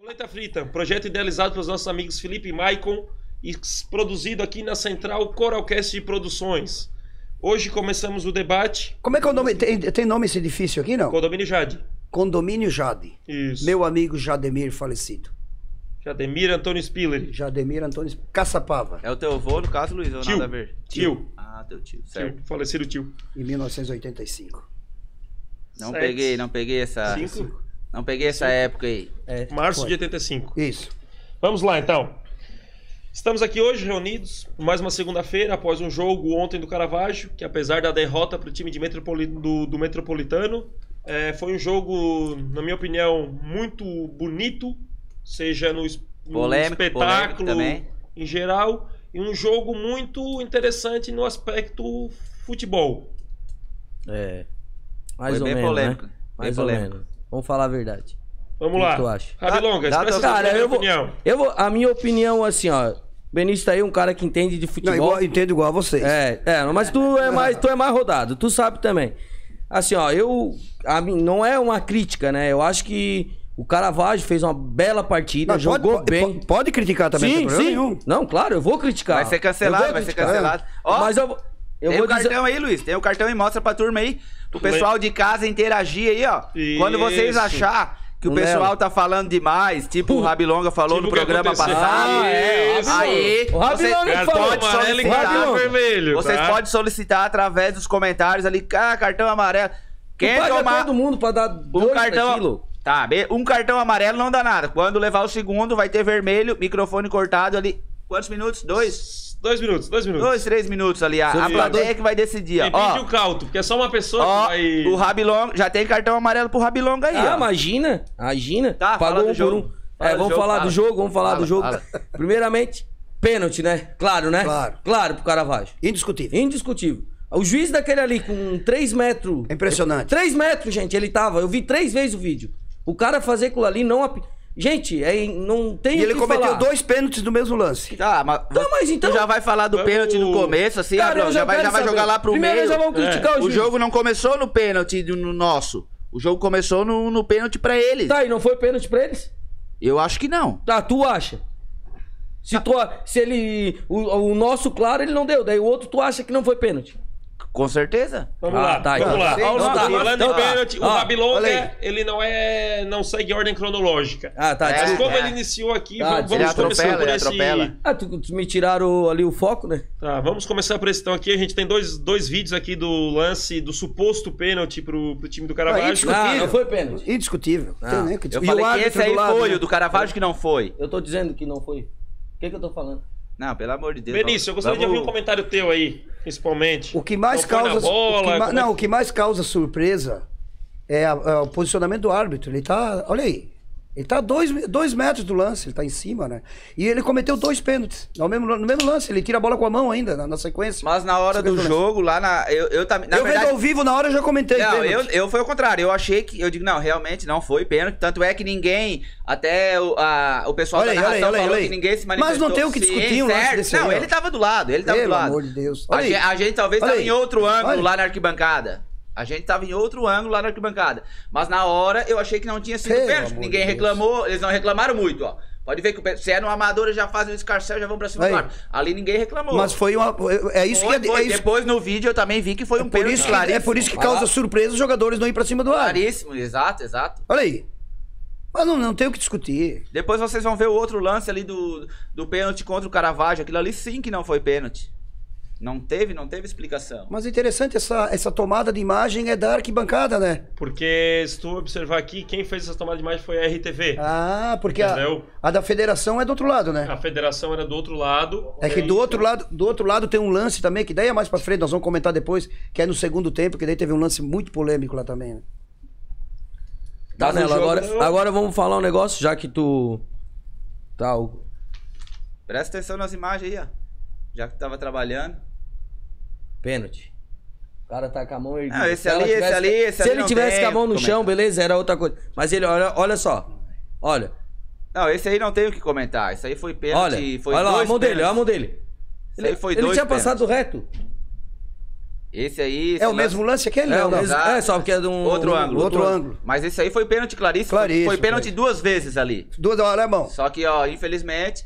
Planeta Frita, um projeto idealizado pelos nossos amigos Felipe e Maicon e produzido aqui na Central Coralcast de Produções. Hoje começamos o debate. Como é que é o nome? Tem, tem nome esse edifício aqui, não? Condomínio Jade. Condomínio Jade. Isso. Meu amigo Jademir falecido. Jademir Antônio Spiller. Jademir Antônio Caçapava, É o teu avô, no caso, Luiz, ou Tio. nada a ver? Tio. Ah, teu tio, certo. Tio. Falecido tio. em 1985. Não Sete. peguei, não peguei essa. Cinco. Não peguei essa época aí. É, Março foi. de 85. Isso. Vamos lá então. Estamos aqui hoje reunidos, mais uma segunda-feira, após um jogo ontem do Caravaggio, que apesar da derrota para o time de Metropoli- do, do Metropolitano, eh, foi um jogo, na minha opinião, muito bonito, seja no, es- no Polêmico, polêmico espetáculo também. em geral, e um jogo muito interessante no aspecto futebol. É. Foi Mais ou bem menos. polêmico. né? Bem Mais polêmico. ou menos. Vamos falar a verdade. Vamos O que lá. tu acha? Rabilonga, Dá- dá expressa tua- sua Cara, primeira eu vou, opinião. eu vou. A minha opinião, assim, ó. Benício tá aí, um cara que entende de Não, futebol. igual, entendo igual a vocês. É, é, não, mas tu é mais, tu é mais rodado, tu sabe também. Assim, ó, eu a mim- não é uma crítica, né? Eu acho que o Caravaggio fez uma bela partida, Não, pode- jogou pode, bem. Pode, pode criticar também, não tem sim, sim. problema nenhum. Não, claro, eu vou criticar. Vai ser cancelado, Eu vou vai ser criticar. cancelado. Ó, mas eu, vou- eu tem vou o cartão dizer, aí, Luiz. Tem o cartão aí, mostra pra turma aí. O pessoal de casa interagir aí, ó. Isso. Quando vocês achar que o Um pessoal Lelo. tá falando demais, tipo o Rabilonga falou Tipo no o que programa aconteceu. passado. Ah, é, Isso. aí, O Rabilonga vocês que falou. pode Amarelo e solicitar. cartão vermelho, Vocês tá? podem solicitar através dos comentários ali, ah, cartão amarelo. tu Quem paga tomar todo mundo pra dar um dois cartão. daquilo. Tá, be- um cartão amarelo não dá nada. Quando levar o segundo, vai ter vermelho, microfone cortado ali. Quantos minutos? Dois? Dois minutos, dois minutos. Dois, três minutos ali. A, Seu a jogador- plateia é que vai decidir, ó. Depende ó. do cauto, porque é só uma pessoa Ó, que vai... o Rabilong, já tem cartão amarelo pro Rabilong aí, Ah, ó. imagina, imagina. Tá, fala Pagou do um por jogo. um. Fala é, do vamos jogo, falar fala. do jogo, vamos falar Fala, do jogo. fala. Primeiramente, pênalti, né? Claro, né? Claro. Claro pro Caravaggio. Indiscutível. Indiscutível. O juiz daquele ali com 3 metros. É impressionante. 3 metros, gente, ele tava. Eu vi três vezes o vídeo. O cara fazer aquilo ali não. api- Gente, é, in- não tem. E o ele que cometeu falar. dois pênaltis no mesmo lance. Tá, mas, Tá, mas então- Tu já vai falar do Vamos- pênalti no começo, assim, Cara, Rabilong? eu Já, já vai, quero já vai saber. jogar lá pro Primeiro meio. já vamos criticar o o juiz. jogo não começou no pênalti do- no nosso. O jogo começou no, no pênalti pra eles. Tá, e não foi pênalti pra eles? Eu acho que não. Tá, tu acha? Tá. Se, tu, a- se ele. O, o nosso, claro, ele não deu. Daí o outro, tu acha que não foi pênalti? Com certeza. Vamos Ah, lá, tá, vamos então. lá. Sim, Ó, então tá. Falando em Então tá. pênalti, o Ó, olha Rabilonga, aí. ele não é. não segue ordem cronológica. Ah, tá. É. Mas desculpa. como ele iniciou aqui, Tá, vamos, ele vamos começar atropela, por ele esse. atropela. Ah, tu, tu me tiraram ali o foco, né? Tá, vamos começar por esse então aqui. A gente tem dois, dois vídeos aqui do lance, do suposto pênalti pro, pro time do Caravaggio. Ah, Não, Discutível. não foi pênalti. Indiscutível. Não. Tem nem o que Eu discutir. falei que árbitro esse aí do lado, foi, né? o do Caravaggio que não foi. Eu tô dizendo que não foi. O que, que eu tô falando? Não, pelo amor de Deus. Benício, eu gostaria de ouvir um comentário teu aí, principalmente. O que mais Não foi causa. Então na bola, o que ma- como é Não, que- o que mais causa surpresa é, a- é o posicionamento do árbitro. Ele tá. Olha aí. Ele tá a dois, dois metros do lance, ele tá em cima, né? E ele cometeu dois pênaltis. No mesmo, no mesmo lance, ele tira a bola com a mão ainda, na, na sequência. Mas na hora do jogo, lá na. Eu, eu também. Na eu verdade, vendo ao vivo na hora eu já comentei. Não, pênalti. eu, eu foi o contrário. Eu achei que. Eu digo, não, realmente não foi pênalti. Tanto é que ninguém. Até o, a- o pessoal Olha da aí, olha aí, narração olha aí, falou olha aí. que ninguém se Mas manifestou. não tem o que discutir Sim, um lance certo. desse aí, não, ó. ele tava do lado. Ele tava Pelo do lado. amor de Deus. A Olha gente, aí. a gente talvez Olha tava aí. em outro ângulo Olha aí. lá na arquibancada. A gente tava em outro ângulo lá na arquibancada. Mas na hora eu achei que não tinha sido Pelo pênalti. amor Ninguém de Deus. reclamou. Eles não reclamaram muito, ó. Pode ver que o pe- se é no amador, eles já fazem o escarcel, já vão pra cima Aí. do árbitro. Ali ninguém reclamou. Mas foi uma. É isso Foi, que é, foi. é isso, Depois no vídeo eu também vi que foi um por pênalti isso que, é claríssimo. por isso que causa surpresa os jogadores não ir pra cima do árbitro. Claríssimo, exato, exato. Olha aí. Mas não, não tem o que discutir. Depois vocês vão ver o outro lance ali do, do pênalti contra o Caravaggio. Aquilo ali sim que não foi pênalti. Não teve, não teve explicação. Mas é interessante essa, essa tomada de imagem é da arquibancada, né? Porque se tu observar aqui, quem fez essa tomada de imagem foi a RTV. Ah, porque a, Entendeu? a da federação é do outro lado, né? A federação era do outro lado. É que do outro lado, do outro lado tem um lance também, que daí é mais pra frente, nós vamos comentar depois, que é no segundo tempo, que daí teve um lance muito polêmico lá também. né? Tá, Mas o Nelo, jogo agora, é não- agora vamos falar um negócio, já que tu. Tá, o- Presta atenção nas imagens aí, ó. Já que tu tava trabalhando. pênalti. O cara tá com a mão erguida. Não, esse Se ela ali, esse ali, esse Se ali ele não tivesse tem com a mão o no que chão, beleza, era outra coisa. Mas ele, olha, olha só. Olha, Não, esse aí não tem o que comentar. Isso aí foi olha. pênalti. foi olha lá, a dois é mão dele, olha a pênaltis. mão dele. Isso Ele, aí foi ele dois tinha pênaltis. passado reto. Esse aí. esse É o lance- mesmo lance aquele? É, Não, o não. mesmo- é, só porque é de um. Outro um- ângulo. outro ângulo. Mas esse aí foi pênalti claríssimo. Claríssimo, Foi pênalti duas vezes ali. Do, do alemão. Só que, ó, infelizmente,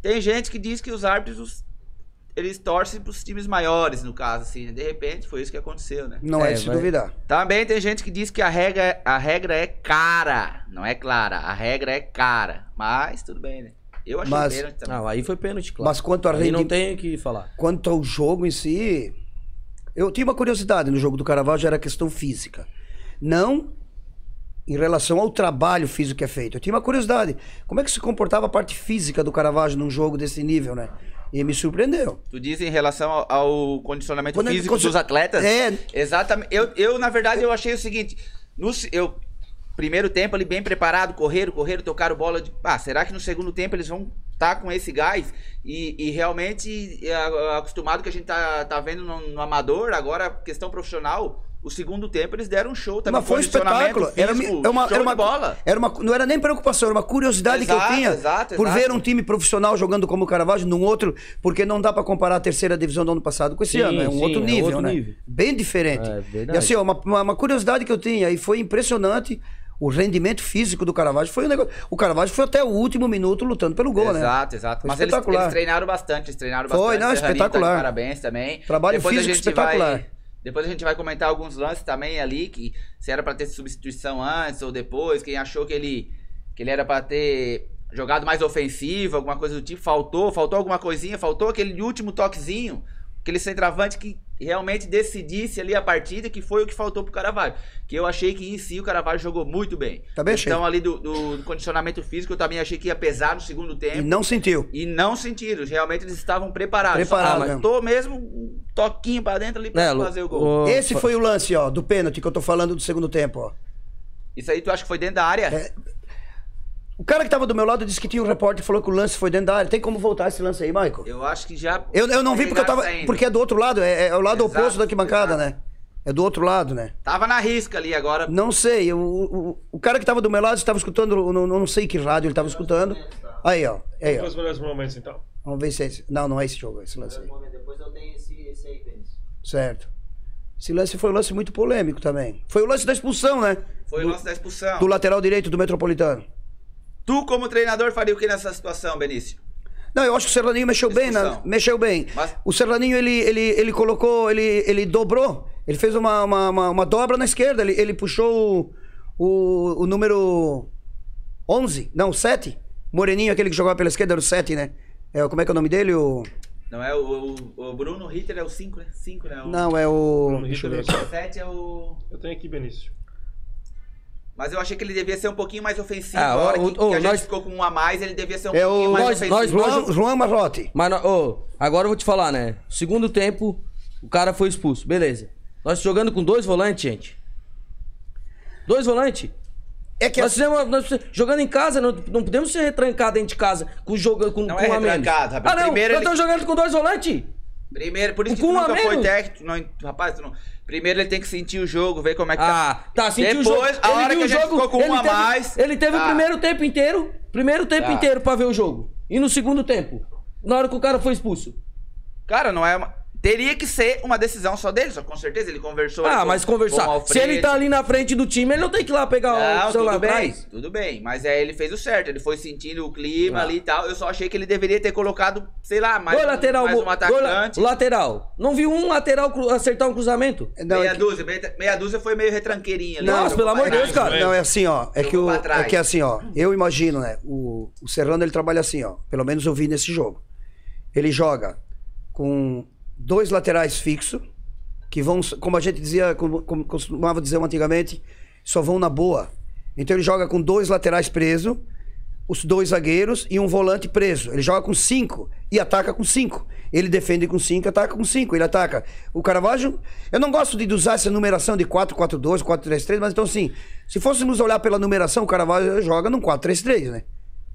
tem gente que diz que os árbitros, os- eles torcem pros times maiores, no caso, assim. né? De repente, foi isso que aconteceu, né? Não é, É, de se vai. duvidar. Também tem gente que diz que a regra, a regra é cara. Não é clara. A regra é cara. Mas tudo bem, né? Eu achei Mas- pênalti também. Não, aí foi pênalti, claro. Mas quanto a aí não rendi- tem o que falar. Quanto ao jogo em si, eu tinha uma curiosidade no jogo do Caravaggio, era a questão física. Não em relação ao trabalho físico que é feito. Eu tinha uma curiosidade. Como é que se comportava a parte física do Caravaggio num jogo desse nível, né? E me surpreendeu. Tu diz em relação ao, ao condicionamento Quando ele físico condici- dos atletas? É. Exatamente. Eu, eu, na verdade, eu achei o seguinte. No, se- eu, primeiro tempo ali bem preparado, correram, correram, tocaram bola. De, ah, será que no segundo tempo eles vão estar com esse gás? E, e realmente, é, a- acostumado que a gente tá, tá vendo no, no amador, agora questão profissional, o segundo tempo eles deram um show. Também Mas foi um espetáculo. Era, físico, era uma, show era de uma, bola. era uma- não era nem preocupação, era uma curiosidade que Exato, eu tinha exato, por exato. ver um time profissional jogando como o Caravaggio num outro, porque não dá pra comparar a terceira divisão do ano passado com esse Sim, ano, é um sim, outro é nível, outro né? nível. Bem diferente. É e verdade. assim, ó, uma, uma- uma curiosidade que eu tinha e foi impressionante o rendimento físico do Caravaggio foi um negócio. O Caravaggio foi até o último minuto lutando pelo gol, né? Exato, exato. Foi Mas eles, espetacular. eles treinaram bastante, eles treinaram Foi, bastante. não, Serraninho tá de espetacular. Parabéns também. Trabalho físico espetacular. Vai, depois a gente vai comentar alguns lances também ali, que se era pra ter substituição antes ou depois, quem achou que ele, que ele era pra ter jogado mais ofensivo, alguma coisa do tipo, faltou, faltou alguma coisinha, faltou aquele último toquezinho, aquele centroavante que realmente decidisse ali a partida, que foi o que faltou pro Caravaggio. Que eu achei que em si o Caravaggio jogou muito bem. Também achei. então ali do, do condicionamento físico, eu também achei que ia pesar no segundo tempo. E não sentiu. E não sentiram, realmente eles estavam preparados. Preparado, Só né? faltou mesmo um toquinho pra dentro ali pra É, Lu- fazer o gol. o- Esse foi o lance, ó, do pênalti que eu tô falando do segundo tempo, ó. Isso aí tu acha que foi dentro da área? É. O cara que tava do meu lado disse que tinha um repórter que falou que o lance foi dentro da área. Tem como voltar esse lance aí, Michael? Eu acho que já. tá Eu, eu não vi porque eu tava. Ainda. Porque é do outro lado, é, é o lado Exato, oposto da arquibancada, exato. né? É do outro lado, né? Tava na risca ali agora. Não sei, o, o, o cara que tava do meu lado estava escutando, não, não sei que rádio ele tava escutando. Aí, ó. Aí, ó. Os melhores momentos, então. Vamos ver se é esse. Não, não é esse jogo, é esse lance aí. Depois eu tenho esse, esse aí, Denis. Certo. Esse lance foi um lance muito polêmico também. Foi o lance da expulsão, né? Foi o lance da expulsão. Do lateral direito do Metropolitano. Tu, como treinador, faria o que nessa situação, Benício? Não, eu acho que o Serraninho mexeu bem, né? Expulsão. Mexeu bem. Mas- O Serraninho, ele, ele, ele colocou, ele, ele dobrou, ele fez uma, uma, uma, uma dobra na esquerda, ele, ele puxou o, o, o número 11, não, 7. Moreninho, aquele que jogava pela esquerda, era o 7, né? É, como é que é o nome dele? O... Não é o, o- o Bruno Ritter é o 5, né? 5, né? O Não, é o... Bruno Deixa eu ver. Ritter, 7 é o. Eu tenho aqui, Benício. Mas eu achei que ele devia ser um pouquinho mais ofensivo. Ah, a hora o- que, o- que a gente nós- ficou com um a mais, ele devia ser um É pouquinho o mais Nós- ofensivo. nós- João, João Marrote. Mas, nó- ô, agora eu vou te falar, né? Segundo tempo, o cara foi expulso. Beleza. Nós jogando com dois volantes, gente. Dois volantes. É que nós fizemos, nós fizemos- jogando em casa, não, não podemos ser retrancados dentro de casa com, jogo, com, Não com é um a menos. retrancado, rapaz. Ah, não, Primeiro nós ele- estamos jogando com dois volantes. Primeiro, por isso Um que tu com um a nunca foi menos. técnico. tu não- rapaz, tu não- primeiro ele tem que sentir o jogo, ver como é que Ah, tá, sentiu Depois, o jogo. a hora viu que a o gente ficou com um a teve, mais. Ele teve Ah. o primeiro tempo inteiro, primeiro tempo Tá. inteiro pra ver o jogo. E no segundo tempo, na hora que o cara foi expulso. Cara, não é uma... Teria que ser uma decisão só dele, só com certeza ele conversou. Ah, com- mas com o conversar. Alfredo. Se ele tá ali na frente do time, ele não tem que ir lá pegar Não, o celular tudo bem, atrás. tudo bem. Mas é, ele fez o certo, ele foi sentindo o clima ali e tal. Eu só achei que ele deveria ter colocado, sei lá, mais, Ah. Gol um, lateral, mais gol, um gol la- atacante. lateral. Não viu um lateral cru- acertar um cruzamento? Não, meia, é que- dúzia, meia, meia dúzia foi meio retranqueirinha ali. Não, jogou Nossa, pelo pra amor de Deus, trás. cara. Não, é assim, ó. É Jogou que, o, né? pra trás. é que assim, ó. Eu imagino, né? O, o Serrano ele trabalha assim, ó. Pelo menos eu vi nesse jogo. Ele joga com dois laterais fixos, que vão, como a gente dizia, como, como costumava dizer antigamente, só vão na boa. Então ele joga com dois laterais presos, os dois zagueiros e um volante preso. Ele joga com cinco e ataca com cinco. Ele defende com cinco, ataca com cinco. Ele ataca. O Caravaggio, eu não gosto de usar essa numeração de 4-4-2, 4-3-3, mas então assim, se fôssemos olhar pela numeração, o Caravaggio joga num 4-3-3, né?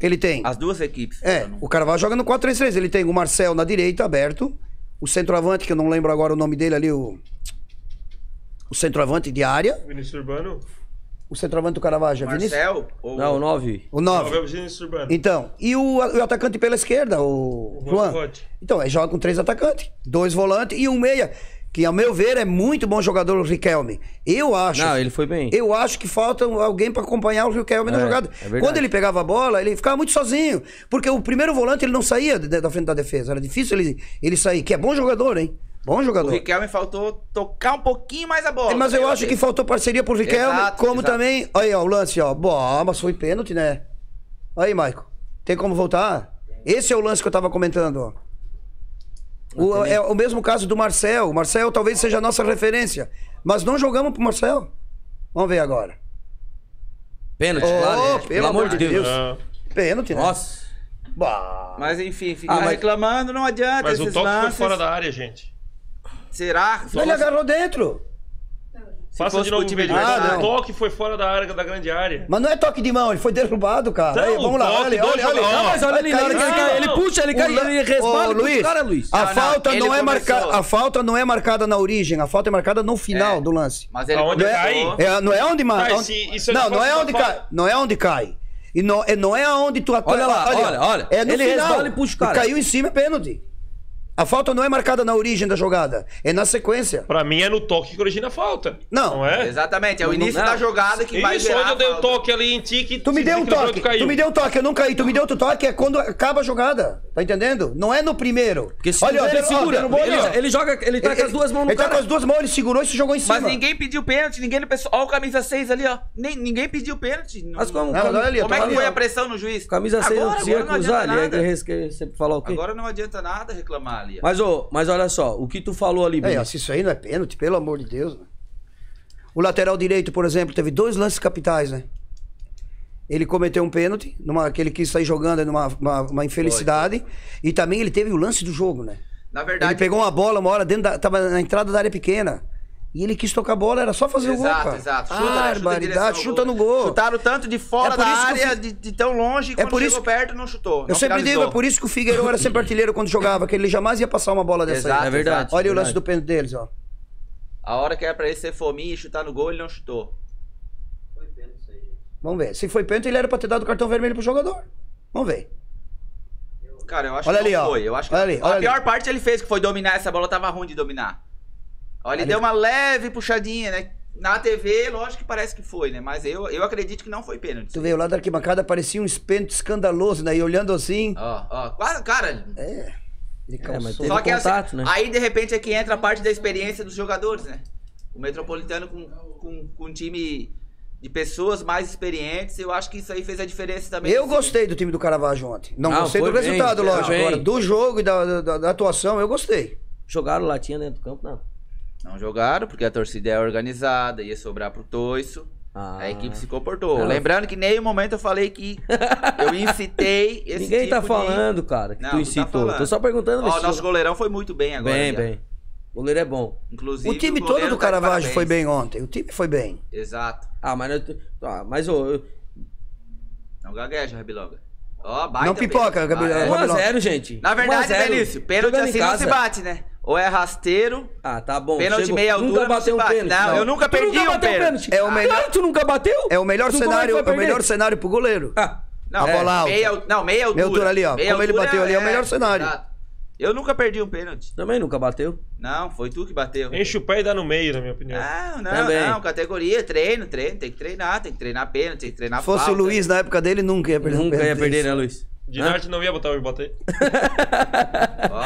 Ele tem. As duas equipes. É, Não- o Carvalho joga no 4-3-3. Ele tem o Marcel na direita, aberto. O centroavante, que eu não lembro agora o nome dele ali, o. O centroavante de área. Vinícius Urbano. O centroavante do Caravaggio, é Vinícius? Marcel? Ou... Não, nove. O Nove é 9. o Vinícius Urbano. Então, e o, o atacante pela esquerda, o, O Juan. Rote. Então, aí joga com três atacantes, dois volantes e um meia. que ao meu ver é muito bom jogador o Riquelme. Eu acho. Não, ele foi bem. Eu acho que falta um, alguém pra acompanhar o Riquelme na É, jogada. é verdade. Quando ele pegava a bola, ele ficava muito sozinho, porque o primeiro volante ele não saía de- da frente da defesa, era difícil ele ele sair, que é bom jogador, hein? Bom O jogador. Riquelme faltou tocar um pouquinho mais a bola. É, Mas eu acho que faltou parceria pro Riquelme, Exato, como exato. também. Aí, ó, o lance, ó. Bom, ah, mas foi pênalti, né? Aí, Maico. Tem como voltar? Esse é o lance que eu tava comentando, ó. O, é o mesmo caso do Marcel. O Marcel talvez seja a nossa referência. Mas não jogamos pro Marcel. Vamos ver agora. Pênalti, Oh, claro. é. pelo Pelo amor de Deus. Ah, Pênalti, né? Nossa. Bah. Mas enfim, ficar Ah, mas- reclamando não adianta. mas o esses toque foi lances. fora da área, gente. Será? Ele agarrou dentro. Passa fosse de novo o pro time vídeo. adversário. o toque foi fora da área, da grande área. Mas não é toque de mão, ele foi derrubado, cara. Não, Aí, vamos lá, toque, olha, dois olha, olha. jogadores. Não, mas olha Vai ali, cair na hora que ele em não. cai, cima. ele puxa, ele cai, O lan- ele Ô, resbala. puxa o Luiz, cara, Luiz. A Não, não, falta ele não, é começou. marcada, a falta não é marcada na origem, a falta é marcada no final É. do lance. Mas ele Ah, Aonde começou. cai? É, não é onde marca. Ah, onde- se- isso é não, de não é falta, onde falta. cai, não é onde cai. E não é não é aonde tu atua- Olha lá, olha, olha. É no Ele final. resbala e puxa o cara. Caiu em cima é pênalti. A falta não é marcada na origem da jogada, é na sequência. Pra mim é no toque que origina a falta. Não. Não é? Exatamente, é o Não, início não. da jogada que vai Isso, gerar onde eu a dei um falta. toque ali em ti que Tu me deu um desequilibrou, toque, tu caiu. tu me deu um toque, eu não caí, tu me deu outro toque, é quando acaba a jogada, tá entendendo? Não é no primeiro. Porque se ó, ele der- ó, segura, derrubou, ele, ó. ele joga, ele tá com as duas mãos no Ele tá com cara. as duas mãos, ele segurou e se jogou em cima. Mas ninguém pediu pênalti, ninguém no pessoal. Olha o camisa 6 ali, ó. Nem, ninguém pediu pênalti. Não- Mas como, Não, como, olha ali, ó, Como é que ali, foi ó. a pressão no juiz? camisa 6 não Agora- precisa agora não cruzar, adianta ele nada. é que sempre falar o quê? Agora não adianta nada reclamar ali. ó. Mas, ô, mas olha só, o que tu falou ali, É, Bruno? ó, se isso aí não é pênalti, pelo amor de Deus. né? O lateral direito, por exemplo, teve dois lances capitais, né? Ele cometeu um pênalti, numa, que ele quis sair jogando, numa uma, uma infelicidade. E também ele teve o lance do jogo, né? Na Ele verdade, pegou uma bola uma hora dentro da. Tava na entrada da área pequena. E ele quis tocar a bola, era só fazer o gol. Exato, Cara. exato. Chuta, chuta em direção ao Barbaridade, chuta no gol. Chutaram tanto de fora É por da isso que eu área, fi- de, de tão longe, quando por chegou isso- perto, não chutou. Eu sempre digo, é por isso que o Figueiredo era sempre artilheiro quando jogava, que ele jamais ia passar uma bola dessa Exato, aí. É verdade. exato. Olha o lance verdade. do pênalti deles, ó. A hora que era pra ele ser fominha e chutar no gol, ele não chutou. Foi pênalti isso aí, gente. Vamos ver. Se foi pênalti, ele era pra ter dado cartão vermelho pro jogador. Vamos ver. Cara, eu acho Olha que ali, não ó. foi. Eu acho que Olha ali, a olha ali. pior parte ele fez, que foi dominar essa bola, tava ruim de dominar. Olha, ele Ali. deu uma leve puxadinha, né? Na TV, lógico que parece que foi, né? Mas eu, eu acredito que não foi pênalti. Tu veio lá da arquibancada, parecia um espento escandaloso, né? E olhando assim. Ó, ó, quase, cara. É. Ele É, mas calçou. teve- Só que assim, contato, né? aí de repente é que entra a parte da experiência dos jogadores, né? O Metropolitano com, com, com um time de pessoas mais experientes, eu acho que isso aí fez a diferença também. Eu Esse- gostei do time do Caravaggio ontem. Não, Não, gostei do Ah, foi bem, resultado, foi lógico. bem. Agora, do jogo e da, da- da atuação, eu gostei. Jogaram latinha dentro do campo, não. Não jogaram, porque a torcida é organizada, ia sobrar pro Toiço. Ah. A equipe se comportou. Não. Lembrando que em nenhum momento eu falei que eu incitei esse Ninguém tipo tá de- falando, cara, que Não, tu não tá incitou. falando. Tô só perguntando. Ó, se o nosso joga- goleirão foi muito bem agora. Bem, já. bem. O goleiro é bom. Inclusive, o time todo goleiro do tá de Caravaggio parabéns. foi bem ontem. O time foi bem. Exato. Ah, mas... eu t- Ah, mas, ô... eu- Não gagueja, Rabiloga. Ó, baita Não pipoca, pênalti. Gabriel. Ah, é. Ô, Gabriel. 1x0, gente. Na 1 a verdade, 0. Benício, pênalti Jogando em assim não casa. se bate, né? Ou é rasteiro. Ah, tá bom. Pênalti chegou. meia altura, Nunca não bateu se um bate. pênalti. Não, eu nunca Tu perdi nunca um bateu pênalti. É o melhor- Claro, tu nunca bateu. É o melhor Tu como cenário, que vai é o melhor perder? cenário pro goleiro. Ah, A bola alta. é Meia, al- não, meia altura. Meia altura ali, ó. Como ele bateu ali, é o melhor cenário. exato. Eu nunca perdi um pênalti. também nunca bateu. Não, foi tu que bateu. Enche o pé e dá no meio, na minha opinião. Ah, Não, não, Também. não. Categoria, treino, treino. Tem que treinar, tem que treinar pênalti, tem que treinar Se fosse falta. o Luiz na época dele, nunca ia perder um Nunca ia pênalti perder, desse. né, Luiz? De Hã? Narte não ia botar o bater.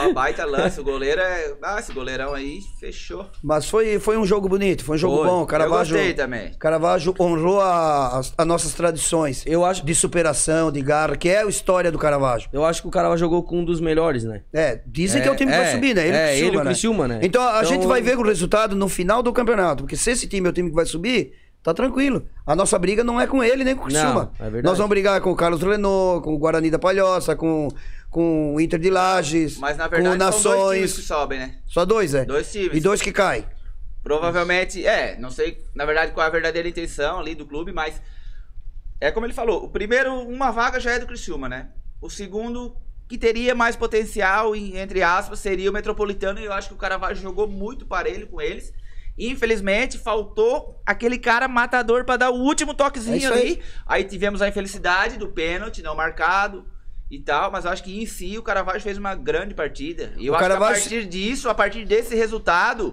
Ó, baita lance. O goleiro é... Ah, esse goleirão aí fechou. Mas foi, foi um jogo bonito, foi um jogo Foi. bom. O Caravaggio, Eu gostei também. Caravaggio honrou a- as as nossas tradições Eu acho, de superação, de garra, que é a história do Caravaggio. eu acho que o cara jogou com um dos melhores, né? É, dizem que é o time que É, vai subir, né? Ele, é, e Criciúma, ele e o né? Criciúma, né? Então a Então, gente vai eu- ver o resultado no final do campeonato, porque se esse time é o time que vai subir, tá tranquilo. A nossa briga não é com ele nem com o Criciúma. é verdade. Nós vamos brigar com o Carlos Renault, com o Guarani da Palhoça, com, com o Inter de Lages, Mas na com o verdade são dois times Nações. que sobem, né? Só dois, é? Dois times. E dois que caem. Provavelmente, é, não sei, na verdade, qual é a verdadeira intenção ali do clube, mas é como ele falou, o primeiro, uma vaga já é do Criciúma, né? O segundo, que teria mais potencial, em- entre aspas, seria o Metropolitano, e eu acho que o Caravaggio jogou muito parelho com eles. Infelizmente, faltou aquele cara matador pra dar o último É isso toquezinho aí. ali. Aí tivemos a infelicidade do pênalti não marcado. e tal, mas eu acho que em si o Caravaggio fez uma grande partida. E eu O acho Caravaggio- que a partir disso, a partir desse resultado,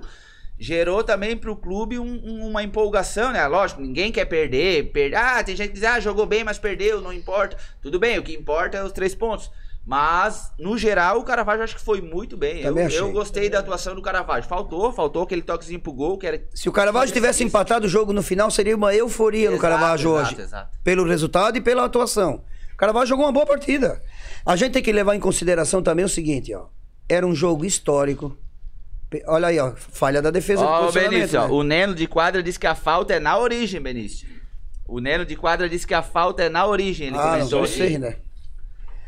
gerou também pro clube um- um- uma empolgação, né? Lógico, ninguém quer perder. per- Ah, tem gente que diz, ah, jogou bem, mas perdeu, não importa. Tudo bem, o que importa é os três pontos. Mas, no geral, o Caravaggio acho que foi muito bem. Eu, Também achei. eu gostei da atuação do Caravaggio. Faltou, faltou aquele toquezinho pro gol, que era Se o Caravaggio tivesse empatado o jogo no final, seria uma euforia no é Exato, Caravaggio exato, hoje. exato. Pelo resultado e pela atuação. O Caravaggio jogou uma boa partida. A gente tem que levar em consideração também o seguinte, ó. Era um jogo histórico. Pe- Olha aí, ó. Falha da defesa do Ó, o posicionamento, Benício, ó, né? o Neno de quadra disse que a falta é na origem, Benício. O Neno de quadra disse que a falta é na origem. Ele Ah, não, comentou não aqui. sei, né?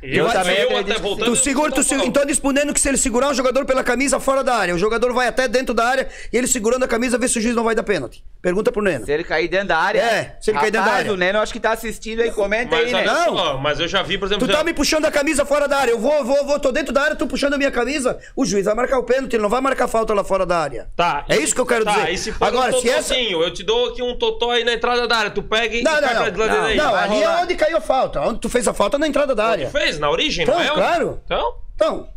Eu, Eu também eu acredito até que voltando. Tu segura, tu segura. Então dispondo que se ele segurar um jogador pela camisa fora da área, o jogador vai até dentro da área e ele segurando a camisa vê se o juiz não vai dar pênalti. Pergunta pro Neno. Se ele cair dentro da área. É, se ele cair dentro da Rapaz, área. O Neno acho que tá assistindo aí, comenta Mas, aí, né? olha Não. só, mas eu já vi, por exemplo. Tu já- tá me puxando a camisa fora da área. Eu vou, vou, vou, tô dentro da área, tu puxando a minha camisa. O juiz vai marcar o pênalti, ele não vai marcar falta lá fora da área. Tá. É isso que eu quero tá, dizer. E se for Agora, um se essa. totozinho, eu te dou aqui um totó aí na entrada da área. Tu pega e Não, cai pra não, de ladeira aí. não. Não, Vai ali é rolar. onde caiu a falta. Onde tu fez a falta na entrada da Tu área. fez, na origem, Então, não é? onde? claro. Então? Então.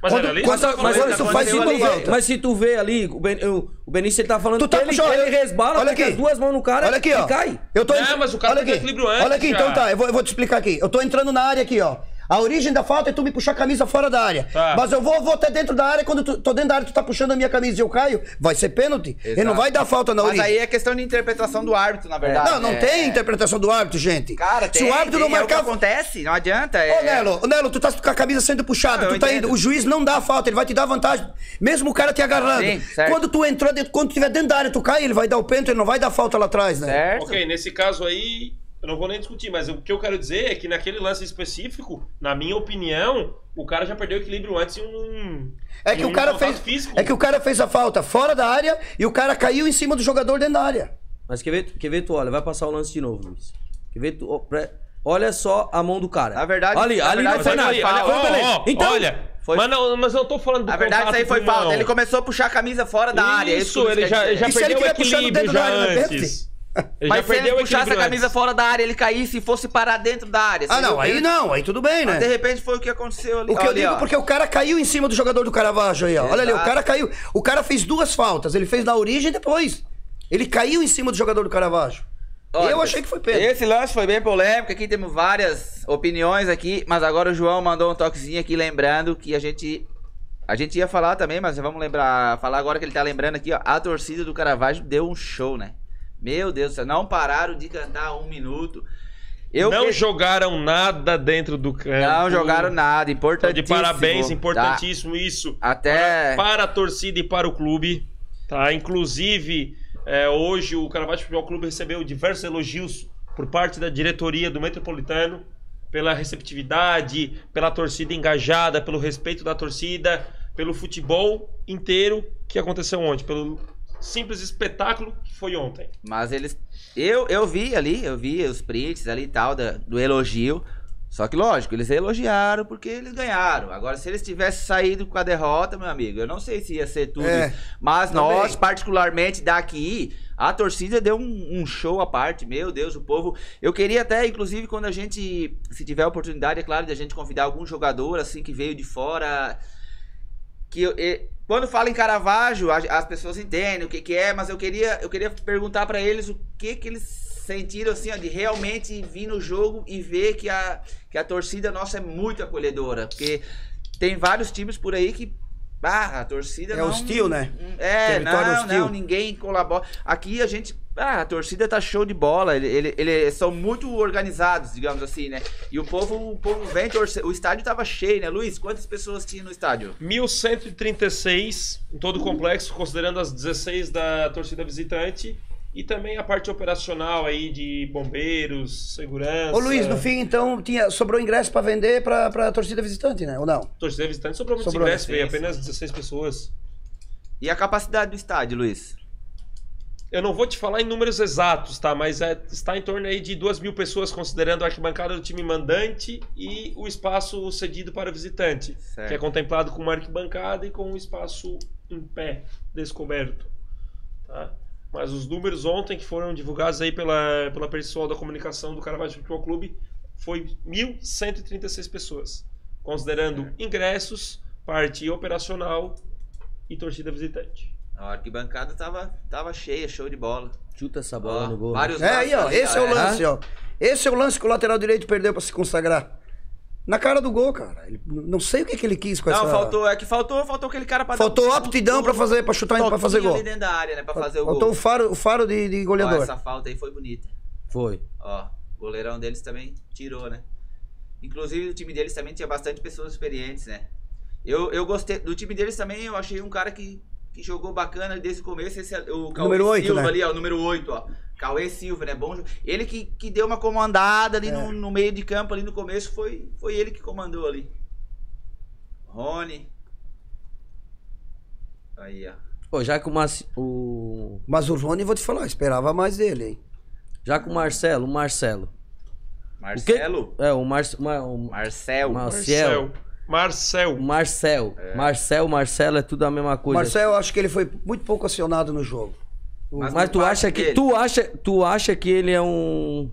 Mas Quando- era ali? quando- Tá falando mas aí, olha, tá isso falando faz aí, se Aconteceu tu ali, vê, volta. mas se tu vê ali, o, ben, eu- o Benício ele tá falando Tu tá que ele, puxando- ele resbala, Olha pega aqui. as duas mãos no cara Olha aqui, e ó. cai. Eu tô Não, entrando- mas o cara Olha tem aqui. equilíbrio antes, Olha aqui, então já. tá. Eu vou, eu vou te explicar aqui. Eu tô entrando na área aqui, ó. A origem da falta é tu me puxar a camisa fora da área. Tá. Mas eu vou, vou até dentro da área. Quando tu tô dentro da área, tu tá puxando a minha camisa e eu caio, vai ser pênalti. Ele não Exato. vai dar falta na Mas origem. aí é questão de interpretação do árbitro, na verdade. Não, não É. tem interpretação do árbitro, gente. Cara, Se tem, o árbitro tem, não é o que marcar. acontece, não adianta. É... Ô, Nelo, ô, Nelo, tu tá com a camisa sendo puxada, Não, eu tu tá entendo. indo. O juiz não dá a falta, ele vai te dar vantagem, mesmo o cara te agarrando. Sim, certo. quando tu entrar, dentro- quando tu tiver dentro da área, tu cai, ele vai dar o pênalti, ele não vai dar falta lá atrás, né? Certo? Ok, nesse caso aí, eu não vou nem discutir, mas o que eu quero dizer é que naquele lance específico, na minha opinião, o cara já perdeu o equilíbrio antes em um. É que em o cara contato fez, Físico. é que o cara fez a falta fora da área e o cara caiu em cima do jogador dentro da área. Mas quer ver, quer ver tu, olha, vai passar o lance de novo, Luiz. Quer ver tu, ó, pre- olha só a mão do cara. Na verdade- ali, na ali verdade, não foi Mas nada. olha aí, olha, Foi ó, beleza. ó, então, olha, foi- Mas, não, mas eu não tô falando do Na verdade, isso aí contato foi com- falta. não. Ele começou a puxar a camisa fora da área. é Isso, que ele quer já, dizer. ele já E se ele perdeu o quiser puxar no equilíbrio dedo da já área, não é antes. Ele já Mas se ele perdeu o puxasse a equilíbrio camisa antes. fora da área, ele caísse e fosse parar dentro da área. Ah, seria não, é o aí pênalti. não, aí tudo bem, De né? repente foi o que aconteceu ali. O que eu ali, digo ó. porque o cara caiu em cima do jogador do Caravaggio aí, ó. Olha ali, o Exato. cara caiu. O cara fez duas faltas, ele fez na origem e depois. Ele caiu em cima do jogador do Caravaggio. Olha, eu achei que foi pênalti. Esse lance foi bem polêmico, aqui temos várias opiniões aqui, mas agora o João mandou um toquezinho aqui lembrando que a gente a gente ia falar também, mas vamos lembrar, falar agora que ele tá lembrando aqui, ó, a torcida do Caravaggio deu um show, né? Meu Deus, do céu, não pararam de cantar um minuto. Eu Não que- jogaram nada dentro do campo. não jogaram nada, Tá importantíssimo. de parabéns, tá? importantíssimo isso. É. Até para a torcida e para o clube. Tá? Inclusive, é, hoje o Caravaggio Futebol Clube recebeu diversos elogios por parte da diretoria do Metropolitano pela receptividade, pela torcida engajada, pelo respeito da torcida, pelo futebol inteiro que aconteceu ontem, pelo simples espetáculo que foi ontem. Mas eles. Eu, eu vi ali, eu vi os prints ali e tal, da- do elogio. Só que, lógico, eles elogiaram porque eles ganharam. Agora, se eles tivessem saído com a derrota, meu amigo, eu não sei se ia ser tudo. É, mas também. nós, particularmente daqui, a torcida deu um, um show à parte. Meu Deus, o povo. Eu queria até, inclusive, quando a gente. Se tiver a oportunidade, é claro, de a gente convidar algum jogador assim que veio de fora que eu- e- quando fala em Caravaggio, as, as pessoas entendem o que, que é, mas eu queria, eu queria perguntar pra eles o que que eles sentiram assim, ó, de realmente vir no jogo e ver que a, que a torcida nossa é muito acolhedora, porque tem vários times por aí que ah, a torcida É não hostil, né? É, Território não, hostil. não, ninguém colabora. Aqui a gente, ah, a torcida tá show de bola, ele, ele- ele- são muito organizados, digamos assim, né? E o povo, o povo vem torcer, o estádio tava cheio, né? Luiz, quantas pessoas tinha no estádio? 1.136 em todo o complexo, considerando as 16 da torcida visitante e também a parte operacional aí de bombeiros, segurança. Ô Luiz, no fim, então, tinha, sobrou ingresso pra vender pra, pra torcida visitante, né? Ou não? Torcida visitante sobrou muitos Sobrou, ingressos, sim, veio sim. apenas 16 pessoas. E a capacidade do estádio, Luiz? Eu não vou te falar em números exatos, tá? Mas é- está em torno aí de 2 mil pessoas, considerando a arquibancada do time mandante e o espaço cedido para visitante, Certo. que é contemplado com uma arquibancada e com um espaço em pé, descoberto. Tá? Mas os números ontem que foram divulgados aí pela, pela pessoal da comunicação do Caravaggio Futebol Clube foi 1.136 pessoas, considerando ingressos, parte operacional e torcida visitante. A arquibancada tava, tava cheia, show de bola. Chuta essa bola Ó, no gol. vários É aí, ó. lances, Esse é o cara. lance, ó. Esse é o lance que o lateral direito perdeu pra se consagrar. Na cara do gol, cara. Ele- não sei o que, que ele quis com Não, essa. faltou, é que faltou, faltou aquele cara pra Faltou um- aptidão pra fazer, pra chutar, pra fazer toquinho gol. ali dentro da área, né, pra fazer o faltou gol. o faro, o faro de, de Ó, goleador. essa falta aí foi bonita. Foi. Ó, o goleirão deles também tirou, né? Inclusive, o time deles também tinha bastante pessoas experientes, né? Eu, eu gostei. Do time deles também, eu achei um cara que, que jogou bacana desde o começo. Esse, é o Cauê Número oito, Silva né? ali, ó, o número 8, ó. Cauê Silva, né? Bom, jo- ele que, que deu uma comandada É. ali no, no meio de campo, ali no começo, foi, foi ele que comandou ali. Rony. Aí, ó. Pô, já que o, Marci- o- Mas o Rony, vou te falar, eu esperava mais dele, hein? Já que o Marcelo, o Marcelo. O quê? Marcelo? É, o Marcelo. O Marcel. Mar- Marcel. Marcel. Marcel. Marcel. Marcel, Marcelo é tudo a mesma coisa. Marcel, eu acho que ele foi muito pouco acionado no jogo. Mas, não tu parte acha que dele. tu acha, tu acha que ele é um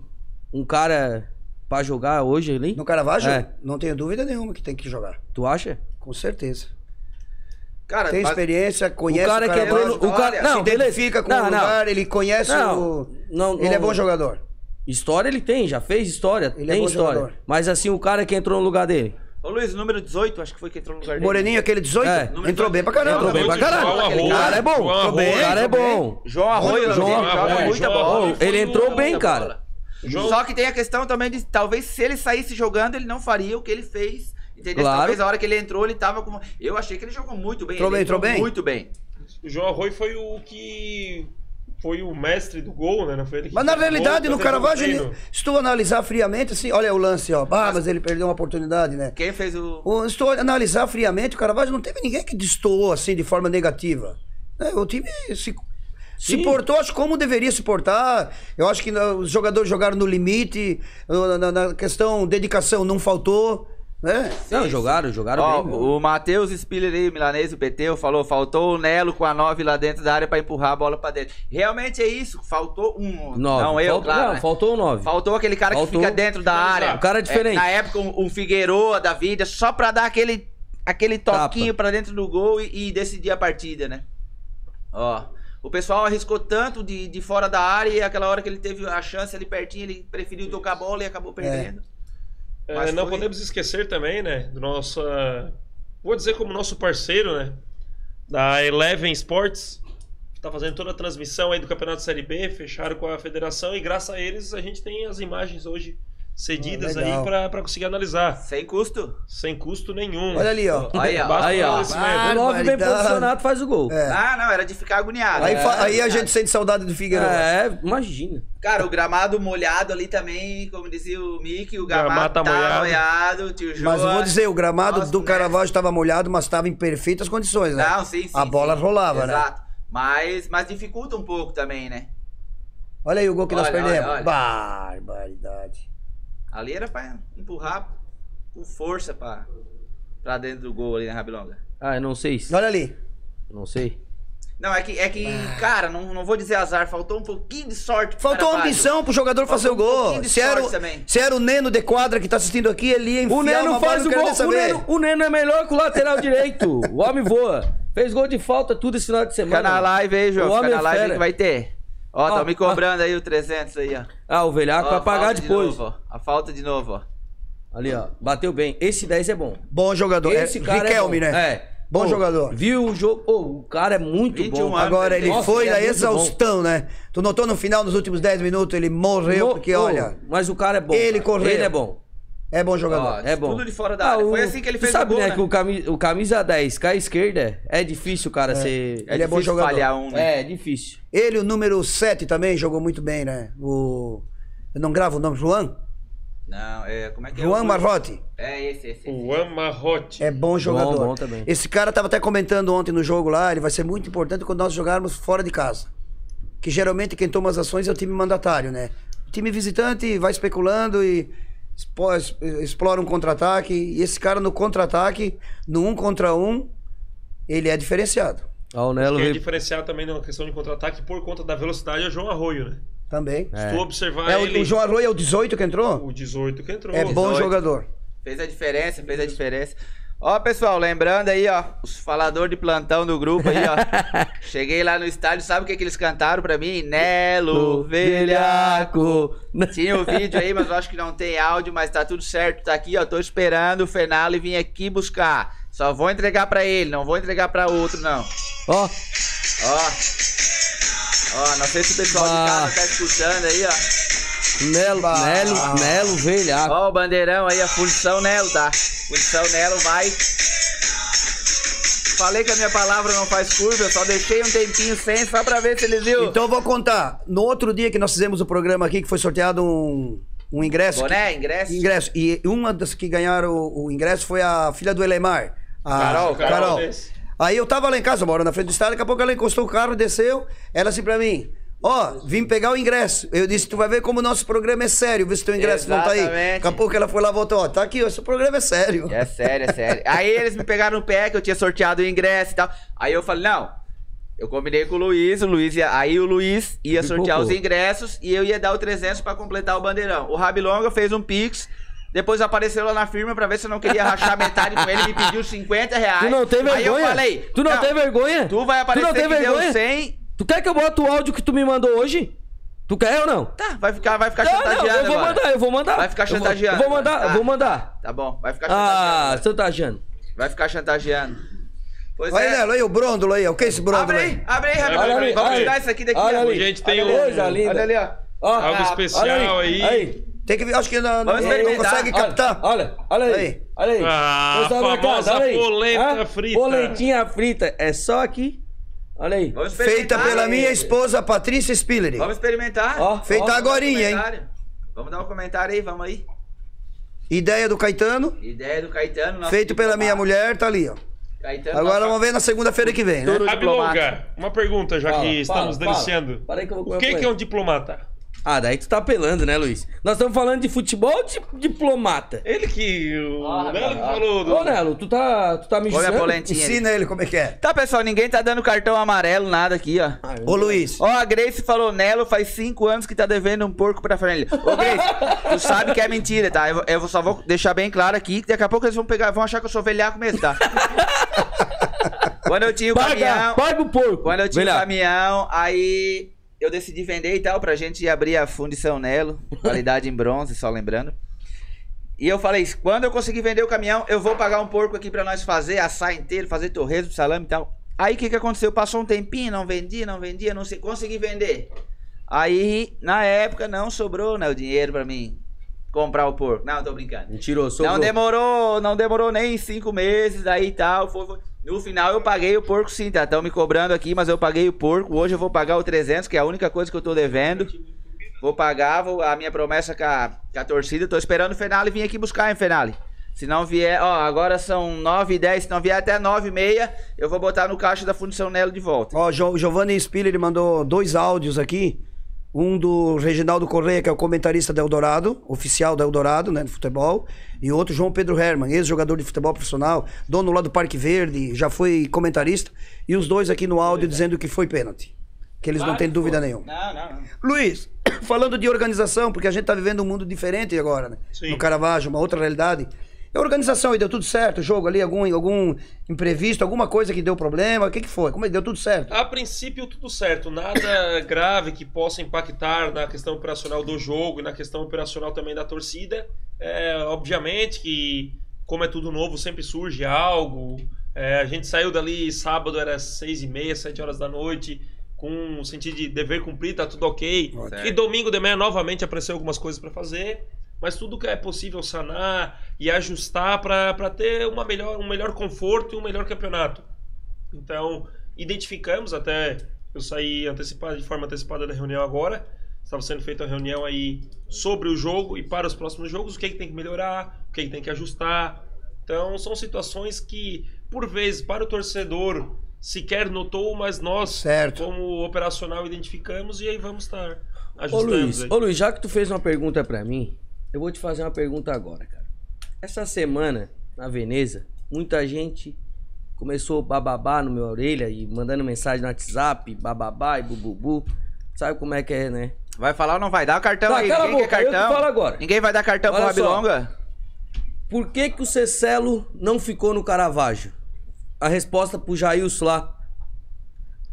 um cara pra jogar hoje ali? No Caravaggio, É. não tenho dúvida nenhuma que tem que jogar. Tu acha? Com certeza. Cara, Tem mas- experiência, conhece o cara que é dono, Caravaggio, o cara, olha, não, se beleza. identifica com não, o não. lugar, ele conhece Não, o... não, ele é não. bom jogador. História ele tem, já fez história, Ele é tem bom história. jogador. Mas assim, o cara que entrou no lugar dele. Ô Luiz, o número 18, acho que foi que entrou no lugar dele. Moreninho, aquele 18, É. entrou bem pra caramba. Entrou bem pra caralho. João Arroio. O cara é bom. João O Arroio. cara é bom. João Arroio, João João Arroio, joga muita João bola. Arroio. Ele entrou Joga bem, muita cara. bola. João- Só que tem a questão também de talvez se ele saísse jogando, ele não faria o que ele fez. Entendeu? Claro. Talvez a hora que ele entrou, ele tava com. Eu achei que ele jogou muito bem. Entrou ele bem, entrou bem? Muito bem. O João Arroio foi o que foi o mestre do gol, né? Não foi ele que Mas na fez o gol, realidade, no fez o Caravaggio, treino. ele- se tu analisar friamente, assim, olha o lance, ó. Ah, mas ele perdeu uma oportunidade, né? Quem fez o. O- Se tu analisar friamente, o Caravaggio não teve ninguém que destoou, assim, de forma negativa. né? O time se, se Sim. portou, acho, como deveria se portar. Eu acho que na- os jogadores jogaram no limite, na, na- na questão dedicação não faltou, né? Não, jogaram, jogaram Ó, bem. o Matheus Spiller aí, milanês, o PT, falou, faltou o Nelo com a 9 lá dentro da área pra empurrar a bola pra dentro. Realmente é isso, faltou um. Nove. Não, eu, Faltou- claro. não, né? faltou o nove. Faltou aquele cara que Faltou. fica dentro da área. O cara é diferente. na época, um, um Figueiroa da vida, só pra dar aquele, aquele Tapa. toquinho pra dentro do gol e, e decidir a partida, né? Ó. O pessoal arriscou tanto de, de fora da área e aquela hora que ele teve a chance ali pertinho, ele preferiu tocar a bola e acabou perdendo. É, Mas não foi- podemos esquecer também, né, do nosso, ah, vou dizer como nosso parceiro, né, da Eleven Sports, que tá fazendo toda a transmissão aí do Campeonato Série B, fecharam com a federação e graças a eles a gente tem as imagens hoje cedidas Ah, aí legal. pra pra conseguir analisar, Sem custo. sem custo nenhum. Olha ali, ó. Aí, ó. Basta Aí, ó. conhecimento. O nove bem barbaridade. posicionado faz o gol. É. Ah, não, era de ficar agoniado. É. Aí, Era fa- aí a agoniado. gente sente saudade do Figueiredo. É, imagina. Cara, o gramado molhado ali também, como dizia o Mickey, o Gramado gramado, tá tá molhado. molhado, o tio João. Mas eu vou dizer, o gramado Nossa, Tá. do né? Caravaggio estava molhado, mas estava em perfeitas condições, né? Não, sim, sim. A bola sim. rolava, né? Exato. Mas, mas dificulta um pouco também, né? Olha aí o gol que nós Olha, perdemos. olha, olha. Barbaridade. Ali era pra empurrar com força pra, pra dentro do gol ali na Rabilonga. Ah, eu não sei. se- Olha ali. Não sei. Não, é que, é que cara, não, não vou dizer azar, faltou um pouquinho de sorte. pro Ah. Faltou Caravaggio. ambição pro jogador fazer Faltou o um gol. pouquinho de se, era o, sorte também. se era o Neno de quadra que tá assistindo aqui, ele ia enfiar O Neno uma bola, faz o eu quero gol. nem O saber. Neno, o Neno é melhor que o lateral direito. O homem voa. Fez gol de falta tudo esse final de semana. Fica na live aí, João. O Fica homem na é live aí fera. que vai ter. Ó, Ó, tão me cobrando aí o 300 aí, ó. Ah, Tá o Ó, velhaco a vai pagar falta depois. De novo, ó. A falta de novo, ó. Ali, ó. Bateu bem. Esse 10 é bom. Bom jogador. Esse é, cara Riquelme, é bom. né? É. Bom Pô, jogador. Viu o jogo? Pô, o cara é muito 21 bom. anos. Agora ele Nossa, foi ele é da muito exaustão, né? Tu notou no final, nos últimos 10 minutos, ele morreu, Mo- oh. porque pô, olha, Mas o cara é bom. Ele cara. correu. Ele é bom. é bom jogador. Ó, É bom. Tudo de fora da área. o- Foi assim que ele tu fez sabe, o gol, né? né? Que o camisa, o camisa 10, cá à esquerda, é difícil o cara ser... Ele é bom difícil jogador. falhar um, né? É, é difícil. Ele, o número 7 também, jogou muito bem, né? O... Eu não gravo o nome, Juan? Não, é... Como é que é? Juan o- Marrote. É esse, esse. esse. O Amarrote. É bom jogador. bom também. Esse cara tava até comentando ontem no jogo lá, ele vai ser muito importante quando nós jogarmos fora de casa. Que geralmente quem toma as ações é o time mandatário, né? O time visitante vai especulando e expo- es- explora um contra-ataque. E esse cara no contra-ataque, no um contra um, ele é diferenciado. Ó, o Nelo Quem é veio... diferenciar também na questão de contra-ataque por conta da velocidade é o João Arroio, né? Também. Se tu observar É, ele, o, o João Arroio é o 18 que entrou? o 18 que entrou. É bom 18. jogador. Fez a diferença, fez a diferença. Ó, pessoal, lembrando aí, ó, os falador de plantão do grupo aí, ó. Cheguei lá no estádio, sabe o que, que eles cantaram pra mim? Nelo Velhaco. Tinha o vídeo aí, mas eu acho que não tem áudio, mas tá tudo certo, tá aqui, ó. Tô esperando o Fenale vir aqui buscar. Só vou entregar pra ele, não vou entregar pra outro, não. Ó, Ó. Ó, não sei se o pessoal Ah. de casa tá escutando aí, ó. Nelo, Nelo, Nelo, velhaco. Ó o bandeirão aí, a função Nelo, tá? Função Nelo vai. Falei que a minha palavra não faz curva, eu só deixei um tempinho sem só pra ver se eles viu. Então eu vou contar. No outro dia que nós fizemos o programa aqui, que foi sorteado um, um ingresso. Boné, ingresso. Ingresso. E uma das que ganharam o, o ingresso foi a filha do Elemar. A Carol, é Carol Carol. desse. Aí eu tava lá em casa, moro na frente do estádio, daqui a pouco ela encostou o carro, desceu, ela assim pra mim. Ó, vim pegar o ingresso. Eu disse, tu vai ver como o nosso programa é sério, vê se teu ingresso não tá aí. Exatamente. Daqui a pouco ela foi lá e voltou, ó, tá aqui, ó, esse programa é sério. É sério, é sério. Aí eles me pegaram no pé que eu tinha sorteado o ingresso e tal. Aí eu falei, não. Eu combinei com o Luiz, o Luiz ia, aí o Luiz ia Me sortear poupou. os ingressos e eu ia dar o 300 pra completar o bandeirão. O Rabilonga fez um pix, depois apareceu lá na firma pra ver se eu não queria rachar metade com ele, me pediu 50 reais. Tu não tem vergonha? Aí eu falei, tu não, tem vergonha? Tu vai aparecer tu não tem que deu vergonha? 100. Tu quer que eu bote o áudio que tu me mandou hoje? Tu quer ou não? Tá, vai ficar, vai ficar Não, não, chantageando eu vou agora. mandar, eu vou mandar. Vai ficar Eu vou- chantageando Eu vou mandar, agora, eu vou tá? mandar. Tá bom, vai ficar chantageando. Ah, chantageando. Vai ficar chantageando. Pois Olha é. Nelo, aí o brôndolo aí, ó, o que é esse brôndolo Abre aí? aí, abre aí, Olha Ramiro. ali, Vamos olha tirar ali. isso aqui daqui. Olha ó. ali. Gente, tem olha um- Coisa linda. Olha ali, ó. Ó, Algo ah, especial olha ali, aí. aí. Tem que ver, acho que não, não, Vamos não experimentar. consegue Olha, captar. Olha, olha aí. Aí. Olha aí. Ah, Coisa a famosa marcada, olha aí. polenta Ah, frita. Polentinha frita. É só aqui. Olha aí. Vamos Feita experimentar, pela hein? minha esposa Patrícia Spiller. Vamos experimentar. Ó, Feita ó. agorinha, hein? Comentário. Vamos dar um comentário aí, vamos aí. Ideia do Caetano, Ideia do Caetano. nosso feito pela minha diplomata. mulher, tá ali, ó. Caetano, Agora nosso- vamos ver na segunda-feira que vem, né? Tudo diplomata. Abilonga, uma pergunta já Fala, que fala, estamos fala. deliciando. Para aí que eu vou comer o que, uma que é um polenta. diplomata? Ah, daí tu tá apelando, né, Luiz? Nós estamos falando de futebol ou de diplomata? Ele que. O Ah, Nelo que ah. falou. do- Ô, Nelo, tu tá, tu tá me Olha a julgando? polentinha. ali. Ensina ele como é que é. Tá, pessoal, ninguém tá dando cartão amarelo, nada aqui, ó. Ah, eu- Ô, Luiz. Ó, a Grace falou, Nelo faz cinco anos que tá devendo um porco pra família. Ô, Grace, tu sabe que é mentira, tá? Eu, eu só vou deixar bem claro aqui que daqui a pouco eles vão pegar, vão achar que eu sou velhaco mesmo, tá? Quando eu tinha o Paga, caminhão. paga o porco. Quando eu tinha Vem o lá. caminhão, aí eu decidi vender e tal, pra gente abrir a fundição Nelo, qualidade em bronze, só lembrando. E eu falei, isso, quando eu conseguir vender o caminhão, eu vou pagar um porco aqui pra nós fazer, assar inteiro, fazer torresmo, salame e tal. Aí o que, que aconteceu? Passou um tempinho, não vendia, não vendia, não sei, consegui vender. Aí, na época, não sobrou né, o dinheiro pra mim comprar o porco. Não, tô brincando. Mentiroso, sobrou. Não demorou, não demorou nem cinco meses aí e tal. Foi, foi. No final eu paguei o porco sim, tá? Estão me cobrando aqui, mas eu paguei o porco. Hoje eu vou pagar o 300, que é a única coisa que eu tô devendo. Vou pagar, vou, a minha promessa com a, com a torcida. Eu Tô esperando o Fenale vir aqui buscar, hein, Fenale? Se não vier, ó, agora são 9 e 10, se não vier até 9 e meia, eu vou botar no caixa da Fundição Nelo de volta. Ó, o Giovanni Spiller ele mandou dois áudios aqui. Um do Reginaldo Correia, que é o comentarista da Eldorado, oficial da Eldorado, né, do futebol. E outro, João Pedro Herman, ex-jogador de futebol profissional, dono lá do Parque Verde, já foi comentarista. E os dois aqui no é. áudio dizendo que foi pênalti. Que eles não têm dúvida nenhuma. Não, não, não. Luiz, falando de organização, porque a gente tá vivendo um mundo diferente agora, né? Sim. No Caravaggio, uma outra realidade. E a organização aí deu tudo certo? O jogo ali, algum, algum imprevisto, alguma coisa que deu problema? O que, que foi? Como é que deu tudo certo? A princípio, tudo certo. Nada grave que possa impactar na questão operacional do jogo e na questão operacional também da torcida. É, obviamente que, como é tudo novo, sempre surge algo. É, a gente saiu dali sábado, era seis e meia, sete horas da noite, com o sentido de dever cumprir, tá tudo ok. Certo. E domingo de manhã, novamente, apareceu algumas coisas para fazer. Mas tudo que é possível sanar e ajustar para ter uma melhor, um melhor conforto e um melhor campeonato. Então, identificamos até eu saí antecipada de forma antecipada da reunião agora estava sendo feita a reunião aí sobre o jogo e para os próximos jogos o que, é que tem que melhorar o que, é que tem que ajustar então são situações que por vezes para o torcedor sequer notou mas nós Certo. como operacional identificamos e aí vamos estar Ô ajustando Luiz, aí. ô Luiz, já que tu fez uma pergunta pra mim, eu vou te fazer uma pergunta agora, cara. Essa semana, na Veneza, muita gente começou bababá no meu orelha e mandando mensagem no WhatsApp, bababá e bububu. Sabe como é que é, né? Vai falar ou não vai? Dá o cartão Tá, aí. cala a Ninguém boca, quer eu que cartão. falo agora. Ninguém vai dar cartão Olha pro só. Rabilonga? Por que, que o Cecelo não ficou no Caravaggio? A resposta pro Jailson lá.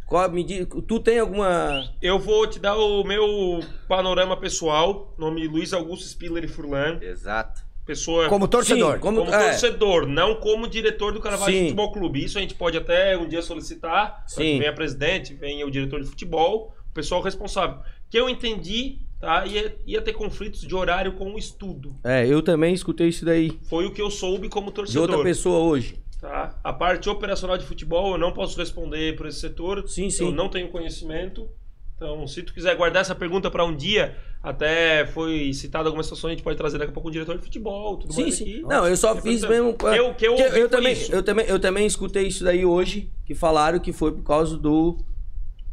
Qual, me diz, tu tem alguma. Eu vou te dar o meu panorama pessoal. Nome Luiz Augusto Spiller e Furlan. Exato. Pessoa Como torcedor. Sim, como, como, é, torcedor, não como diretor do Carvalho Sim. Futebol Clube. Isso a gente pode até um dia solicitar. para Sim. Que venha presidente, venha o diretor de futebol, o pessoal responsável. Que eu entendi, tá? Ia, ia ter conflitos de horário com o estudo. é, eu também escutei isso daí Foi o que eu soube como de torcedor. outra pessoa hoje. Tá? A parte operacional de futebol eu não posso responder por esse setor. Sim, sim. Eu não tenho conhecimento. Então, se tu quiser guardar essa pergunta para um dia, até foi citada algumas situações, a gente pode trazer daqui a pouco um diretor de futebol, tudo Sim, mais sim. aqui. Não, eu só Nossa, fiz que mesmo. eu- que eu ouvi foi também, isso. eu também, eu também escutei isso daí hoje, que falaram que foi por causa do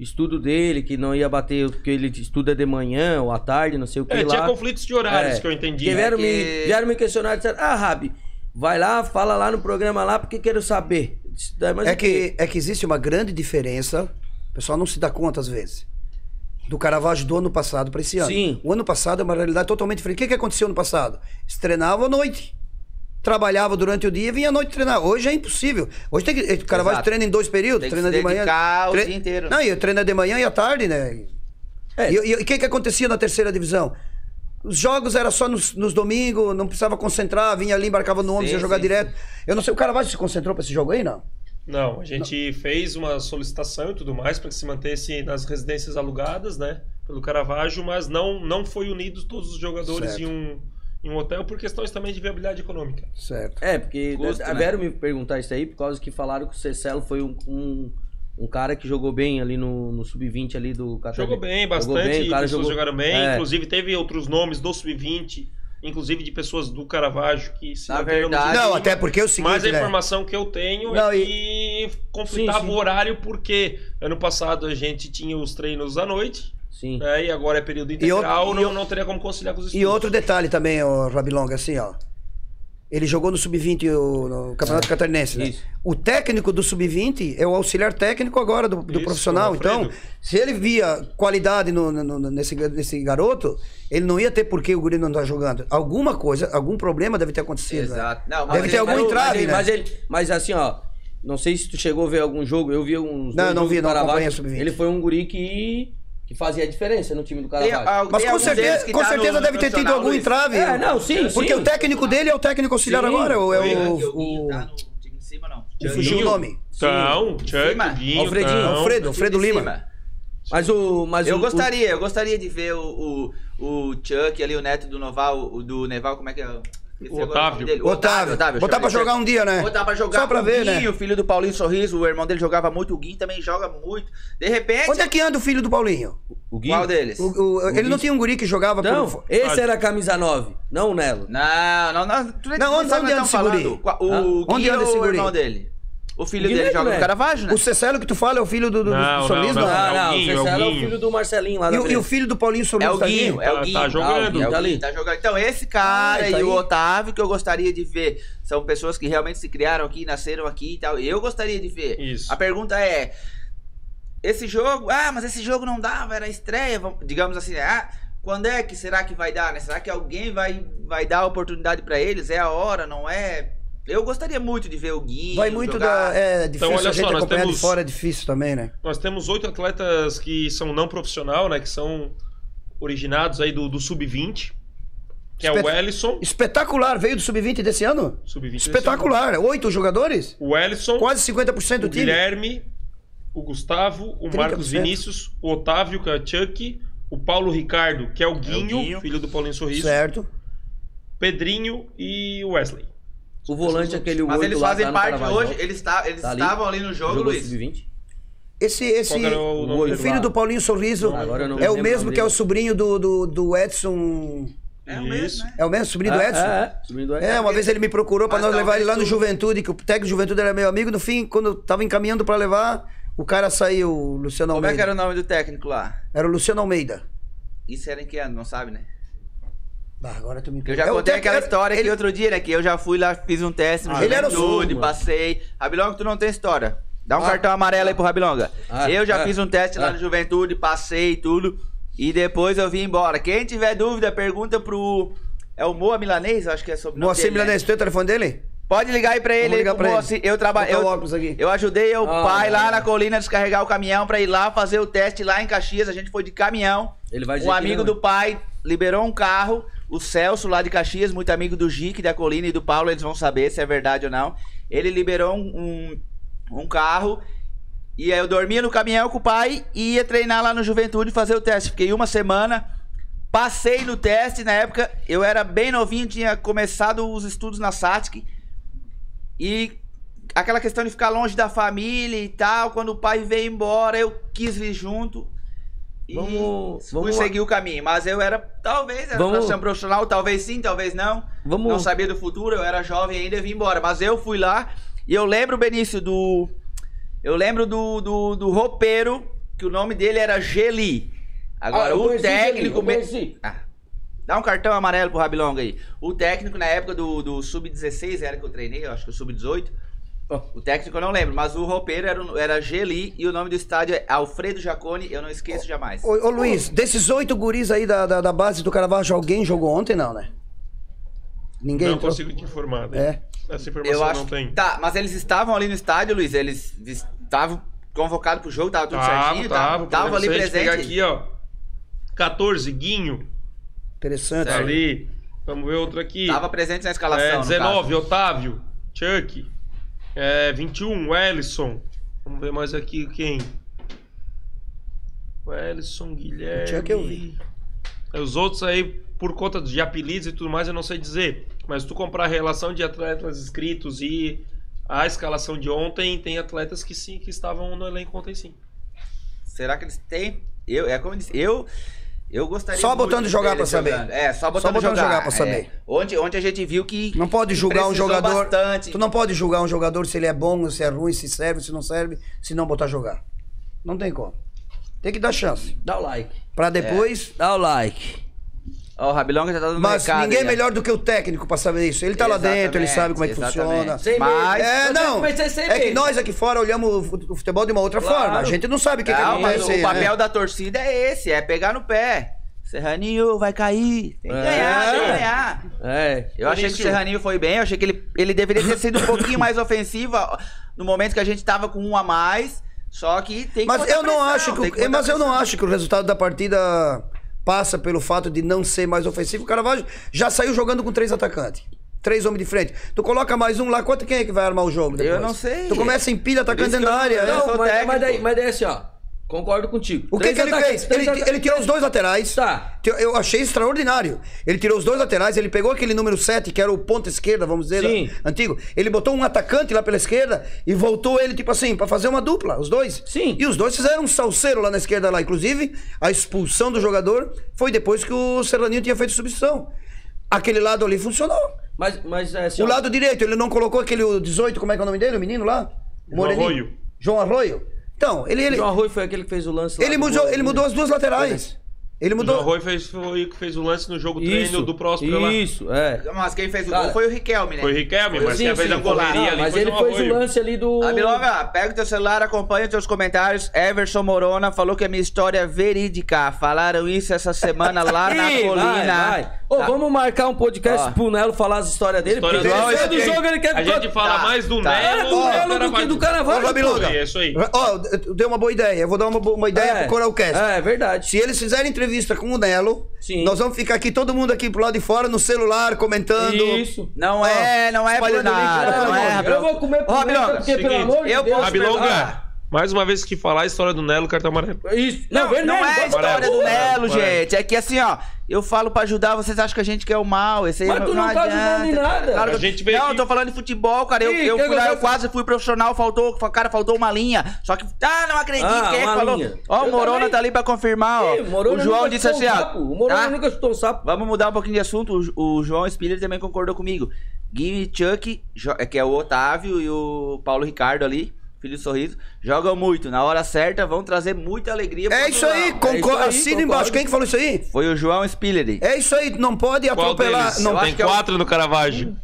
estudo dele, que não ia bater, porque ele estuda de manhã ou à tarde, não sei o que É, lá. tinha conflitos de horários É, que eu entendi. né, né? Porque vieram, que- me, vieram me questionar e disseram, ah, Rabi, vai lá, fala lá no programa lá, porque quero saber. Eu disse, "Tá, mas É o quê?" que, é que existe uma grande diferença, o pessoal não se dá conta às vezes, do Caravaggio do ano passado para esse ano. Sim. O ano passado é uma realidade totalmente diferente. O que, que aconteceu no passado? Se treinava à noite. Trabalhava durante o dia e vinha à noite treinar. Hoje é impossível. Hoje tem que. O Caravaggio Exato. treina em dois períodos, Tem que treina se de manhã. dedicar o dia inteiro. Não, e treina de manhã e à tarde, né? É. E e- e o que, que acontecia na terceira divisão? Os jogos era só nos, nos domingos, não precisava concentrar, vinha ali, embarcava no ônibus, Sim, ia jogar sim, direto. Eu não sei, o Caravaggio se concentrou pra esse jogo aí, não? Não, a gente fez uma solicitação e tudo mais para que se mantesse nas residências alugadas, né? Pelo Caravaggio, mas não, não foi unidos todos os jogadores Certo. em um, em um hotel por questões também de viabilidade econômica. Certo. É, porque Custo, a- né? vieram me perguntar isso aí, por causa que falaram que o Cecelo foi um, um, um cara que jogou bem ali no, no Sub-20 ali do Catar. Jogou bem, bastante, bem, o cara pessoas jogou- jogaram bem, É. inclusive teve outros nomes do Sub-20, inclusive de pessoas do Caravaggio que se Na manteram no verdade- Não, Sub-20, até porque é o seguinte, Mas a né? informação que eu tenho Não, é e- que conflitava Sim, sim. o horário, porque ano passado a gente tinha os treinos à noite, Sim. né? E agora é período outro- integral, e não, o- não teria como conciliar com os estudos. E outro detalhe também, ô, Rabilonga, assim, ó. Ele jogou no Sub-20 o- no Campeonato Catarinense, né? Isso. O técnico do Sub-20 é o auxiliar técnico agora do, do Isso, profissional. o Alfredo. Então, se ele via qualidade no- no- no- nesse, nesse garoto, ele não ia ter por que o Guri não tá jogando. Alguma coisa, algum problema deve ter acontecido. né? Exato. Não, mas deve ele- ter algum mas, entrave, mas, ele- né? mas ele, mas assim, ó. Não sei se tu chegou a ver algum jogo. Eu vi uns. Não, não dois jogos vi, do não Caravaggio. acompanho a sub-vinte. Ele foi um guri que, que fazia a diferença no time do Tem Caravaggio. al- Mas tem com alguns deles certeza, que com tá no- certeza no deve ter tido profissional, algum Luiz. entrave. É, não, sim, Porque sim. o técnico dele é o técnico auxiliar Sim. agora, ou é o. Sim. o, Tá no time de cima, não. o fugiu o nome. Então, Chuck, Cima. Guinho, Alfredinho, então. Alfredo, Alfredo De Lima. cima. Mas o. Mas Eu o- gostaria, eu gostaria de ver o, o, o Chuck ali, o neto do Noval, o do Neval, como é que é? Esqueci O agora nome Otávio. dele. O Otávio, botar pra deixa eu ver. jogar um dia, né? Botar pra jogar Só pra com ver, o Guinho, né? o filho do Paulinho Sorriso, o irmão dele jogava muito, o Guinho também joga muito. De repente, Onde é que anda o filho do Paulinho? O, o Gui. qual deles? O- o- ele não tinha um guri que jogava Não, por... esse era a camisa 9, não o Nelo. Não, não, não. Tu nem Não, onde- sabe o onde é que anda estão esse guri? falando. Qua- Hã? O Onde Guinho anda é esse o guri? irmão dele. O filho Guinho dele é joga no moleque. Caravaggio, né? O Cecelo que tu fala é o filho do, do, Não, do Solis, não, não? é o Não, Ah, não, Guinho, o Cecelo é é o o Guinho. filho do Marcelinho lá E, da o- e o frente. filho do Paulinho Solis É o tá ali? Guinho, é Tá- o tá Guinho. jogando. É o Tá Guinho, ali. tá jogando. Então, esse cara Ah, e tá aí. o Otávio que eu gostaria de ver. São pessoas que realmente se criaram aqui, nasceram aqui e tal. Eu gostaria de ver. Isso. A pergunta é: esse jogo, ah, mas esse jogo não dava, era estreia, vam- digamos assim, né? ah, quando é que será que vai dar, né? Será que alguém vai, vai dar a oportunidade pra eles? É a hora, não é? Eu gostaria muito de ver o Guinho. Vai muito jogar. da... É difícil Então, olha a gente só, nós acompanhar temos- de fora, é difícil também, né? Nós temos oito atletas que são não profissional, né? Que são originados aí do, do Sub-20, que é Espet- o Ellison. Espetacular, veio do Sub-20 desse ano? Sub-20 desse Espetacular, oito jogadores? ano. O Ellison, Quase 50% do o time. né? Guilherme, o Gustavo, o Marcos 30%. Vinícius, o Otávio, que é o Chuck, o Paulo Ricardo, que é o Guinho, Guinho. filho do Paulinho Sorriso, Certo. Pedrinho e o Wesley. O volante é aquele Mas oito eles lá fazem tá no parte Caravaggio. hoje, eles, tá, eles Tá ali. estavam ali no jogo, Jogou Luiz. sub-20? Esse, esse... Qual que era o nome O o dele? filho do Paulinho Sorriso Agora eu não é o lembro o mesmo nome que é o dele. sobrinho do, do, do Edson... É o mesmo, né? É o mesmo sobrinho do É, Edson? É, é. Subindo É, uma vez ele me procurou pra Mas nós levar talvez ele lá no tu- Juventude, que o técnico do Juventude era meu amigo. No fim, quando eu tava encaminhando pra levar, o cara saiu, o Luciano Como Almeida. é que era o nome do técnico lá? Era o Luciano Almeida. Isso era em que ano, não sabe, né? Ah, agora tu me Eu já É, o contei técnico aquela era- história ele... aqui outro dia, né? Que eu já fui lá, fiz um teste no Ah, ele era o Juventude, Sul, passei. Rabilonga, tu não tem história. Dá um Ah. cartão amarelo aí pro Rabilonga. Ah, eu já ah, fiz um teste ah. lá no Juventude, passei e tudo. E depois eu vim embora. Quem tiver dúvida, pergunta pro. É o Moa Milanês? Eu Acho que é sobre Moacir Milanês, tu tem o telefone dele? Pode ligar aí pra ele. Vamos ligar o pra ele. Moacir- Eu trabalho. Botar Eu, o óculos aqui. eu ajudei o Ah, pai lá não. na colina a descarregar o caminhão pra ir lá fazer o teste lá em Caxias. A gente foi de caminhão. Ele vai dizer Um que amigo não. do pai liberou um carro. O Celso lá de Caxias, muito amigo do Gique, da colina e do Paulo, eles vão saber se é verdade ou não. Ele liberou um, um, um carro. E aí eu dormia no caminhão com o pai e ia treinar lá no Juventude fazer o teste. Fiquei uma semana. Passei no teste, na época eu era bem novinho, tinha começado os estudos na SATIC. E aquela questão de ficar longe da família e tal, quando o pai veio embora, eu quis vir junto. E Vamos- fui vamos lá. seguir o caminho, mas eu era, talvez, era Vamos- profissional profissional, talvez sim, talvez não. Vamos- Não sabia do futuro, eu era jovem ainda e vim embora. Mas eu fui lá e eu lembro, Benício, do. Eu lembro do, do, do roupeiro, que o nome dele era Geli. Agora, Ah, eu o conheci técnico. Geli, eu conheci. Ah, dá um cartão amarelo pro Rabilonga aí. O técnico, na época do, do Sub-16, era que eu treinei, eu acho que o Sub-18. Ó. O técnico eu não lembro, mas o roupeiro era, o- era Geli e o nome do estádio é Alfredo Jacone, eu não esqueço jamais. Ô, ô, Luiz, desses oito guris aí da, da, da base do Caravaggio, alguém jogou ontem, não, né? Ninguém Não entrou? consigo te informar. né? É. Essa informação Eu acho não que- tem. Tá, mas eles estavam ali no estádio, Luiz. Eles vis- estavam convocados pro jogo, tava tudo certinho, tá? tava, por exemplo, tava ali se a gente pegar presente. aqui, ó. 14, Guinho. Interessante. Tá ali. Vamos ver outro aqui. Tava presente na escalação. É, no 19, caso. Otávio. Chuck. É, 21, Ellison. Vamos ver mais aqui quem. O Ellison, Guilherme. É, Chuck eu vi. Os outros aí, por conta de apelidos e tudo mais, eu não sei dizer. Mas se tu comprar a relação de atletas inscritos e a escalação de ontem, tem atletas que sim, que estavam no elenco ontem sim. Será que eles têm? Eu, é como eu disse, eu. Eu gostaria Só muito botando de jogar ver eles pra saber. jogando. É, só botando, botando jogar. jogar pra é. saber. Ontem, ontem a gente viu que. Não pode julgar um precisou jogador. Bastante. Tu não pode julgar um jogador se ele é bom, se é ruim, se serve, se não serve, se não botar jogar. Não tem como. Tem que dar chance. Dá o like. Pra É. depois. Dá o like. Ó, o Rabilonga já tá dando Mas recado ninguém é aí, ó. melhor do que o técnico pra saber isso. Ele tá lá dentro, ele Exatamente, sabe como é que exatamente. funciona. Sem medo. Mas- é, Eu não. comecei sem É que medo. nós aqui fora olhamos o fut- o futebol de uma outra Claro. forma. A gente não sabe o que, que Calma, acontece. o né? papel da torcida é esse, é pegar no pé. Serraninho vai cair. Tem que É. ganhar, tem que ganhar. É. Eu achei que o Vinícius. Serraninho foi bem, eu achei que ele, ele deveria ter sido um pouquinho mais ofensivo ó, no momento que a gente tava com um a mais. Só que tem que Mas botar eu não pressão, acho tem que, botar mas eu não pressão. acho que o resultado da partida passa pelo fato de não ser mais ofensivo. O Caravaggio já saiu jogando com três atacantes. Três homens de frente. Tu coloca mais um lá, quanto quem é que vai armar o jogo depois? Eu não sei. Tu começa em pilha atacante isso dentro da que eu área. não- né? sou Não, mas, técnico. mas daí, mas daí assim, ó. Concordo contigo. O que, Três que ele atacantes, fez? três Ele, atacantes. ele tirou os dois laterais. Tá. Ti- Eu achei extraordinário. Ele tirou os dois laterais, ele pegou aquele número 7, que era o ponta esquerda, vamos dizer, Sim. né, antigo. Ele botou um atacante lá pela esquerda e voltou ele, tipo assim, pra fazer uma dupla, os dois. Sim. E os dois fizeram um salseiro lá na esquerda lá. Inclusive, a expulsão do jogador foi depois que o Serraninho tinha feito substituição. Aquele lado ali funcionou. Mas, mas é assim, O ó. lado direito, ele não colocou aquele o 18, como é que é o nome dele, o menino lá? João O moreninho? Arroio. João Arroio? Então, ele. O ele... João Arroio foi aquele que fez o lance lá Ele do mudou, gol, ele né? mudou as duas laterais. Ele O João mudou. Roy fez, foi o que fez o lance no jogo Isso, treino do próximo lá. Isso, é. Mas quem fez o Cara, gol foi o Riquelme, né? Foi o Riquelme, mas Sim, quem fez sim. a correria Ah, ali Mas foi ele João fez Arroio. o lance ali do... Rabilonga, pega o teu celular, acompanha os teus comentários. Everson Morona falou que a minha história é verídica. Falaram isso essa semana lá na Ih, colina. vai, vai. Ô, Tá. vamos marcar um podcast Ó. pro Nelo falar as histórias dele. História porque dele. depois do Gente, jogo ele quer A ficar- gente fala Tá, mais do tá. Nelo, É, do do Nelo do que Caravaggio. do Caravaggio. Ô, Rabilonga. É isso aí. Ó, eu dei uma boa ideia. Eu vou dar uma, bo- uma ideia pro Coralcast. É, verdade. Se eles fizerem entrevista com o Nelo, Sim. nós vamos ficar aqui, todo mundo aqui pro lado de fora, no celular, comentando. Isso. Não é, não é por Espalhando o link, nada. né, Não é, Rabilonga? Rabilonga. Eu vou comer Ó, pimenta, Rabilonga, porque, pelo seguinte, amor de eu Deus... posso- Rabilonga, perdoar. mais uma vez que falar a história do Nelo, cartão amarelo. Isso. Não, não, vermelho, é a pode- história do Vai, vai, Nelo, vai. gente. É que assim, ó, eu falo pra ajudar, vocês acham que a gente quer o mal. Esse aí Mas não, tu não tá adianta. ajudando em nada. Claro que A eu- gente veio não, aqui- eu tô falando de futebol, cara. Eu, Ih, eu quer fui lá, que eu eu faça? quase fui profissional, faltou, cara, faltou uma linha. Só que, ah, não acredito, Ah, quem é que uma falou? linha. Ó, Eu o Morona também. tá ali pra confirmar, ó. Ih, Morona o João nunca disse chutou um assim, ó. sapo. O Morona tá? nunca chutou um sapo. Vamos mudar um pouquinho de assunto. O, o João Spiller também concordou comigo. Gui e Chuck, jo- que é o Otávio e o Paulo Ricardo ali, filho do sorriso, jogam muito. Na hora certa vão trazer muita alegria pro É outro isso aí, lado. concordo. aí, Assina concordo. embaixo. Quem que falou isso aí? Foi o João Spiller. É isso aí, não pode Qual atropelar. deles? não- Eu acho Tem que é o- quatro no Caravaggio.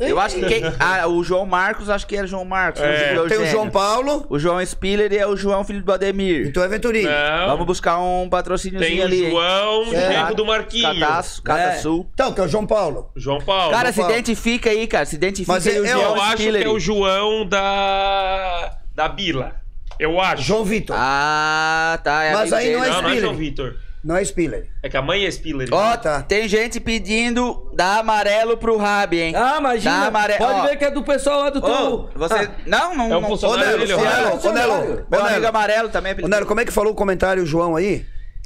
Eu acho que quem- ah, o João Marcos, acho que era João Marcos. É. não sei qual é Tem o gênero. João Paulo O João Spiller e é o João filho do Ademir. e tu é Venturini. Não. Vamos buscar um patrocíniozinho Tem o ali. hein? João, É. Diego do Marquinhos. Cataço, Cata É. Sul. Então, que é o João Paulo. João Paulo. Cara, se Paulo. identifica aí, cara. Se identifica Mas aí eu- o eu eu João acho Spiller. que é o João da. da Bila. Eu acho. João Vitor. Ah, tá. É Mas amigo aí dele. não é não, não é Spiller. João Vitor. Não é Spiller. É que a mãe é Spiller. Ó, tá. tem gente pedindo dar amarelo pro Rabi, hein? Ah, imagina. Dá amare- Pode Tá, ó. ver que é do pessoal lá do Ô, teu. você... Ah, Não, não. É um não- Ô, funcionário Nelo, dele, ô, Rafa. Nelo, ô, Nelo, Meu ô, amigo Nelo. amarelo também. Ô, Nelo, como é que falou o comentário, o João aí?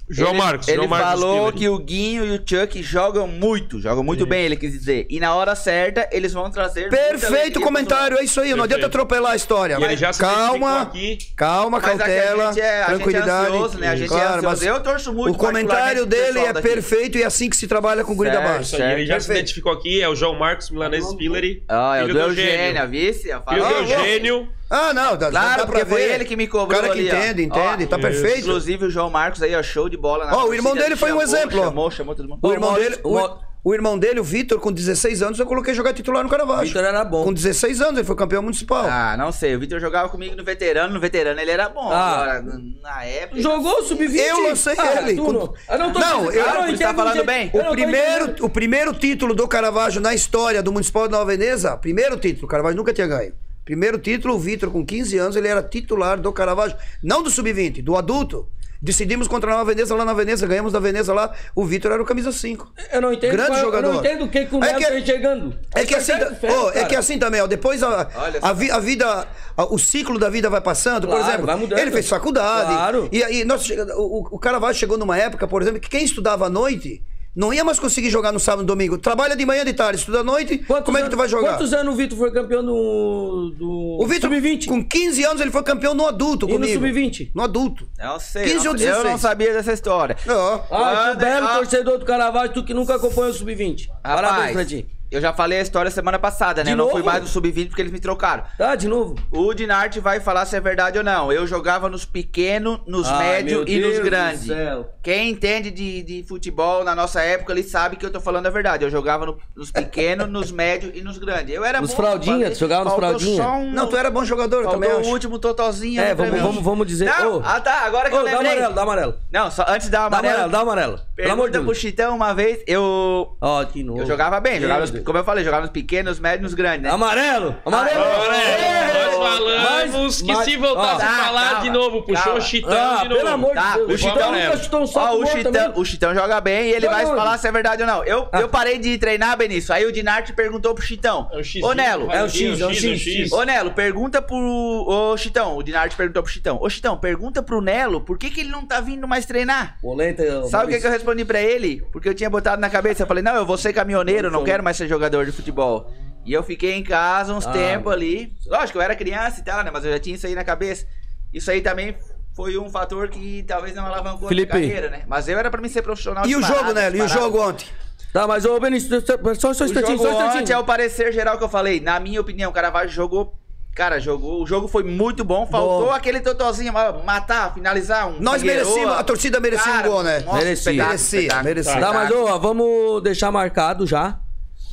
João ele, Marcos. Ele João Marcos falou Spiller. que o Guinho e o Chuck jogam muito. Jogam muito bem, ele quis dizer. E na hora certa, eles vão trazer... muita alegria Perfeito pro comentário, é isso aí. Não Perfeito. adianta atropelar a história. E ele já se calma, identificou aqui. calma, Mas aqui a cautela, gente é- a gente é tranquilidade. ansioso, né? A gente é Claro, ansioso. mas Eu torço muito, O comentário particularmente, pro dele pessoal é daqui. perfeito e é assim que se trabalha com o guri da Certo. base. Isso aí, ele já se Perfeito. identificou aqui, é o João Marcos Milanese Spiller. Ah, é o filho do Eugênio, vice? Eu falo- Filho do Ah, louco. Eugênio. Ah, não, dá, Claro, dá pra porque ver. foi ele que me cobrou O cara que ali, ó. entende, entende, Ó, isso. tá perfeito. Inclusive o João Marcos aí, ó, show de bola. na Ó, o torcida, irmão dele foi um chamou, exemplo, ó. Chamou, chamou todo mundo. O irmão, Ô, Maurício, dele, o, ô- o irmão dele, o Vitor, com 16 anos, eu coloquei jogar titular no Caravaggio. Ah, Vitor era bom. Com 16 anos, ele foi campeão municipal. é Ah, não sei. O Vitor jogava comigo no veterano. No veterano ele era bom. Ah. Agora, n- na época. Jogou o sub-20? Eu lancei Ah, ele. tu Com- não. Eu não tô Não, dizendo- eu- Ah, Você tá entendo falando de- bem? eu O não tô primeiro, entendendo. o primeiro título do Caravaggio na história do Municipal de Nova Veneza, primeiro título, o Caravaggio nunca tinha ganho. Primeiro título, o Vitor, com 15 anos, ele era titular do Caravaggio, não do sub-20, do adulto. Decidimos contra a Nova Veneza lá na Veneza, ganhamos na Veneza lá, o Vitor era o camisa 5. Eu não entendo. Grande qual- Eu não jogador. entendo o que, que o É Nelo que- tá enxergando. É que, assim, Tá certo, ó, é cara. que assim também, ó, depois a, Olha a, só. vi- a vida, a- o ciclo da vida vai passando, Claro, por exemplo, vai mudando. ele fez faculdade, Claro. e aí nós, chega- o, o Caravaggio chegou numa época, por exemplo, que quem estudava à noite não ia mais conseguir jogar no sábado e domingo, trabalha de manhã e de tarde, estuda à noite, Quantos como é que tu anos- vai jogar? Quantos anos o Vitor foi campeão do. do O Vitor, Sub-20. com 15 anos, ele foi campeão no adulto E no comigo. sub-20? No adulto. Não sei. 15 não, ou sei. eu 16. não sabia dessa história. Ó. Ah, tu Quando- belo Ah. torcedor do Caravaggio, tu que nunca acompanhou o Sub-20. Parabéns pra Rapaz, ti. eu já falei a história semana passada, né? De eu não fui novo? mais no sub-20 porque eles me trocaram. Tá, de novo. O Dinarte vai falar se é verdade ou não. Eu jogava nos pequenos, nos Ai, médios Ah, meu e Deus nos do grandes. céu. Quem entende de, de futebol na nossa época, ele sabe que eu tô falando a verdade. Eu jogava no- nos pequenos, nos médios e nos grandes. Eu era Nos bom, fraldinha, falei, tu jogava nos faltou fraldinha? só um- Não, tu era bom jogador Faltou também, o acho. último totozinho. É, ali pra vamos, mim. vamos, vamos dizer. Não, Ô. ah tá, agora que Ô, eu dá lembrei. amarelo, dá amarelo. Não, só antes da Dá amarelo. amarelo, dá amarelo. Pelo amor de Pergunta pro Deus. Chitão uma vez, eu... Ó, de novo. Eu jogava bem, jogava Meu nos- Deus. como eu falei, jogava nos pequenos, nos médios e nos grandes, né? Amarelo! Amarelo! é Ah, Nós falamos Mas- que mas- se voltasse ó. a falar Calma, de novo, puxou calma. o chitão Ah, de novo. pelo amor Tá, de Deus. o O Chitão Chitão nunca leva. chutou um Ó, saco o bom Chitão, também. o Chitão joga bem e ele Joga vai onde? falar se é verdade ou não. Eu, Ah. eu parei de treinar, Benício. Aí o Dinarte perguntou pro Chitão. É um X. Ô, Nelo. É um X, é um X, X. Ô, Nelo, pergunta pro. Ô, Chitão. O Dinarte perguntou pro Chitão. Ô, Chitão, pergunta pro Nelo por que, que ele não tá vindo mais treinar. Polenta, Sabe o que, Maurício. que eu respondi pra ele? Porque eu tinha botado na cabeça. Eu falei, não, eu vou ser caminhoneiro, não quero mais ser jogador de futebol. E eu fiquei em casa uns Ah. tempos ali. Lógico, eu era criança e tal, né? Mas eu já tinha isso aí na cabeça. Isso aí também foi um fator que talvez não alavancou Felipe. a minha carreira, né? Mas eu era pra mim ser profissional E o disparado, jogo, Nelo? E o disparado. jogo ontem? Tá, mas ô Benício, só- só só um O instantinho, só jogo um ontem é instantinho. o parecer geral que eu falei. Na minha opinião, o Caravaggio jogou... Cara, jogou, o jogo foi muito bom. Faltou Bom. aquele totozinho, ó, matar, finalizar um. Nós Figueroa. merecíamos, a torcida merecia um gol, né? nossa, Merecia. espetáculo, Merecia, espetáculo. merecia. Tá, mas um. ô, vamos deixar marcado já.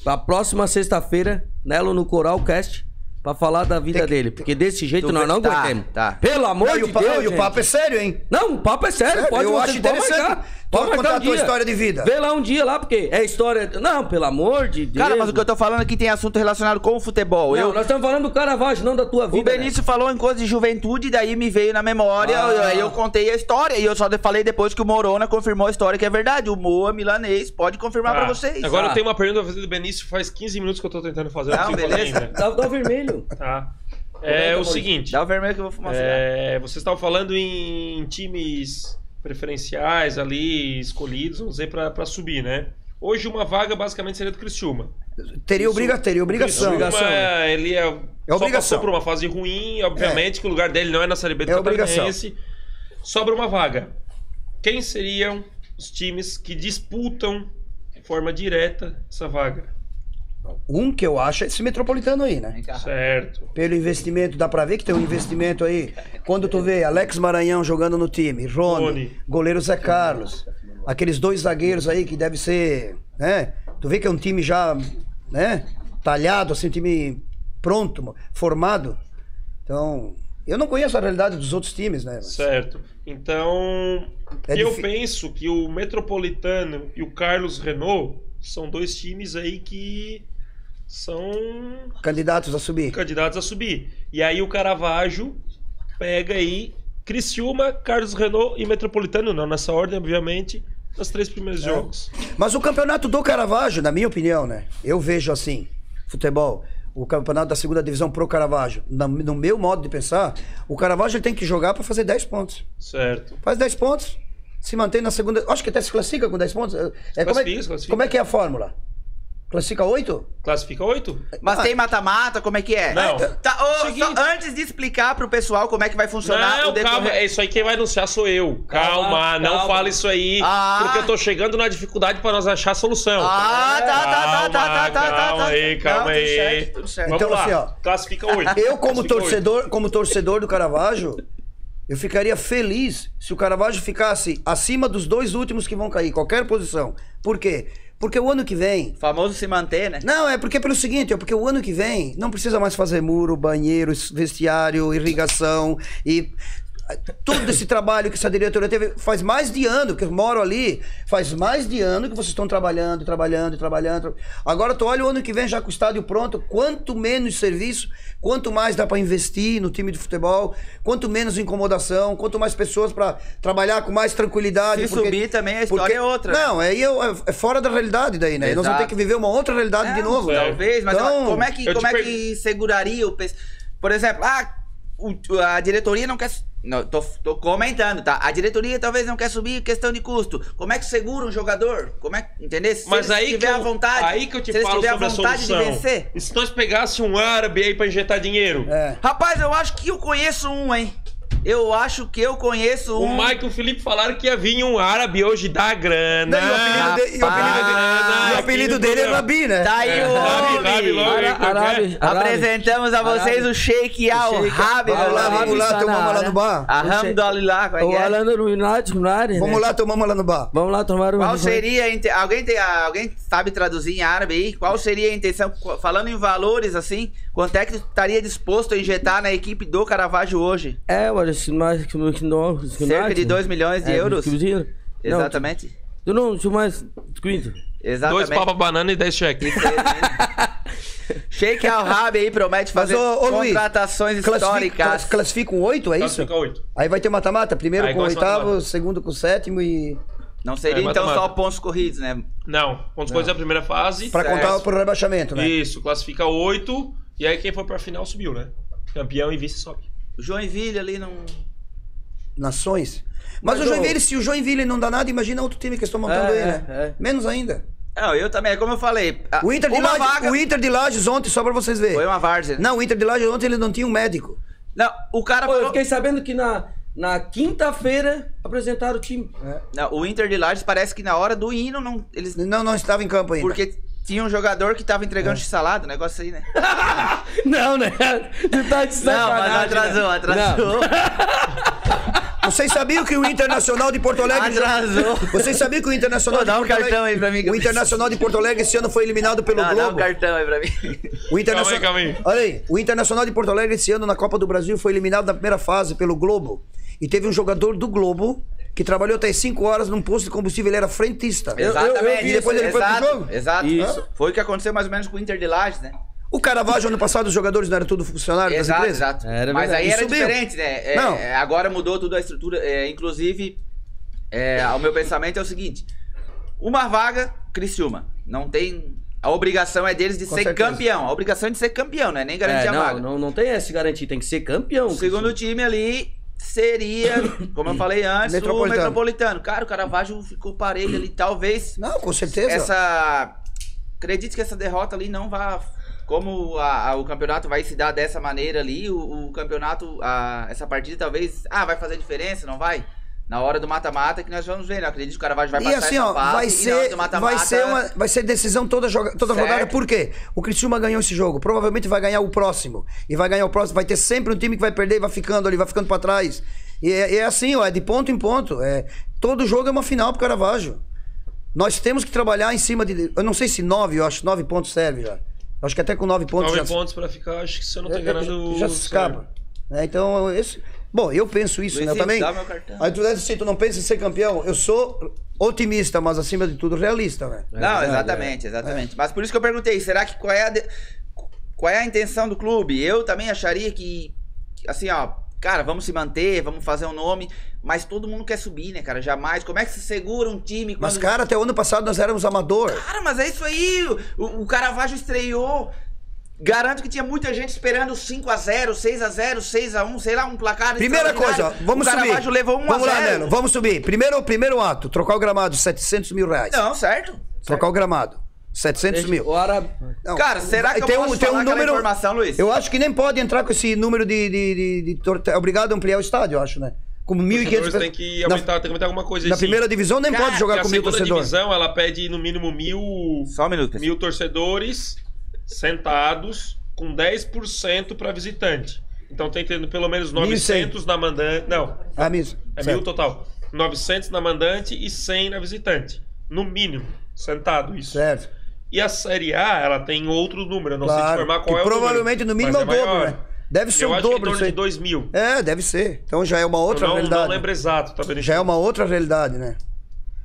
Pra próxima sexta-feira, Nelo no Coral Cast. Pra falar da vida dele. Porque desse jeito Tu nós não vê- tá, aguentamos. tá. Pelo amor Não, e de o pa- Deus. e o gente. papo é sério, hein? Não, o papo é sério, Sério, pode eu você acho pode interessante. marcar. Tu Pode vai marcar contar um a tua dia. história de vida. Vê lá um dia lá, porque é história. Não, pelo amor de Deus. Cara, mas o que eu tô falando aqui tem assunto relacionado com o futebol. Não, eu, nós estamos falando do Caravaggio, não da tua vida. né? o né? Benício falou em coisa de juventude, daí me veio na memória, Ah. eu- aí eu contei a história. E eu só de- falei depois que o Morona confirmou a história, que é verdade. O Moa milanês pode confirmar pra vocês. Ah. ah. Agora tá. eu tenho uma pergunta pra fazer do Benício, faz 15 minutos que eu tô tentando fazer. eu Não, consigo fazer beleza. ainda. Né? Dá, dá o vermelho. Tá. É o Maurício. seguinte, Dá o vermelho que eu vou fumar. cigarro. é, vocês estavam falando em times preferenciais ali, escolhidos, vamos dizer, pra, pra subir, né? Hoje uma vaga basicamente seria do Criciúma. Teria, obriga, teria Criciúma, obrigação. Obrigação, ele é, só obrigação. passou por uma fase ruim, obviamente que o lugar dele não é na Série B do É obrigação. Catarinense. Sobra uma vaga. Quem seriam os times que disputam de forma direta essa vaga? Um que eu acho é esse metropolitano aí, né? Vem cá. Certo. Pelo investimento, dá pra ver que tem um investimento aí. Quando tu vê Alex Maranhão jogando no time, Rony, Rony. goleiro Zé Carlos, aqueles dois zagueiros aí que deve ser, né? Tu vê que é um time já, né? talhado, assim, um time pronto, mo- formado. Então, eu não conheço a realidade dos outros times, né? mas- Certo. Então, É eu difí- penso que o Metropolitano e o Carlos Renault são dois times aí que são Candidatos a subir. candidatos a subir. E aí o Caravaggio pega aí Criciúma, Carlos Renault e Metropolitano, não nessa ordem, obviamente, nos três primeiros jogos. Mas o campeonato do Caravaggio, na minha opinião, né? Eu vejo assim, futebol, o campeonato da segunda divisão pro Caravaggio, na- no meu modo de pensar, o Caravaggio ele tem que jogar pra fazer 10 pontos. Certo. Faz 10 pontos, se mantém na segunda, acho que até se classifica com 10 pontos. É, como, é, Classifica, classifica. como é que é a fórmula? Classifica 8? Classifica oito? Mas tem mata-mata, como é que é? Ah. Não. Tá, ô, Seguinte. só antes de explicar pro pessoal como é que vai funcionar o Não, decorrer... calma, é isso aí quem vai anunciar sou eu. Calma, Calma, não calma. fala isso aí, Ah. porque eu tô chegando na dificuldade pra nós achar a solução. Ah, tá, tá, tá, tá, tá, tá, tá. Calma tá. aí, calma Não, tudo aí. certo, tudo certo. Vamos Então, lá. assim, ó. Classifica oito. Eu, como Classifica torcedor, como torcedor do Caravaggio, eu ficaria feliz se o Caravaggio ficasse acima dos dois últimos que vão cair, qualquer posição. Por quê? Porque o ano que vem. Famoso se manter, né? Não, é porque é pelo seguinte, é porque o ano que vem não precisa mais fazer muro, banheiro, es- vestiário, irrigação e ah, todo esse trabalho que essa diretoria teve faz mais de ano que eu moro ali, faz mais de ano que vocês estão trabalhando, trabalhando, trabalhando. tra- Agora tu olha o ano que vem já com o estádio pronto, quanto menos serviço, quanto mais dá para investir no time de futebol, quanto menos incomodação, quanto mais pessoas para trabalhar com mais tranquilidade. Se subir também, a história é outra, né? Não, aí eu- é é fora da realidade daí, né? Nós vamos ter Exato. que viver uma outra realidade de Não, novo. né? Talvez, mas Então, ela- como é que, eu te como é per- que seguraria o pes- Por exemplo, ah, o- a diretoria não quer. su- Não, tô, tô comentando, tá? A diretoria talvez não quer subir questão de custo. Como é que segura um jogador? Como é que. Entendeu? Se Mas eles aí que, tiver eu, a vontade. aí que eu te se eles falo tiver sobre a a vontade solução. de vencer. E se nós pegássemos um árabe aí pra injetar dinheiro? É. Rapaz, eu acho que eu conheço um, hein? Eu acho que eu conheço O um. Mike e o Felipe falaram que ia vir um árabe hoje dar grana. Não, e o apelido de- e o apelido de- Rapaz, e o apelido dele é Rabi, né? Tá aí É, o Rabi, homem. Rabi, logo aí, Ara- como é que é? Arabi- Apresentamos a vocês Arabi. o Sheik Al Sheik Rabi. Al- Vamos lá, vamos é lá, um Tá na tomamos lá área. no bar. Alhamdulillah, como é O que é? Alano no United, no área, né? Vamos lá, tomamos lá no bar. Vamos lá tomar um. Qual seria a inte- alguém tem- alguém sabe traduzir em árabe aí? Qual seria a intenção qu- falando em valores assim? Quanto é que tu estaria disposto a injetar na equipe do Caravaggio hoje? É, olha, se mais que no que no que no Cerca de United. 2 milhões de É, euros? que o dinheiro. Não, Exatamente. Tu tu não, tu mais quinto. Dois Exatamente. papas banana e dez cheques. Sheik Al-Rabi aí promete Mas, fazer ô, ô Luiz, contratações classifica, históricas. clas- classifica um oito, é isso? Classifica oito. Aí vai ter mata-mata, primeiro Aí com o começa oitavo, mata-mata. segundo com o sétimo e... Não seria É, então só matemática. pontos corridos, né? Não, pontos coisas é a primeira fase. Pra Certo. contar pro rebaixamento, né? Isso, classifica oito. E aí quem for pra final subiu, né? Campeão e vice sobe. O Joinville ali não Nações. Mas, Mas o o- Joinville, se o Joinville não dá nada, imagina outro time que eles estão montando É, aí, né? é. Menos ainda. Não, eu também, é como eu falei. a- O Inter, de uma Lages, vaga o Inter de Lages ontem, só pra vocês verem. foi uma várzea. Não, o Inter de Lages ontem ele não tinha um médico. Não, o cara Pô, eu falou- fiquei sabendo que na, na quinta-feira apresentaram o time. É. Não, o Inter de Lages parece que na hora do hino não eles Não, não estava em campo ainda. Porque tinha um jogador que tava entregando É. x-salada, um negócio aí, né? Não, né? Tu tá de sacanagem, né? Vocês sabiam que o Internacional de Porto Alegre. Atrasou. Vocês sabiam que o Internacional Pô, dá um de Porto cartão Alegre... aí pra mim que O eu Internacional de Porto Alegre esse ano foi eliminado pelo Não, dá um Globo. cartão aí pra mim. O Internacional... Calma aí, calma aí. Olha aí, o Internacional de Porto Alegre esse ano na Copa do Brasil foi eliminado na primeira fase pelo Globo. E teve um jogador do Globo que trabalhou até 5 horas num posto de combustível, ele era frentista. Eu- vi e depois ele foi pro exato, jogo. Exato. Isso. Foi o que aconteceu mais ou menos com o Inter de Lages, né? O Caravaggio ano passado os jogadores não eram tudo funcionários das Exato, empresas? exato. Era Mas verdade. aí E era subiu. diferente, né? É, Não. é, agora mudou toda a estrutura. é, inclusive, é, o meu pensamento é o seguinte: uma vaga, Criciúma. Não tem. A obrigação é deles de Com ser certeza. campeão. A obrigação é de ser campeão, né? Nem garantir É, a vaga. não, não, não tem essa garantia, tem que ser campeão. O segundo time ali seria, como eu falei antes, Metropolitano. o Metropolitano. Cara, o Caravaggio ficou parelho ali. Talvez Não, com certeza. essa... Acredito que essa derrota ali não vá... Como a- a- o campeonato vai se dar dessa maneira ali, o, o campeonato, a- essa partida talvez... Ah, vai fazer diferença, não vai? Na hora do mata-mata que nós vamos ver, né? Acredito que o Caravaggio vai E passar assim, essa ó, fase vai e na hora ser, do mata-mata... né? vai ser, uma, vai ser decisão toda, joga, toda Certo. rodada. Por quê? O Criciúma ganhou esse jogo. Provavelmente vai ganhar o próximo. E vai ganhar o próximo. Vai ter sempre um time que vai perder e vai ficando ali, vai ficando pra trás. E é, é assim, ó, é de ponto em ponto. É, todo jogo é uma final pro Caravaggio. Nós temos que trabalhar em cima de. Eu não sei se nove, eu acho, nove pontos serve já. Acho que até com nove pontos Nove já, pontos pra ficar, acho que se eu não tô já- enganado. já- o já se escapa. Né, então, esse... Bom, eu penso isso, Luizinho, né? Eu também. dá meu cartão. Aí tu, né, assim, tu não pensa em ser campeão. Eu sou otimista, mas acima de tudo realista, né? Não, verdade, exatamente, exatamente. Mas por isso que eu perguntei, será que qual é a de- qual é a intenção do clube? Eu também acharia que que, assim, ó, cara, vamos se manter, vamos fazer um nome, mas todo mundo quer subir, né, cara? Jamais. Como é que se segura um time Mas, quando cara, até o ano passado nós éramos amador. Cara, mas é isso aí. O, o Caravaggio estreou. Garanto que tinha muita gente esperando 5x0, 6x0, 6x1, sei lá, um placar. Primeira coisa, extraordinário. vamos o subir. Caravaggio levou 1 vamos a lá, 0. Neno, vamos subir. Primeiro, primeiro ato, trocar o gramado, 700 mil reais. Não, certo. Trocar o gramado, 700 mil. O árabe. Não, um, Cara, será que eu posso falar aquela informação, Luiz? Eu acho que nem pode entrar com esse número de... de, de, de torte- é Obrigado a ampliar o estádio, eu acho, né? Com 1.500... Torcedores pessoas- tem que na- aumentar, tem que aumentar alguma coisa aí, Na sim. primeira divisão nem Cara, pode Porque jogar a com mil segunda torcedores. divisão, ela pede no mínimo mil, Só um minuto, pessoal. mil torcedores sentados com 10% para visitante. Então tem que ter pelo menos 900 na mandante. Não, Ah, mesmo. é Certo. mil total. 900 na mandante e 100 na visitante. No mínimo, sentado isso. Certo. E a Série A, ela tem outro número, eu não sei te Claro, informar que qual é o provavelmente, número, no mínimo, mas é o dobro, maior. né? Deve ser eu o acho que dobro, em isso torno aí. de 2 mil. É, deve ser. Então já é uma outra não, realidade. não lembro exato, tá vendo? Já é uma outra realidade, né?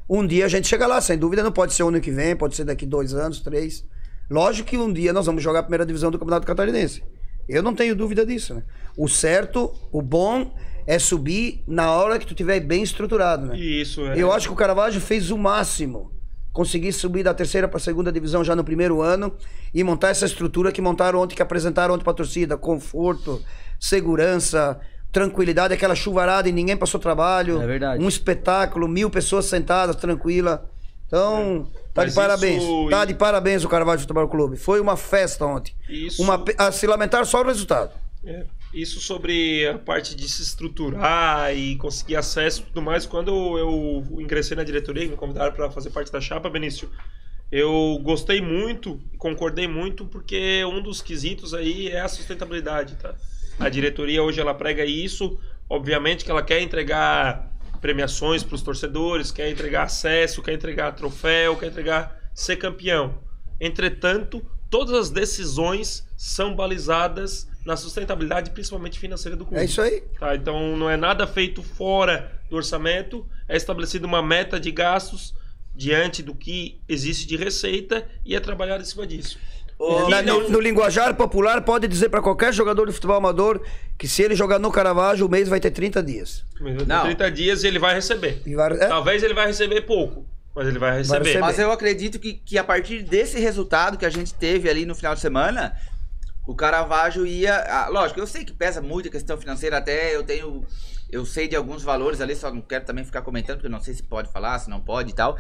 Um dia a gente chega lá, sem dúvida, não pode ser o ano que vem, pode ser daqui dois anos, três. Lógico que um dia nós vamos jogar a primeira divisão do Campeonato Catarinense. Eu não tenho dúvida disso, né? O certo, o bom é subir na hora que tu tiver bem estruturado, né? Isso, é. Eu acho que o Caravaggio fez o máximo. Conseguir subir da terceira para a segunda divisão já no primeiro ano e montar essa estrutura que montaram ontem, que apresentaram ontem para a torcida. Conforto, segurança, tranquilidade, aquela chuvarada e ninguém passou trabalho. É verdade. Um espetáculo, mil pessoas sentadas, tranquila. Então, tá É. Mas de parabéns. isso- Tá de parabéns o Caravaggio Futebol Clube. Foi uma festa ontem. Isso. Uma pe- a se lamentar só o resultado. É, Isso sobre a parte de se estruturar e conseguir acesso e tudo mais. Quando eu ingressei na diretoria e me convidaram para fazer parte da chapa, Benício, eu gostei muito, concordei muito, porque um dos quesitos aí é a sustentabilidade, tá? A diretoria hoje ela prega isso, obviamente que ela quer entregar premiações para os torcedores, quer entregar acesso, quer entregar troféu, quer entregar ser campeão. Entretanto, todas as decisões são balizadas na sustentabilidade, principalmente financeira do clube. É isso aí. Tá, então não é nada feito fora do orçamento, é estabelecida uma meta de gastos diante do que existe de receita e é trabalhado em cima disso. Ô, É, Na- não- no, no linguajar popular, pode dizer para qualquer jogador de futebol amador que se ele jogar no Caravaggio, o mês vai ter 30 dias. Não. 30 dias ele vai receber. E vai- é, Talvez ele vai receber pouco, mas ele vai receber. receber. Mas eu acredito que, que a partir desse resultado que a gente teve ali no final de semana, o Caravaggio ia. ah, lógico, eu sei que pesa muito a questão financeira, até eu tenho. Eu sei de alguns valores ali, só não quero também ficar comentando, porque eu não sei se pode falar, se não pode e tal.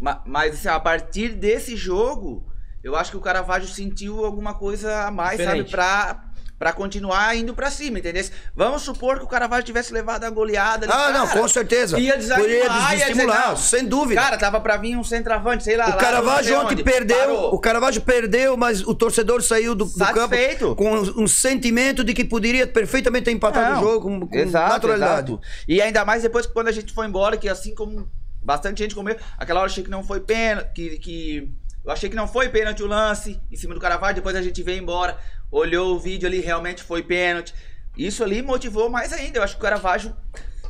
Ma- Mas, assim, a partir desse jogo, eu acho que o Caravaggio sentiu alguma coisa a mais, sabe? Diferente. Pra, pra continuar indo pra cima, entendeu? Vamos supor que o Caravaggio tivesse levado a goleada. ali, Ah, não, cara, com certeza. Ia desanimar, Poderia ia dizer, desestimular, não. sem dúvida. Cara, tava pra vir um centroavante, sei lá. lá o não Caravaggio sei ontem onde. perdeu, Parou. o Caravaggio perdeu, mas o torcedor saiu do, do campo Satisfeito. com um, um sentimento de que poderia perfeitamente ter empatado Não. o jogo com, com Exato, naturalidade. exato. E ainda mais depois que quando a gente foi embora, que assim como bastante gente comeu, aquela hora eu achei que não foi pênalti, que, que eu achei que não foi pênalti o lance em cima do Caravaggio, depois a gente veio embora, olhou o vídeo ali, realmente foi pênalti. Isso ali motivou mais ainda. Eu acho que o Caravaggio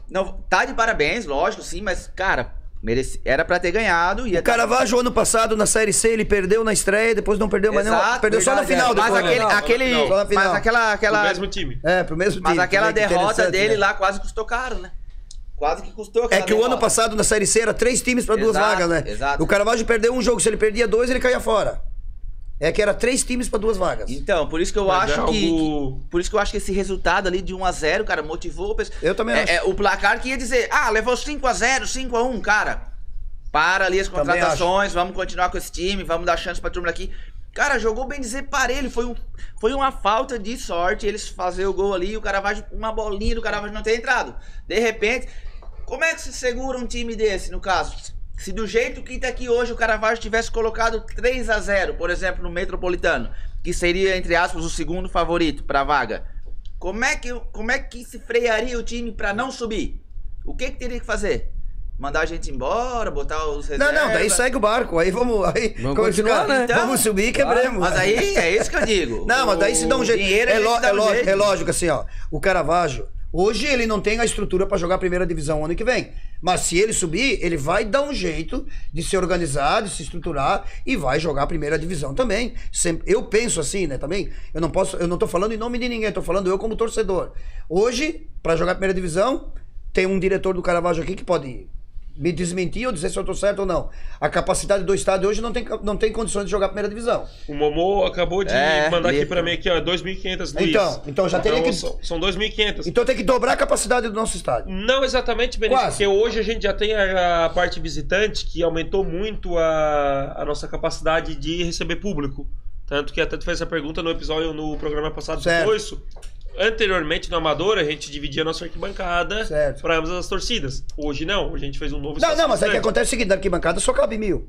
não tá de parabéns, lógico, sim, mas cara, merece, era pra ter ganhado e O Caravaggio, ano passado, na Série C, ele perdeu na estreia, depois não perdeu mais nenhuma. Perdeu só na final. é. mas depois, né? aquele, Não, aquele- não, só na final. mas aquela O aquela mesmo time. É, pro mesmo Mas time, aquela né, que derrota interessante, dele né? lá quase custou caro, né? Quase que custou É aquela que o ano derrota. passado na Série C era três times pra duas Exato, vagas, né? exato. O Caravaggio perdeu um jogo, se ele perdia dois, ele caía fora. É que era três times pra duas vagas. Então, por isso que eu Mas acho é que, algo- que- Por isso que eu acho que esse resultado ali de 1 a 0 cara, motivou o pessoal. Eu também é, acho. é, o placar que ia dizer, ah, levou 5 a 0 5 a 1 cara. Para ali as Também contratações, vamos continuar com esse time, vamos dar chance pra turma daqui. Cara, jogou bem dizer parelho, foi, um, foi uma falta de sorte eles fazer o gol ali, o Caravaggio, uma bolinha do Caravaggio não ter entrado. De repente, como é que se segura um time desse, no caso? Se do jeito que tá aqui hoje o Caravaggio tivesse colocado 3 a 0 por exemplo, no Metropolitano, que seria, entre aspas, o segundo favorito pra vaga, como é que, como é que se frearia o time pra não subir? O que, que teria que fazer? mandar a gente embora, botar os Não, reservas. não, daí segue o barco. Aí vamos. Aí, Vamos como é que fica? continuar, né? Vamos subir e Claro. quebremos. Então, Mas aí é isso que eu digo. Não, mas daí se dá um O jeito. Dinheiro é, a gente lo- dá é um lógico, jeito. é lógico, assim, ó. O Caravaggio, hoje ele não tem a estrutura pra jogar a primeira divisão ano que vem. Mas se ele subir, ele vai dar um jeito de se organizar, de se estruturar e vai jogar a primeira divisão também. Sempre- eu penso assim, né, também. Eu não posso, eu não tô falando em nome de ninguém, tô falando eu como torcedor. Hoje, pra jogar a primeira divisão, tem um diretor do Caravaggio aqui que pode me desmentir ou dizer se eu tô certo ou não. A capacidade do estádio hoje não tem, não tem condições de jogar a primeira divisão. O Momô acabou de É, mandar aqui lindo. pra mim aqui, ó, 2.500 Luiz. Então, então já teria que- São, são 2.500. Então tem que dobrar a capacidade do nosso estádio. Não exatamente, Benício, Quase. porque hoje a gente já tem a, a parte visitante que aumentou muito a, a nossa capacidade de receber público. Tanto que até tu fez essa pergunta no episódio, no programa passado Certo. depois. Anteriormente, no Amador, a gente dividia a nossa arquibancada Certo. para ambas as torcidas. Hoje não, hoje a gente fez um novo Não, não, mas é que estacionamento acontece o seguinte, na arquibancada só cabe mil.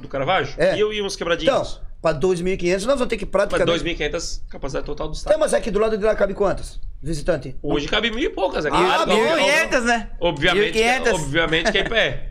do Caravaggio. É. E eu e uns Então, quebradinhos. para 2.500 nós vamos ter que Mas praticamente... 2.500 capacidade total do Tá, estado. mas é que do lado de lá cabe quantas? Visitante. Hoje cabe mil e poucas. É Ah, claro, não- 1.500, né? Obviamente, que- 1.500. obviamente que é em pé.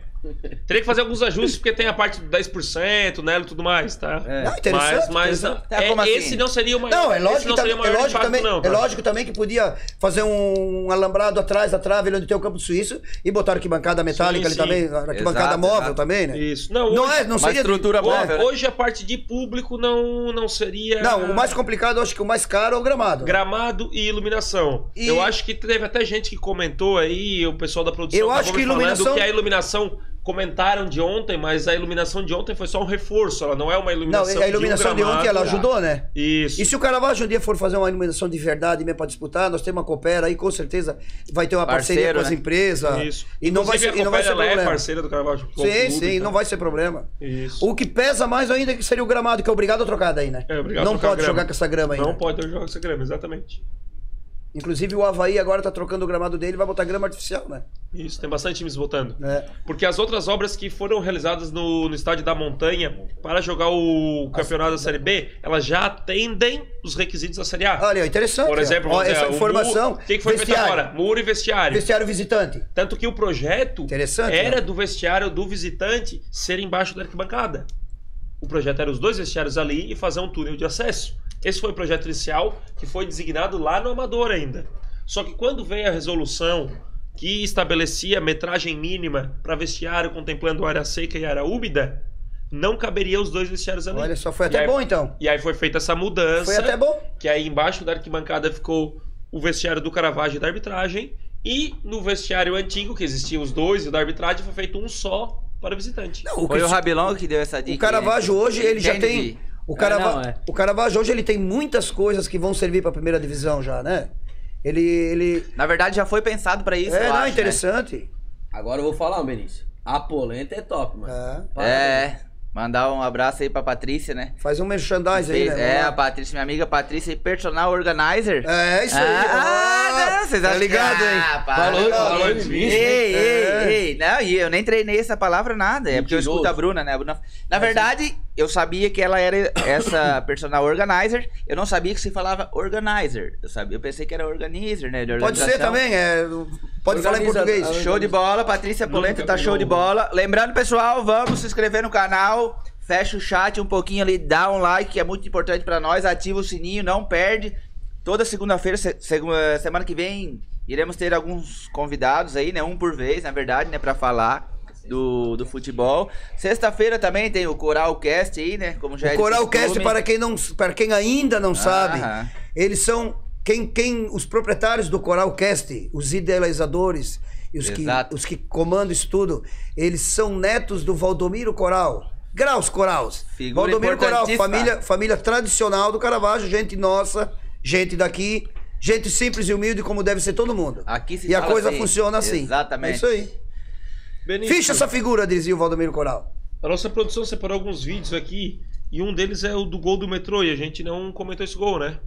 Teria que fazer alguns ajustes, porque tem a parte do 10%, né, e tudo mais, tá? É. Não, Ah, interessante, mas mas interessante. é, Tá, como assim? esse não seria o maior. Não, é esse lógico, não que tam- seria o é, maior lógico impacto, também, não, é tá? lógico também que podia fazer um alambrado atrás da trave, ali onde tem o campo do suíço, e botar arquibancada metálica Sim, sim. ali também, arquibancada Exato, móvel exato. também, né? Isso. Não, Não, hoje, é, não Uma seria... estrutura boa, hoje- velho. hoje a parte de público não, não seria. Não, o mais complicado, eu acho que o mais caro é o gramado. Gramado e iluminação. E- Eu acho que teve até gente que comentou aí, o pessoal da produção Eu tava acho me que falando iluminação- que a iluminação comentaram de ontem, mas a iluminação de ontem foi só um reforço, ela não é uma Não, iluminação a iluminação de, um ontem ela gramado. ajudou, né? Isso. E se o Caravaggio um dia for fazer uma iluminação de verdade mesmo pra disputar, nós temos uma Coopera aí, com certeza vai ter uma parceria Parceiro, com as né? empresas. Isso. E não, vai Inclusive, ser, a e não vai ser Copa, ela é problema. parceira do Carvalho Futebol sim, Clube, sim, então. não vai ser problema. Isso. O que pesa mais ainda que seria o gramado, que é obrigado a trocar daí, né? É, obrigado não por trocar pode grama. jogar com essa grama ainda. Não pode jogar com essa grama, exatamente. Inclusive o Havaí agora tá trocando o gramado dele, vai botar grama artificial, né? Isso, tem bastante times votando. É. Porque as outras obras que foram realizadas no, no estádio da Montanha para jogar o campeonato da Série B, elas já atendem os requisitos da Série A. Olha, é interessante. Por Ah, ó. exemplo, Ó, vamos dizer, essa o informação. muro- O que, que foi feito vestiário, agora? Muro e vestiário. Vestiário visitante. Tanto que o projeto Interessante, era né? do vestiário do visitante ser embaixo da arquibancada. O projeto era os dois vestiários ali e fazer um túnel de acesso. Esse foi o projeto inicial que foi designado lá no Amador ainda. Só que quando veio a resolução que estabelecia a metragem mínima para vestiário contemplando área seca e área úmida, não caberia os dois vestiários ali. Olha só, foi E até aí- bom então. E aí foi feita essa mudança Foi até bom. que aí embaixo da arquibancada ficou o vestiário do Caravaggio e da arbitragem, e no vestiário antigo, que existiam os dois e o da arbitragem, foi feito um só para o visitante. Não, Foi que- o Rabilão que deu essa dica. O Caravaggio né? hoje, ele já Entende tem. de- O, É, Carava... não, é. o Caravaggio hoje ele tem muitas coisas que vão servir pra primeira divisão já, né? Ele. ele... Na verdade, já foi pensado pra isso, é, eu não, acho, né? interessante. Agora eu vou falar, Benício. A polenta é top, mano. É. né? É, mandar um abraço aí pra Patrícia, né? Faz um merchandising aí, né? é, a Patrícia, minha amiga Patrícia, personal organizer. É, é isso aí. Ah, Ah, não, vocês tá acham que- ligado, hein? Ah, pá. Falou, Não, falou não, de mim. Ei, ei, É. ei. Não, e eu nem treinei essa palavra nada. É porque eu Mentiroso. escuto a Bruna, né? A Bruna- é. Na verdade, eu sabia que ela era essa personal organizer. Eu não sabia que se falava organizer. Eu, sabia, eu pensei que era organizer, né? de Pode ser organização. também, é. Pode falar em Organiza- português. a- Show de bola, Patrícia Polenta Nunca tá show de pegou. bola. Lembrando, pessoal, vamos se inscrever no canal. Fecha o chat um pouquinho ali, dá um like, que é muito importante pra nós. Ativa o sininho, não perde. Toda segunda-feira, se- segu- eh, semana que vem, iremos ter alguns convidados aí, né? Um por vez, na verdade, né? Pra falar do, do futebol. Sexta-feira também tem o Coral Cast aí, né? Como já é O de Coralcast, costume. para quem, não, para quem ainda não sabe, Aham. eles são quem, quem os proprietários do Coralcast, os idealizadores e os que, Exato. os que comandam isso tudo, eles são netos do Valdomiro Coral. Graus Coraus. Figura Valdomiro Coral, importantíssima. família, família tradicional do Caravaggio, gente nossa, gente daqui, gente simples e humilde como deve ser todo mundo. Aqui se e a fala coisa assim. funciona assim. Exatamente. É isso aí. Benício, Ficha essa figura, dizia o Valdomiro Coral. a nossa produção separou alguns vídeos aqui, e um deles é o do gol do metrô, e a gente não comentou esse gol, né?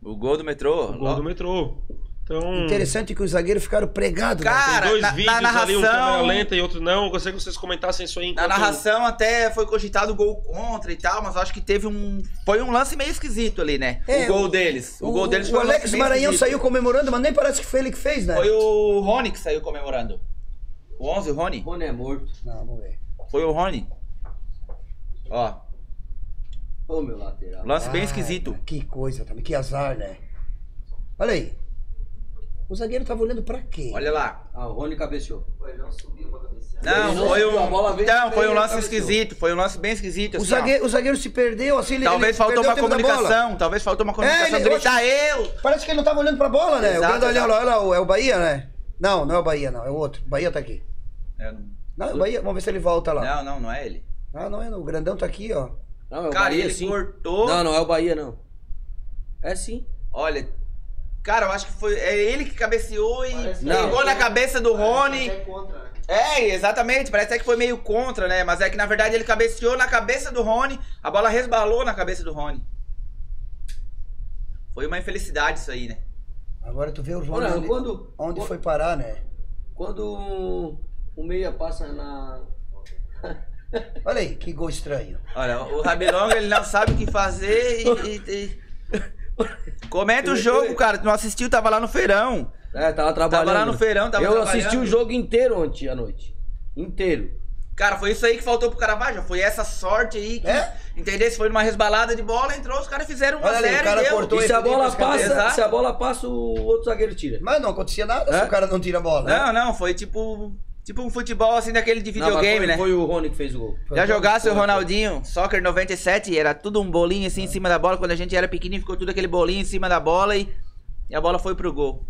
O gol do metrô. O gol do metrô. Então, Interessante que os zagueiros ficaram pregados. né? Cara, tem dois na- na vídeos ali, um narração- câmera lenta e outro não. Eu gostaria que vocês comentassem isso aí Na enquanto... narração até foi cogitado gol contra e tal, mas eu acho que teve um. Foi um lance meio esquisito ali, né? É, o gol deles. O, gol deles o foi um Alex lance meio Maranhão esquisito. saiu comemorando, mas nem parece que foi ele que fez, né? Foi o Rony que saiu comemorando. O 11, o Rony? Rony é morto. Não, vamos ver. Foi o Rony. Ó, Ô, meu lateral. lance bem Ai, esquisito. Ah, Que coisa também, que azar, né? Olha aí. O zagueiro tava olhando pra quê? Olha lá. Ah, o Rony cabeceou. Não, Ele foi não- a bola um. veio Então, foi um feia, lance cabeceou. esquisito. Foi um lance bem esquisito. o, assim, ó. zagueiro, o zagueiro se perdeu, assim, ele Talvez ele faltou perdeu o uma tempo da bola. É, comunicação. Talvez faltou uma comunicação. ele- Gritar eu! Parece que ele não tava olhando pra bola, né? Exato, o grandalhão, exato. olha lá, o- é o Bahia, né? Não, não é o Bahia, não, é o outro. O Bahia tá aqui. É, não- Não, é o Bahia, vamos ver se ele volta lá. Não, não, não é ele. Ah, não é, não. o grandão tá aqui, ó. Não, é o Cara, Bahia, ele sim. cortou. Não, não é o Bahia, não. É sim. Olha. Cara, eu acho que foi. É ele que cabeceou e Parece que- é pegou na cabeça do Rony. Até contra, né? É, exatamente. Parece até que foi meio contra, né? Mas é que na verdade ele cabeceou na cabeça do Rony. A bola resbalou na cabeça do Rony. Foi uma infelicidade isso aí, né? Agora tu vê o Rony Olha, onde, quando- onde quando- foi parar, né? Quando o meia passa na. Olha aí, que gol estranho. Olha, o Rabilonga ele não sabe o que fazer e. e- e- Comenta o jogo, cara. Tu não assistiu, tava lá no feirão. É, tava trabalhando. lá no feirão, tava Eu trabalhando. assisti o jogo inteiro ontem à noite. Inteiro. Cara, foi isso aí que faltou pro Caravaggio. Foi essa sorte aí que. É? Entendeu? Se foi numa resbalada de bola, entrou, os caras fizeram uma Olha ali, série o cara e deu. cortou. Tô E se a referindo bola às cabeças. passa, Exato. se a bola passa, o outro zagueiro tira. Mas não acontecia nada se É? o cara não tira a bola. né? Não, não, foi tipo. Tipo um futebol assim daquele de Não, mas videogame, foi, né? Foi o Rony que fez o gol. Já jogasse o Ronaldinho, Soccer 97, era tudo um bolinho É. assim em cima da bola. Quando a gente era pequenininho, ficou tudo aquele bolinho em cima da bola e, e a bola foi pro gol.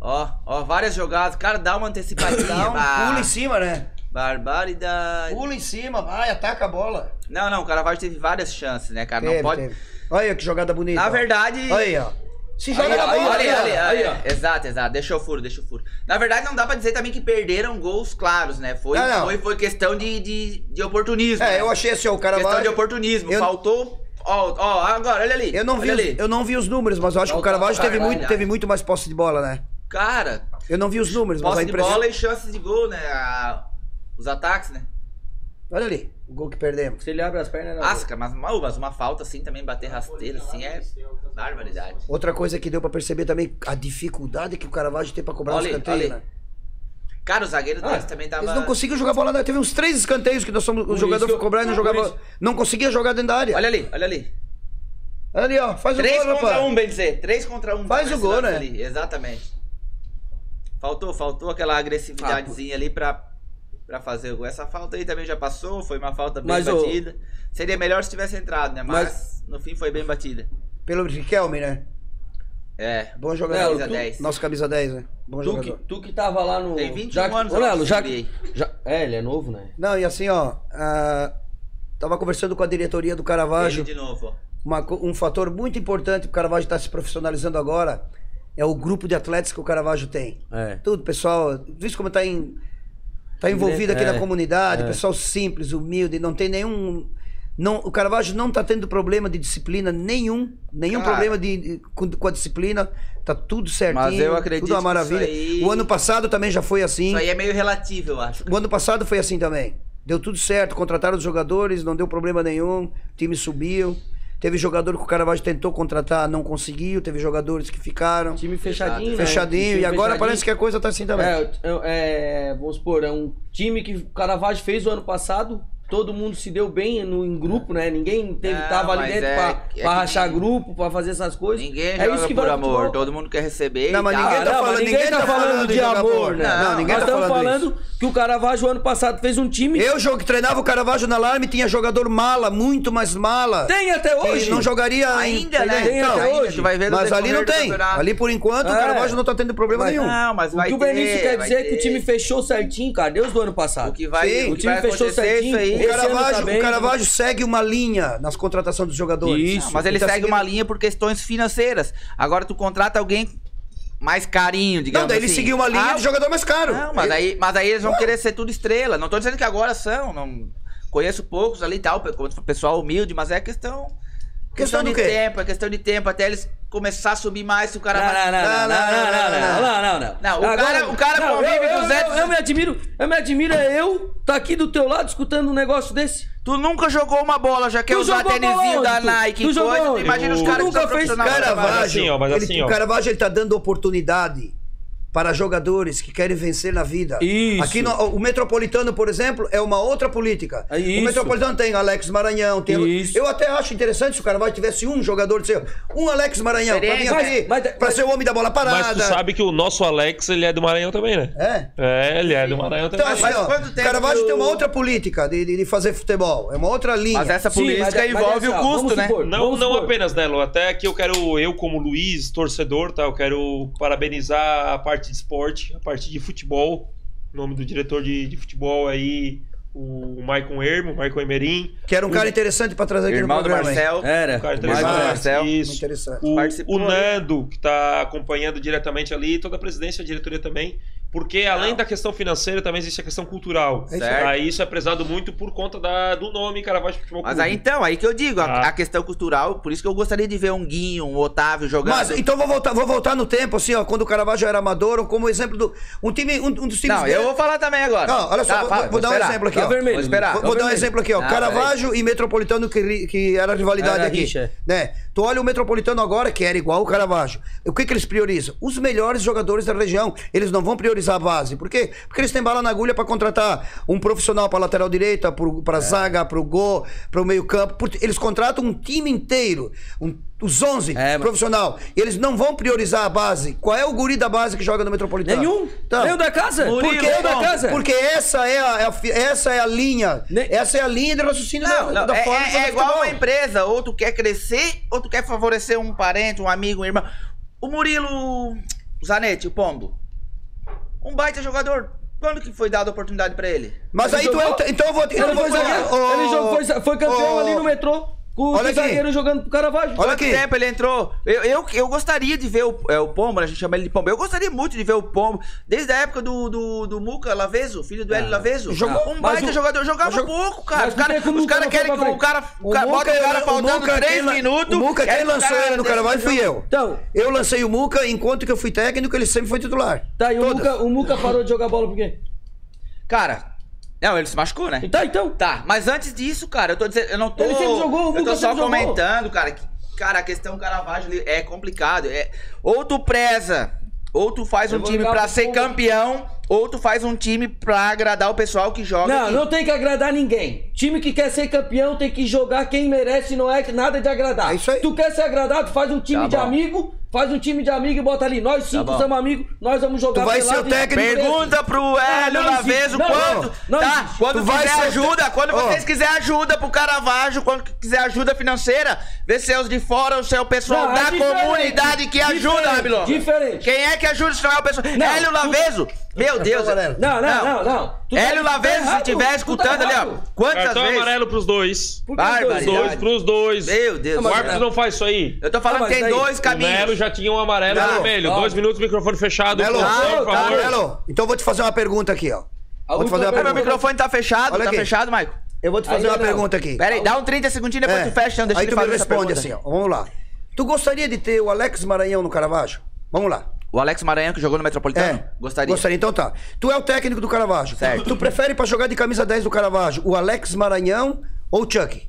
Ó, ó, várias jogadas. Cara, dá uma antecipadinha. Dá um bah. pulo em cima, né? Barbaridade. Pula em cima, vai, ataca a bola. Não, não, o Caravaggio teve várias chances, né, cara? Teve, não pode. teve. Olha aí, que jogada bonita. Na ó. verdade. Olha aí, ó. Se joga na aí, bola, né? aí, cara. ali, aí, ó. Exato, exato. Deixa o furo, deixa o furo. Na verdade, não dá pra dizer também que perderam gols claros, né? Foi, Não, não. foi, foi questão de, de, de oportunismo. né? É, eu achei assim, ó, o cara Questão vai. de oportunismo. Eu- Faltou. Ó, ó, agora, olha ali. Eu não, olha vi os, ali. eu não vi os números, mas eu acho que o Caravaggio teve Carvalho, muito, né? teve muito mais posse de bola, né? Cara, Eu não vi os números, mas a posse de impressão. bola e chances de gol, né? A- Os ataques, né? Olha ali, o gol que perdemos. Se ele abre as pernas, era Asca, mas, uma- mas uma falta assim também, bater rasteira assim é barbaridade. Outra coisa que deu pra perceber também, a dificuldade que o Caravaggio tem pra cobrar Olha os aí, escanteios, olha aí. né? Cara, o zagueiro deles também tava. Ah, Eles não conseguiam jogar bola, né? Teve uns três escanteios que nós somos, o Por jogador isso que foi eu- cobrar e não por jogava. isso. Não conseguia jogar dentro da área. Olha Olha ali, olha ali. ali, ó, faz o 3 gol, contra rapaz. 1, bem dizer. 3 contra 1. Faz o gol, né? Exatamente. Faltou, faltou aquela agressividadezinha ali pra, pra fazer o gol. Essa falta aí também já passou, foi uma falta bem Mas o- batida. Seria melhor se tivesse entrado, né? Mas, no fim foi bem batida. Pelo Riquelme, né? É. Bom Léo, jogador. Camisa 10. Nosso camisa 10, né? Bom Tu que, jogador. tu que tava lá no. Tem 21 já, que- anos, Ô, Lelo, já, eu que- não já- É, ele é novo, né? Não, e assim, ó. ah, tava conversando com a diretoria do Ele Caravaggio. de novo, ó. Uma co- um fator muito importante que o Caravaggio está se profissionalizando agora é o grupo de atletas que o Caravaggio tem. É. Tudo, pessoal. Visto como está em, tá envolvido aqui É, na comunidade, é. pessoal simples, humilde, não tem nenhum. Não, o Caravaggio não está tendo problema de disciplina nenhum, nenhum Cara. problema de, de- com, com a disciplina, tá tudo certinho, Mas eu acredito tudo uma que maravilha. isso aí- O ano passado também já foi assim. Isso aí é meio relativo, eu acho. O ano passado foi assim também. Deu tudo certo, contrataram os jogadores, não deu problema nenhum, o time subiu. Teve jogador que o Caravaggio tentou contratar, não conseguiu, teve jogadores que ficaram. Time fechadinho, né? Fechadinho, Time e agora fechadinho. parece que a coisa tá assim também. É, eu- é, vamos supor, é um time que o Caravaggio fez o ano passado, todo mundo se deu bem no, em grupo, né? Ninguém teve, É. Não, tava ali mas dentro é- pra, é que pra rachar ninguém- grupo, pra fazer essas coisas. Ninguém é joga isso que por vale o amor, futebol. Ah, todo mundo quer receber. Não, e mas tal. ninguém tá mas falando- ninguém tá falando de amor, né? Não, ninguém Nós tá estamos falando falando, que o Caravaggio ano passado fez um time. Eu jogo que treinava o Caravaggio na Alarme, tinha jogador mala, muito mais mala. Tem até que hoje. não jogaria Ainda, né? Tem Então, até Ainda, hoje. tu vai ver no mas ali decorrer não do tem. campeonato. Ali por enquanto o É. Caravaggio não tá tendo problema Mas- nenhum. Não, mas o vai que o ter, Benício quer vai dizer é que ter. o time fechou certinho, cara. Deus do ano passado. O que vai, Sim, o o que time vai fechou acontecer é isso certinho. aí. O Esse ano Caravaggio, tá bem, né? o Caravaggio segue uma linha nas contratações dos jogadores. Isso. Não, mas ele tá segue seguindo- uma linha por questões financeiras. Agora tu contrata alguém mais carinho, digamos Não, daí ele assim. seguiu uma linha Ah, de jogador mais caro. Não, mas aí, mas aí eles vão querer ser tudo estrela. Não tô dizendo que agora são, não conheço poucos ali e tal, pe- como tu falou, pessoal humilde, mas é questão Questão do de quê? tempo, é questão de tempo até eles começar a subir mais se o cara Não, vai- não, não, não, não, não, não, não, não, Não, o cara- o cara convive eu- com eu- 200. Eu, eu me admiro, eu me admiro é eu tá aqui do teu lado escutando um negócio desse. Tu nunca jogou uma bola, já quer Tu usar jogou tênisinho bola da onde, tu? Nike, Tu coisa, jogou tu onde? imagina os Tu caras que nunca são fez profissionais. Caravaggio. Caravaggio, Mas assim, ó, mas ele- assim, ó. o Caravaggio ele tá dando oportunidade para jogadores que querem vencer na vida. Isso. Aqui no- o Metropolitano, por exemplo, é uma outra política. É isso. O Metropolitano tem Alex Maranhão, tem Isso. Eu até acho interessante se o Carvalho tivesse um jogador de ser um Alex Maranhão para vir Experiência. aqui, Mas- mas- para ser o homem da bola parada. Mas tu sabe que o nosso Alex, ele é do Maranhão também, né? É. É, ele é do Maranhão Então, também. assim, Mas ó, quanto tempo Carvalho que o- tem uma outra política de, de- de fazer futebol. É uma outra linha. Mas essa política é, envolve assim, o custo, né? Não, não apenas, né, Lu? Até aqui eu quero, eu como Luiz, torcedor, tá? Eu quero parabenizar a parte de esporte, a parte de futebol. O nome do diretor de, de futebol aí, o Maicon Ermo, Maicon Emerim. Que era um cara interessante para trazer aqui no Irmão do programa. hein? é, Marcel. Era. O cara É, mas- Maicon interessante. Marcel. Isso. Interessante. O, Participou o aí. Nando, que está acompanhando diretamente ali, toda a presidência, a diretoria também. Porque além da questão financeira, também existe a questão cultural. É isso aí. Aí isso é prezado muito por conta da- do nome Caravaggio Futebol Mas aí Clube. então, aí que eu digo, a, Ah. a questão cultural, por isso que eu gostaria de ver um Guinho, um Otávio jogando. Mas então vou voltar, vou voltar no tempo, assim, ó, quando o Caravaggio era amador, ou como exemplo do. Um time. Um, um dos times. Não, dele- eu vou falar também agora. Tá, Não, olha só, Tá, vou- vou dar um esperar. Tá, exemplo aqui, ó. Vou esperar. Tá, Vou, vou dar um exemplo aqui, ó. Não, Caravaggio e Metropolitano, que, ri- que era a rivalidade Ah, Era a aqui. rixa. é. Né? Tu olha o Metropolitano agora, que era igual o Caravaggio. O que, que eles priorizam? Os melhores jogadores da região. Eles não vão priorizar a base. Por quê? Porque eles têm bala na agulha pra contratar um profissional pra lateral direita, pro, É. pra zaga, pro gol, pro meio-campo. Por- Eles contratam um time inteiro. um- os 11 É, mas- profissional. Eles não vão priorizar a base. Qual é o guri da base que joga no Metropolitano? Nenhum. Então, Nenhum da casa. Murilo, Por que nenhum da bom, casa? porque essa é a, é a fi- essa é a linha. Ne- Essa é a linha de raciocínio Não, da, não, da é, forma de é- fazer é igual futebol. uma empresa, ou tu quer crescer, ou tu quer favorecer um parente, um amigo, um irmão. O Murilo Zanetti, o Pombo. Um baita jogador. Quando que foi dada a oportunidade pra ele? Mas aí tu é. o te- Então eu vou. Então eu Ele vou foi, zagueiro, falar, ele ô, jogou- foi, foi campeão ô, ali no metrô com olha o aqui. zagueiro jogando pro Caravaggio. Olha Quanto aqui. tempo ele entrou? Eu, eu, eu gostaria de ver o, é, o Pombo, né? a gente chama ele de Pombo. Eu gostaria muito de ver o Pombo. Desde a época do, do, do Muca Laveso, filho do Hélio Laveso. Ah, Jogou. um Mas baita o- jogador. Jogava jogou- pouco, cara. Mas Os caras por que que o os Muca cara não foi querem pra que o frente? cara, o cara bota o cara o faltando Muca, três quem lan- minutos. O Muca, aí quem o lançou um cara ele no deixa- Carvalho fui eu. Então. Eu lancei o Muca, enquanto que eu fui técnico, ele sempre foi titular. Tá, e o Todas. Muca, o Muca parou de jogar bola por quê? Cara, não, ele se machucou, né? Tá, então. Tá, mas antes disso, cara, eu tô dizendo, eu não tô. Ele sempre jogou, o Eu Lucas tô só sempre jogou. comentando, cara, que, cara, a questão Caravaggio ali é complicado. É, ou tu preza, ou tu faz Eu um vou time ligar pra pro ser povo. campeão, ou tu faz um time pra agradar o pessoal que joga. Não, aqui. não tem que agradar ninguém. Time que quer ser campeão tem que jogar quem merece, não é nada de agradar. É isso aí. Tu quer ser agradado, faz um time Tá de bom. amigo, faz um time de amigo e bota ali. Nós cinco bom. somos amigos, nós vamos jogar Tu vai pelado ser o e- técnico. Pergunta pro Hélio Ah, não existe. Laveso Não, quando. não, não tá? existe. Quando Tu vai quiser ser- ajuda, quando Ó. vocês quiserem ajuda pro Caravaggio, quando quiser ajuda financeira, vê se é os de fora ou se é o pessoal Não, é da diferente. comunidade que ajuda, Diferente, Rabilão. diferente. Quem é que ajuda se não é o pessoal? Não, Hélio tu- Laveso. Meu Deus. amarelo. Não, não, não, não. Tu tá- Hélio tu tá Laveso, se errado, tu estiver tá escutando ali, ó. errado. Quantas Cartão vezes? amarelo pros dois. Por que os Barbaridade. dois? Pros dois, pros dois. Meu Deus. O Mas- árbitro não faz isso aí. Eu tô falando Não, que Tá, mas tem aí- dois O Melo caminhos. já tinha um amarelo e um Não. vermelho. Não. Dois minutos, microfone fechado. Melo, produção, Não, por tá, favor. Melo, então eu vou te fazer uma pergunta aqui, ó. A vou te última fazer uma pergunta. Pera, meu pergunta. microfone tá fechado. Olha tá aqui. fechado, Maicon? Eu vou te fazer Ainda uma não. pergunta aqui. Pera aí, dá um 30 segundinhos depois É. tu fecha, então deixa Aí ele tu me fazer essa responde pergunta. assim, ó. Vamos lá. Tu gostaria de ter o Alex Maranhão no Caravaggio? Vamos lá. O Alex Maranhão que jogou no Metropolitano? Gostaria. É. então tá. Tu é o técnico do Caravaggio. Certo. Tu prefere pra jogar de camisa 10 do Caravaggio o Alex Maranhão ou o Chuck?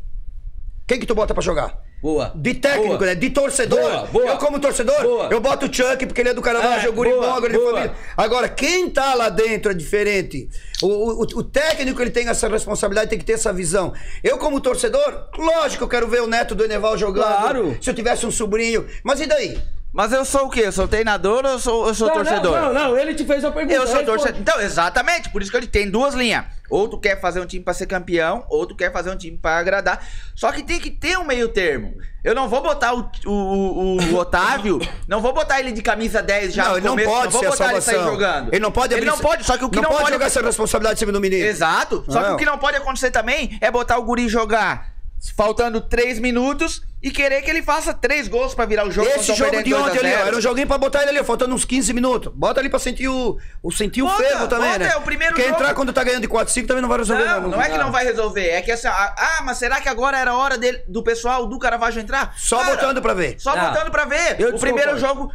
Quem que tu bota pra jogar? Boa. De técnico, Boa. né? De torcedor. Boa, boa. Eu, como torcedor, Boa. eu boto o Chuck porque ele é do Caravaggio, É, é, o guri boa, bom, guri de boa. família. Agora, quem tá lá dentro é diferente. O, o- o- o técnico, ele tem essa responsabilidade, tem que ter essa visão. Eu, como torcedor, lógico, eu quero ver o neto do Eneval jogando. Claro. Se eu tivesse um sobrinho. Mas e daí? Mas eu sou o quê? Eu sou treinador ou eu sou, eu sou Não, torcedor? Não, não, não, ele te fez a pergunta. Eu sou responde. torcedor. Então, exatamente. Por isso que eu digo, tem duas linhas. Ou tu quer fazer um time pra ser campeão, ou tu quer fazer um time pra agradar. Só que tem que ter um meio termo. Eu não vou botar o, o, o- o Otávio, não vou botar ele de camisa 10 já não, no ele não começo, pode vou ser a botar ele salvação. sair jogando. Ele não pode Ele abrir- não pode, só que o que não, pode, pode... jogar essa responsabilidade em cima do menino. Exato. Só que Não. o que não pode acontecer também é botar o guri jogar faltando 3 minutos e querer que ele faça 3 gols pra virar o jogo. quando Esse tão jogo perdendo de 2 a ontem ali, ó, 0. era um joguinho pra botar ele ali, ó, faltando uns 15 minutos. Bota ali pra sentir o, o sentir o Bota, ferro também, bota, né? é o primeiro Porque jogo. entrar quando tá ganhando de 4 5 também não vai resolver Não, não. não é que não vai resolver. É que assim, ah, ah, mas será que agora era a hora dele, do pessoal do Caravaggio entrar? Só Cara, botando Ah, pra ver. Só Não. botando pra ver. Eu o primeiro desconcordo. jogo,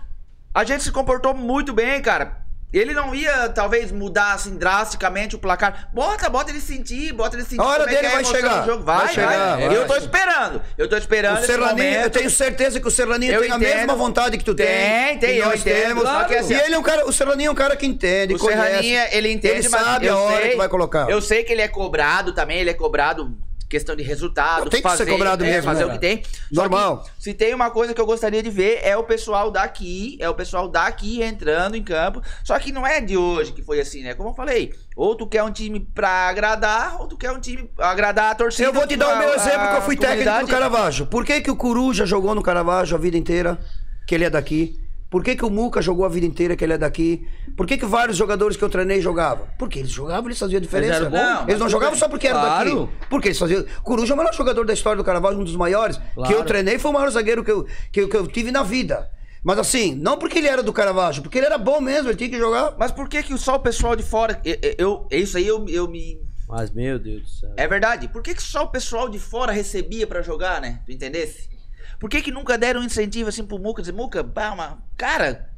a gente se comportou muito bem, cara. Ele não ia, talvez, mudar assim drasticamente o placar. Bota, bota ele sentir, bota ele sentir. A hora como é que dele é vai emoção chegar. do Jogo. Vai, Vai vai, chegar, vai. Eu tô esperando. Eu tô esperando. O esse Serlaninho, eu momento. tenho certeza que o Serlaninho Eu tem a entendo. mesma vontade que tu tem. Tem, tem, que eu nós entendo, temos. só que assim, e ele é um cara, o Serlaninho é um cara que entende, O conhece. Serraninha, ele entende, Ele mas sabe eu a hora sei- que vai colocar. Eu sei que ele é cobrado também, ele é cobrado questão de resultado, Não, tem que ser fazer, cobrado é, mesmo, fazer né, o que cara? tem. Só Normal. que se tem uma coisa que eu gostaria de ver é o pessoal daqui, é o pessoal daqui entrando em campo. Só que não é de hoje que foi assim, né? Como eu falei, ou tu quer um time pra agradar, ou tu quer um time pra agradar a torcida. Eu vou te dar o meu a- exemplo que eu a fui técnico comunidade. do Caravaggio. Por que, que o Coruja jogou no Caravaggio a vida inteira, que ele é daqui? Por que, que o Muca jogou a vida inteira, que ele é daqui? Por que, que vários jogadores que eu treinei jogavam? Porque eles jogavam, eles faziam diferença. eram bons. Não, mas eles não tudo jogavam bem. só porque eram Claro. daqui. Porque eles faziam. Coruja é o melhor jogador da história do Caravaggio, um dos maiores. Claro. Que eu treinei foi o maior zagueiro que eu, que, eu- que eu tive na vida. Mas assim, não porque ele era do Caravaggio, porque ele era bom mesmo, ele tinha que jogar. Mas por que que só o pessoal de fora, eu, eu- isso aí eu, eu me Mas, meu Deus do céu. É verdade. Por que, que só o pessoal de fora recebia pra jogar, né? Tu entendesse? Por que, que nunca deram um incentivo assim pro Muca? Dizer, Muca, pá, uma... cara,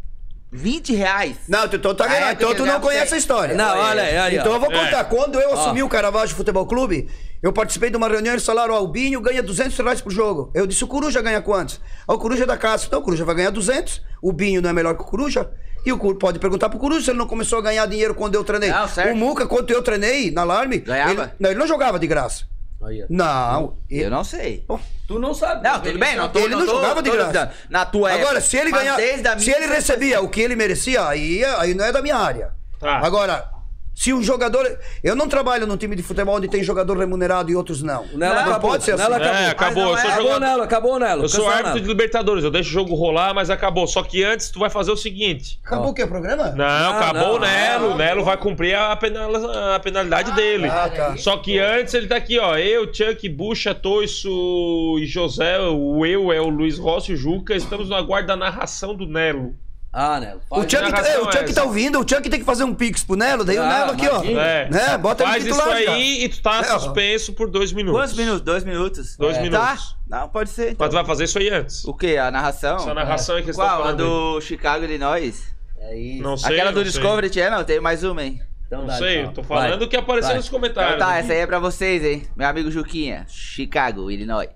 20 reais. Não, então, tá- Na época então que tu ele não ganhava conhece cem. a história. Não, olha aí, olha aí. Então ó. eu É. vou contar. Quando eu assumi Ó. o Caravaggio Futebol Clube, eu participei de uma reunião e eles falaram: Ó, o Binho ganha 200 reais por jogo. Eu disse: o Coruja ganha quantos? Ó, o Coruja é da casa. Então o Coruja vai ganhar 200. O Binho não é melhor que o Coruja. E o Coruja pode perguntar pro Coruja se ele não começou a ganhar dinheiro quando eu treinei. Não, certo. O Muca, quando eu treinei na Alarme. Ganhava? Ele, não, ele não jogava de graça. Aí, ó. Não. Eu não sei. Tu não sabe. Não, tudo bem, não tô, Ele não tô- jogava de tô graça. duvidando. Na tua Agora, época. se ele Mas ganhar, desde a se minha- ele recebia o que ele merecia, aí, aí não é da minha área. Tá. Agora, se um jogador, eu não trabalho num time de futebol onde tem jogador remunerado e outros não. O Nelo não acabou. pode ser O assim. Nelo acabou. É, acabou. eu sou Mas não é- Acabou jogador. Nelo, acabou Nelo. Eu sou Cancela árbitro Nelo. de Libertadores, eu deixo o jogo rolar, mas acabou. Só que antes tu vai fazer o seguinte. Acabou o que é o programa? Não, Não, não, acabou o Nelo. não, o Nelo vai cumprir a, penala- a penalidade dele. ah, tá. Só que antes ele tá aqui, ó. Eu, Chuck, Bucha, Toisso e José, o eu é o Luiz Rossi e o Juca. Estamos no aguardo da narração do Nelo. Ah, Nelo. faz. O Chuck, narração é, o é Chuck essa. tá ouvindo, o Chuck tem que fazer um pix pro Nelo, daí o Ah, Nelo aqui, ó. imagina. É. Né? Bota ele Faz isso titular aí já. e tu tá Não. suspenso por dois minutos. Quantos minutos? Dois minutos. Dois Tá? minutos. Não, pode ser. então. Mas tu vai fazer isso aí antes. O quê? A narração? Essa narração aí que eles tão Qual? A falando do Chicago Illinois? É isso. Não sei. Aquela não do sei. Discovery Channel? Tem mais uma, hein? Então Não dá, sei, então. eu tô falando Vai. o que apareceu Vai. nos comentários. Então tá, essa aí é pra vocês, hein? Meu amigo Juquinha, Chicago, Illinois.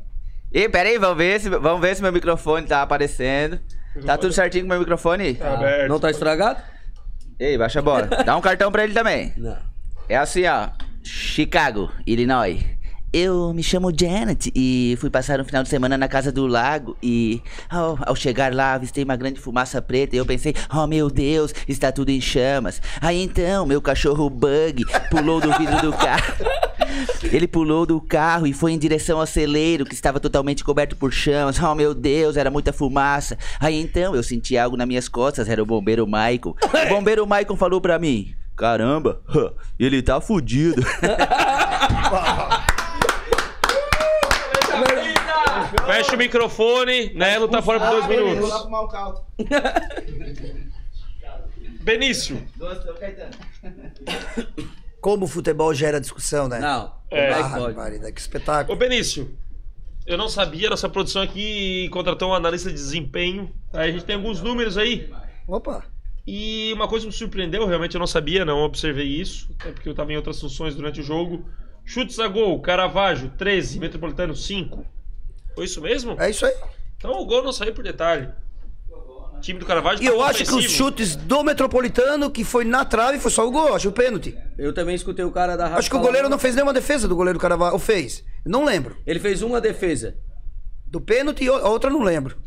E pera aí, vamos ver se, vamos ver se meu microfone tá aparecendo. Tá tudo certinho com meu microfone? Tá aberto. Não tá estragado? Ei, baixa a bola. Dá um cartão pra ele também. Não. É assim, ó. Chicago, Illinois. Eu me chamo Janet e fui passar um final de semana na casa do lago e ao, ao chegar lá avistei uma grande fumaça preta e eu pensei, oh meu Deus, está tudo em chamas. Aí então meu cachorro Bug pulou do vidro do carro. Ele pulou do carro e foi em direção ao celeiro que estava totalmente coberto por chamas. Oh meu Deus, era muita fumaça. Aí então eu senti algo nas minhas costas, era o bombeiro Michael. O bombeiro Michael falou pra mim: "Caramba, ele tá fudido". Fecha o microfone, Nelo tá fora por dois minutos. um Benício. Como o futebol gera discussão, né? Não. É. Vai, Ah, pode. barbaridade, que Ô, espetáculo. Benício, eu não sabia, nossa produção aqui contratou um analista de desempenho. Aí a gente tem alguns números aí. Opa. E uma coisa que me surpreendeu, realmente eu não sabia, não observei isso, até porque eu tava em outras funções durante o jogo. Chutes a gol, Caravaggio, 13, Metropolitano, 5. Foi isso mesmo? É isso aí. Então o gol não saiu por detalhe. O time do Caravaggio E tá eu acho que os ofensivo. chutes do Metropolitano, que foi na trave, foi só o gol, acho o pênalti. Eu também escutei o cara da rádio. Acho que o falando- goleiro não fez nenhuma defesa do goleiro Caravaggio. Ou fez? Não lembro. Ele fez uma defesa. Do pênalti e o- a outra não lembro.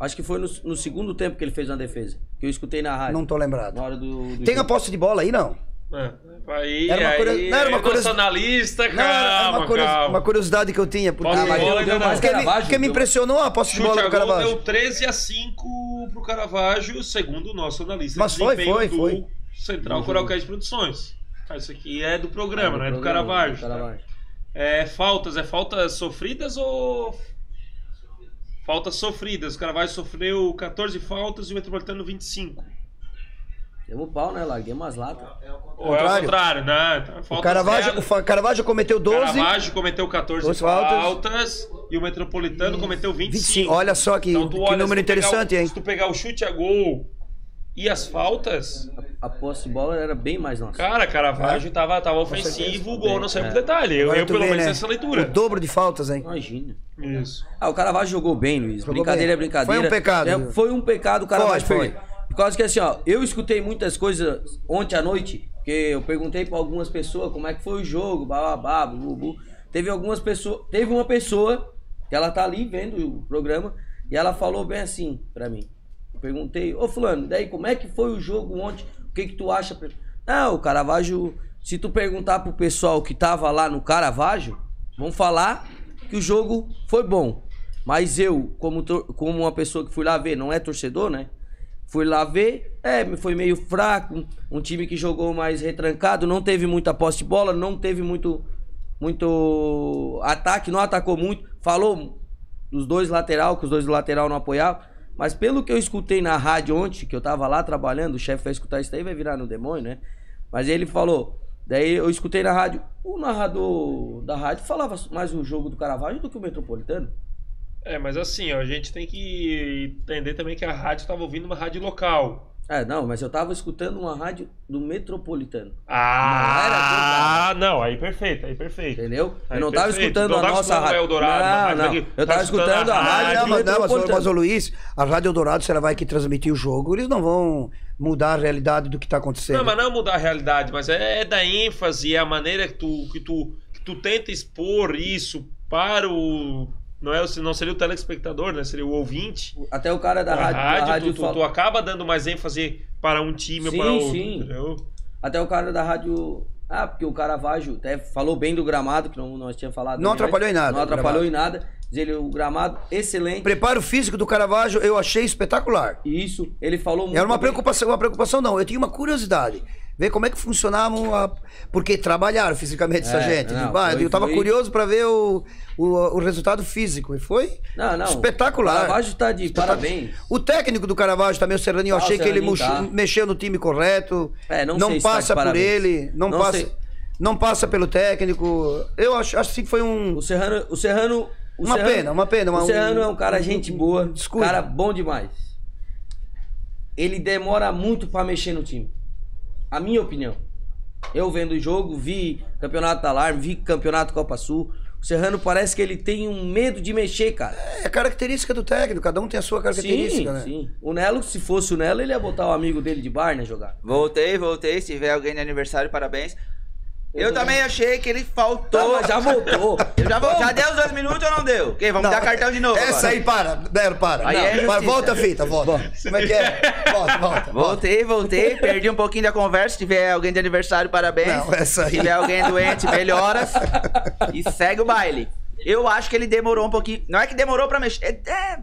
Acho que foi no, no segundo tempo que ele fez uma defesa. Que eu escutei na rádio. Não tô Na lembrado. hora do. do Tem a jogo. posse de bola aí, não? É, Aí, Era uma aí, curiosi- não, era uma aí, curiosi- nosso analista, Não, era calma, uma, curios- calma. uma curiosidade que eu tinha. Porque, Posse de Ah, mas bola é eu- ainda não. porque me, Caravaggio porque me deu- um impressionou a posse de Chute bola a do gol Caravaggio. deu 13 a 5 pro Caravaggio, segundo o nosso analista. Mas de foi, desempenho foi, do foi. Central Coralcais Produções. Ah, isso aqui é do programa, né? Do Programa, Caravaggio. do Caravaggio. É, faltas, é faltas sofridas ou. Faltas sofridas. O Caravaggio sofreu 14 faltas e o Metropolitano 25. Demos pau, né? Larguei umas latas. Ou é o Contrário. contrário, né? Então, O faltas Caravaggio, zero. o Fa- Caravaggio cometeu 12. Caravaggio cometeu 14 12 faltas. faltas, e o Metropolitano cometeu 25. 25. Olha só que, Então, tu que olha, se número tu pegar interessante, o- hein? Se tu pegar o chute a gol E as faltas, A posse de bola era bem mais nossa. cara, É. Caravaggio tava, tava ofensivo, o gol não saiu pro detalhe. Eu, Agora eu tu pelo vê, menos né? essa leitura. O dobro de faltas, hein? Imagina. Isso. Ah, o Caravaggio jogou bem, Luiz. Jogou brincadeira bem. é brincadeira. Foi um pecado. É, foi um pecado o Caravaggio Foi, foi, foi. Por causa que assim, ó, eu escutei muitas coisas ontem à noite, porque eu perguntei pra algumas pessoas como é que foi o jogo, bababá, bubu. Teve algumas pessoas, teve uma pessoa que ela tá ali vendo o programa e ela falou bem assim pra mim. Eu perguntei, ô fulano, daí como é que foi o jogo ontem? O que que tu acha? Pra... Não, o Caravaggio, se tu perguntar pro pessoal que tava lá no Caravaggio, vão falar que o jogo foi bom. Mas eu, como, tor- como uma pessoa que fui lá ver, não é torcedor, né? Fui lá ver, é, foi meio fraco, um- um time que jogou mais retrancado, não teve muita posse de bola, não teve muito, muito ataque, não atacou muito. Falou dos dois lateral, que os dois do lateral não apoiavam. Mas pelo que eu escutei na rádio ontem, que eu tava lá trabalhando, o chefe vai escutar isso daí, vai virar no demônio, né? Mas ele falou, daí eu escutei na rádio, o narrador da rádio falava mais o jogo do Caravaggio do que o Metropolitano. É, mas assim, ó, a gente tem que entender também que a rádio tava ouvindo uma rádio local. É, não, mas eu tava escutando uma rádio do Metropolitano, Ah, não, aí perfeito, aí perfeito. entendeu? Aí, eu não tava perfeito. escutando Não a tava nossa escutando o rádio. Eldorado, na rádio não, não. daqui. Eu Tava tava escutando escutando a a rádio rádio Ah, Não, do mas, não, mas, o- Metropolitano. mas o Luiz, a Rádio Dourado, se ela vai que transmitir o jogo, eles não vão mudar a realidade do que tá acontecendo. Não, mas não mudar a realidade, mas é, é da ênfase, é a maneira que tu, que tu, que tu tenta expor isso para o. Não, é, o- não seria o telespectador, né? Seria o ouvinte. Até o cara da Da rádio, da rádio, rádio tu, tu- falou- tu acaba dando mais ênfase para um time ou Sim, para outro. sim. entendeu? Até o cara da rádio. Ah, porque o Caravaggio até falou bem do gramado, que não, nós tínhamos falado. Não antes. atrapalhou em nada, Não atrapalhou em nada. Diz ele, o gramado, excelente. Preparo físico do Caravaggio eu achei espetacular. E Isso, ele falou muito. Era uma bem. preocupação, uma preocupação não, eu tinha uma curiosidade. Ver como é que funcionavam, a... porque trabalharam fisicamente essa É, gente. não, Bah, foi- eu tava foi- curioso pra ver o, o, o resultado físico. E foi Não, não. espetacular. O Caravaggio tá de parabéns. O técnico do Caravaggio também, o Serraninho, eu Ah, o achei que ele Serraninho mochi- tá. mexeu no time correto. É, não sei se tá de passa por parabéns. ele, não, Não passa, sei. não passa pelo técnico. Eu acho, acho assim que foi um. O Serrano. O Serrano o Uma Serrano- pena, uma pena, uma- o Serrano um- é um cara um- gente um- boa. descuido. Cara bom demais. Ele demora muito pra mexer no time. A minha opinião. Eu vendo o jogo, vi campeonato da Alarme, vi campeonato Copa Sul. O Serrano parece que ele tem um medo de mexer, cara. É característica do técnico, cada um tem a sua Sim, característica, né? sim. O Nelo, se fosse o Nelo, ele ia botar o amigo dele de bar, né, jogar. Voltei, voltei. Se tiver alguém de aniversário, parabéns. Eu, Eu também achei que ele Tá, faltou. mas já voltou. Eu já, vou, já deu os dois minutos ou não deu? Ok, Não, vamos dar cartão de novo. Essa agora. aí para, Nero, para. Aí Não, é para, justiça. volta a fita, volta. Como é que é? Volta, volta. volta. Voltei, voltei, perdi um pouquinho da conversa. Se tiver alguém de aniversário, parabéns. Não, essa aí. Se tiver alguém doente, melhoras. e segue o baile. Eu acho que ele demorou um pouquinho. Não é que demorou pra mexer. É, é-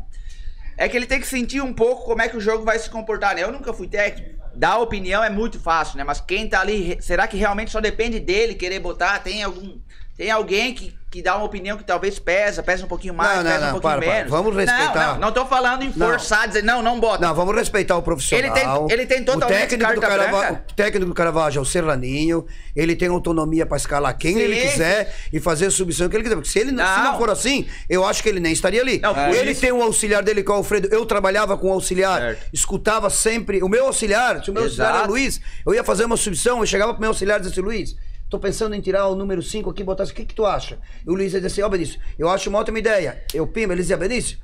é que ele tem que sentir um pouco como é que o jogo vai se comportar, né? Eu nunca fui técnico. Dar opinião é muito fácil, né? Mas quem tá ali, re- será que realmente só depende dele querer botar? Tem algum. Tem alguém que, que dá uma opinião que talvez pesa, pesa um pouquinho mais, Não, não, pesa um não, pouquinho para, para. menos. Vamos Não, respeitar. Não, não, tô falando em Não. forçar, dizer, não, não bota. Não, vamos respeitar o profissional. Ele tem- ele tem totalmente o técnico do carta Caravaggio, branca. O técnico do Caravaggio é o Serraninho. Ele tem autonomia pra escalar quem Sim. ele quiser e fazer a submissão que ele quiser. Porque se ele não, se Não. não for assim, eu acho que ele nem estaria ali. Não, por ele isso- tem um auxiliar dele que é o Alfredo. Eu trabalhava com o auxiliar, Certo. escutava sempre. O meu auxiliar, se o meu auxiliar era Exato. o Luiz, eu ia fazer uma submissão, eu chegava pro meu auxiliar e dizia assim, Luiz. Tô pensando em tirar o número 5 aqui e botar assim, o que que tu acha? E o Luiz ia dizer assim, ó Benício, eu acho uma ótima ideia. Eu, Pima, ele dizia, Benício,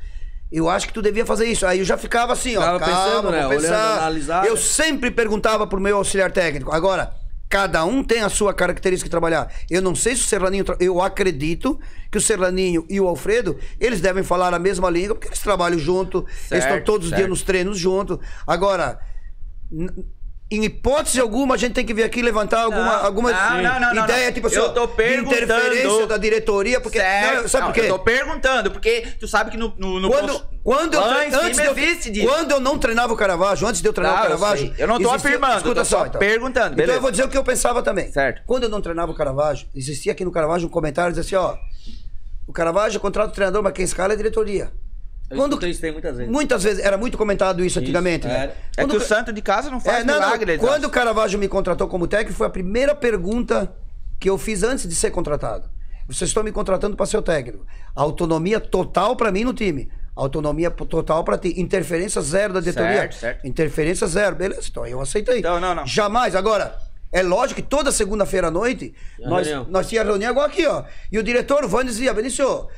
eu acho que tu devia fazer isso. Aí eu já ficava assim, ó, Tava calma, pensando, vou né? Olhando, pensar. analisar. Eu sempre perguntava pro meu auxiliar técnico. Agora, cada um tem a sua característica de trabalhar. Eu não sei se o Serraninho... tra- Eu acredito que o Serraninho e o Alfredo, eles devem falar a mesma língua, porque eles trabalham junto, eles estão Certo, todos os dias certo. nos treinos junto. Agora... n- Em hipótese alguma, a gente tem que vir aqui levantar alguma, Não, alguma não, não, não, não, ideia, não. tipo assim, Eu ó, tô de interferência perguntando. da diretoria, porque... Certo. Não, sabe Não, por quê? Eu tô perguntando, porque tu sabe que no. no, no Quando, cons- quando, eu, Lá tre- em cima antes de eu, existe disso. quando eu não treinava o Caravaggio, antes de eu treinar Tá, o eu Caravaggio... sei. Eu não tô existia- afirmando, Escuta eu tô só então. perguntando, Então beleza. eu vou dizer o que eu pensava também. Certo. Quando eu não treinava o Caravaggio, existia aqui no Caravaggio um comentário dizia assim, ó... O Caravaggio contrata o treinador, mas quem escala é a diretoria. Eu escutei isso daí muitas vezes. Muitas vezes, era muito comentado isso antigamente, né? era. É Quando que o o ca- santo de casa não faz é, não, não. milagre. Edson. Quando o Caravaggio me contratou como técnico, foi a primeira pergunta que eu fiz antes de ser contratado. Vocês estão me contratando para ser o técnico. Autonomia total para mim no time. Autonomia total pra ti. Interferência zero da diretoria. Certo, certo. Interferência zero. Beleza, então eu aceitei. Então, não, não. Jamais. Agora, é lógico que toda segunda-feira à noite, Tinha nós, reunião. nós tínhamos reunião igual aqui, ó. E o diretor, o Van, dizia, Benício,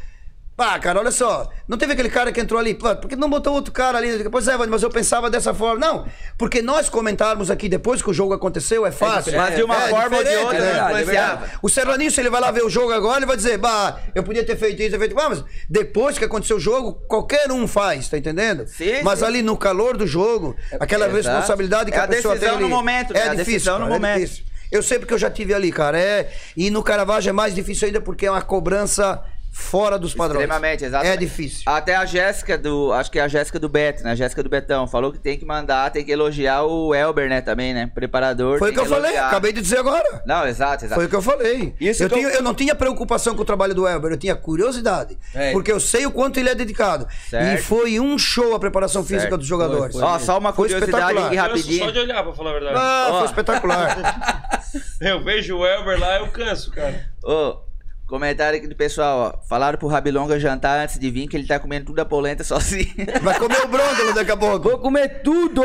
pá, cara, olha só, não teve aquele cara que entrou ali, pô, por que não botou outro cara ali? Pois é, Vani, mas eu pensava dessa forma. Não, porque nós comentarmos aqui depois que o jogo aconteceu é fácil. diferente. Mas de uma forma ou de diferente, é outra, né? influenciava. O Serraninho, se ele vai lá ver o jogo agora, ele vai dizer, bah, eu podia ter feito isso, eu feito... Ah, mas depois que aconteceu o jogo, qualquer um faz, tá entendendo? Sim, mas sim. ali no calor do jogo, aquela exato. responsabilidade que É a, a pessoa tem decisão ali, no momento, né? É A difícil, decisão no cara, é momento. difícil. Eu sei porque eu já tive ali, cara. É... E no Caravaggio é mais difícil ainda porque é uma cobrança fora dos padrões. Extremamente, Ah, exato. É difícil. Até a Jéssica do. Acho que é a Jéssica do Beto, né? A Jéssica do Betão. Falou que tem que mandar, tem que elogiar o Elber, né? Também, né? Preparador. Foi o tem que eu falei, elogiar. acabei de dizer agora. Não, exato, exato. Foi o que eu falei. Isso eu, que eu- tinha- eu não tinha preocupação com o trabalho do Elber, eu tinha curiosidade. É. Porque eu sei o quanto ele é dedicado. Certo. E foi um show a preparação física Certo. dos jogadores. Foi, foi. Ó, só uma Foi curiosidade espetacular. aqui Canso só rapidinho. de olhar, pra falar a verdade. Ah, Ó. foi espetacular. Eu vejo o Elber lá, eu canso, cara. Ô, comentário aqui do pessoal, ó. Falaram pro Rabilonga jantar antes de vir que ele tá comendo tudo a polenta sozinho. Vai comer o brôndolo daqui a pouco. Vou comer tudo!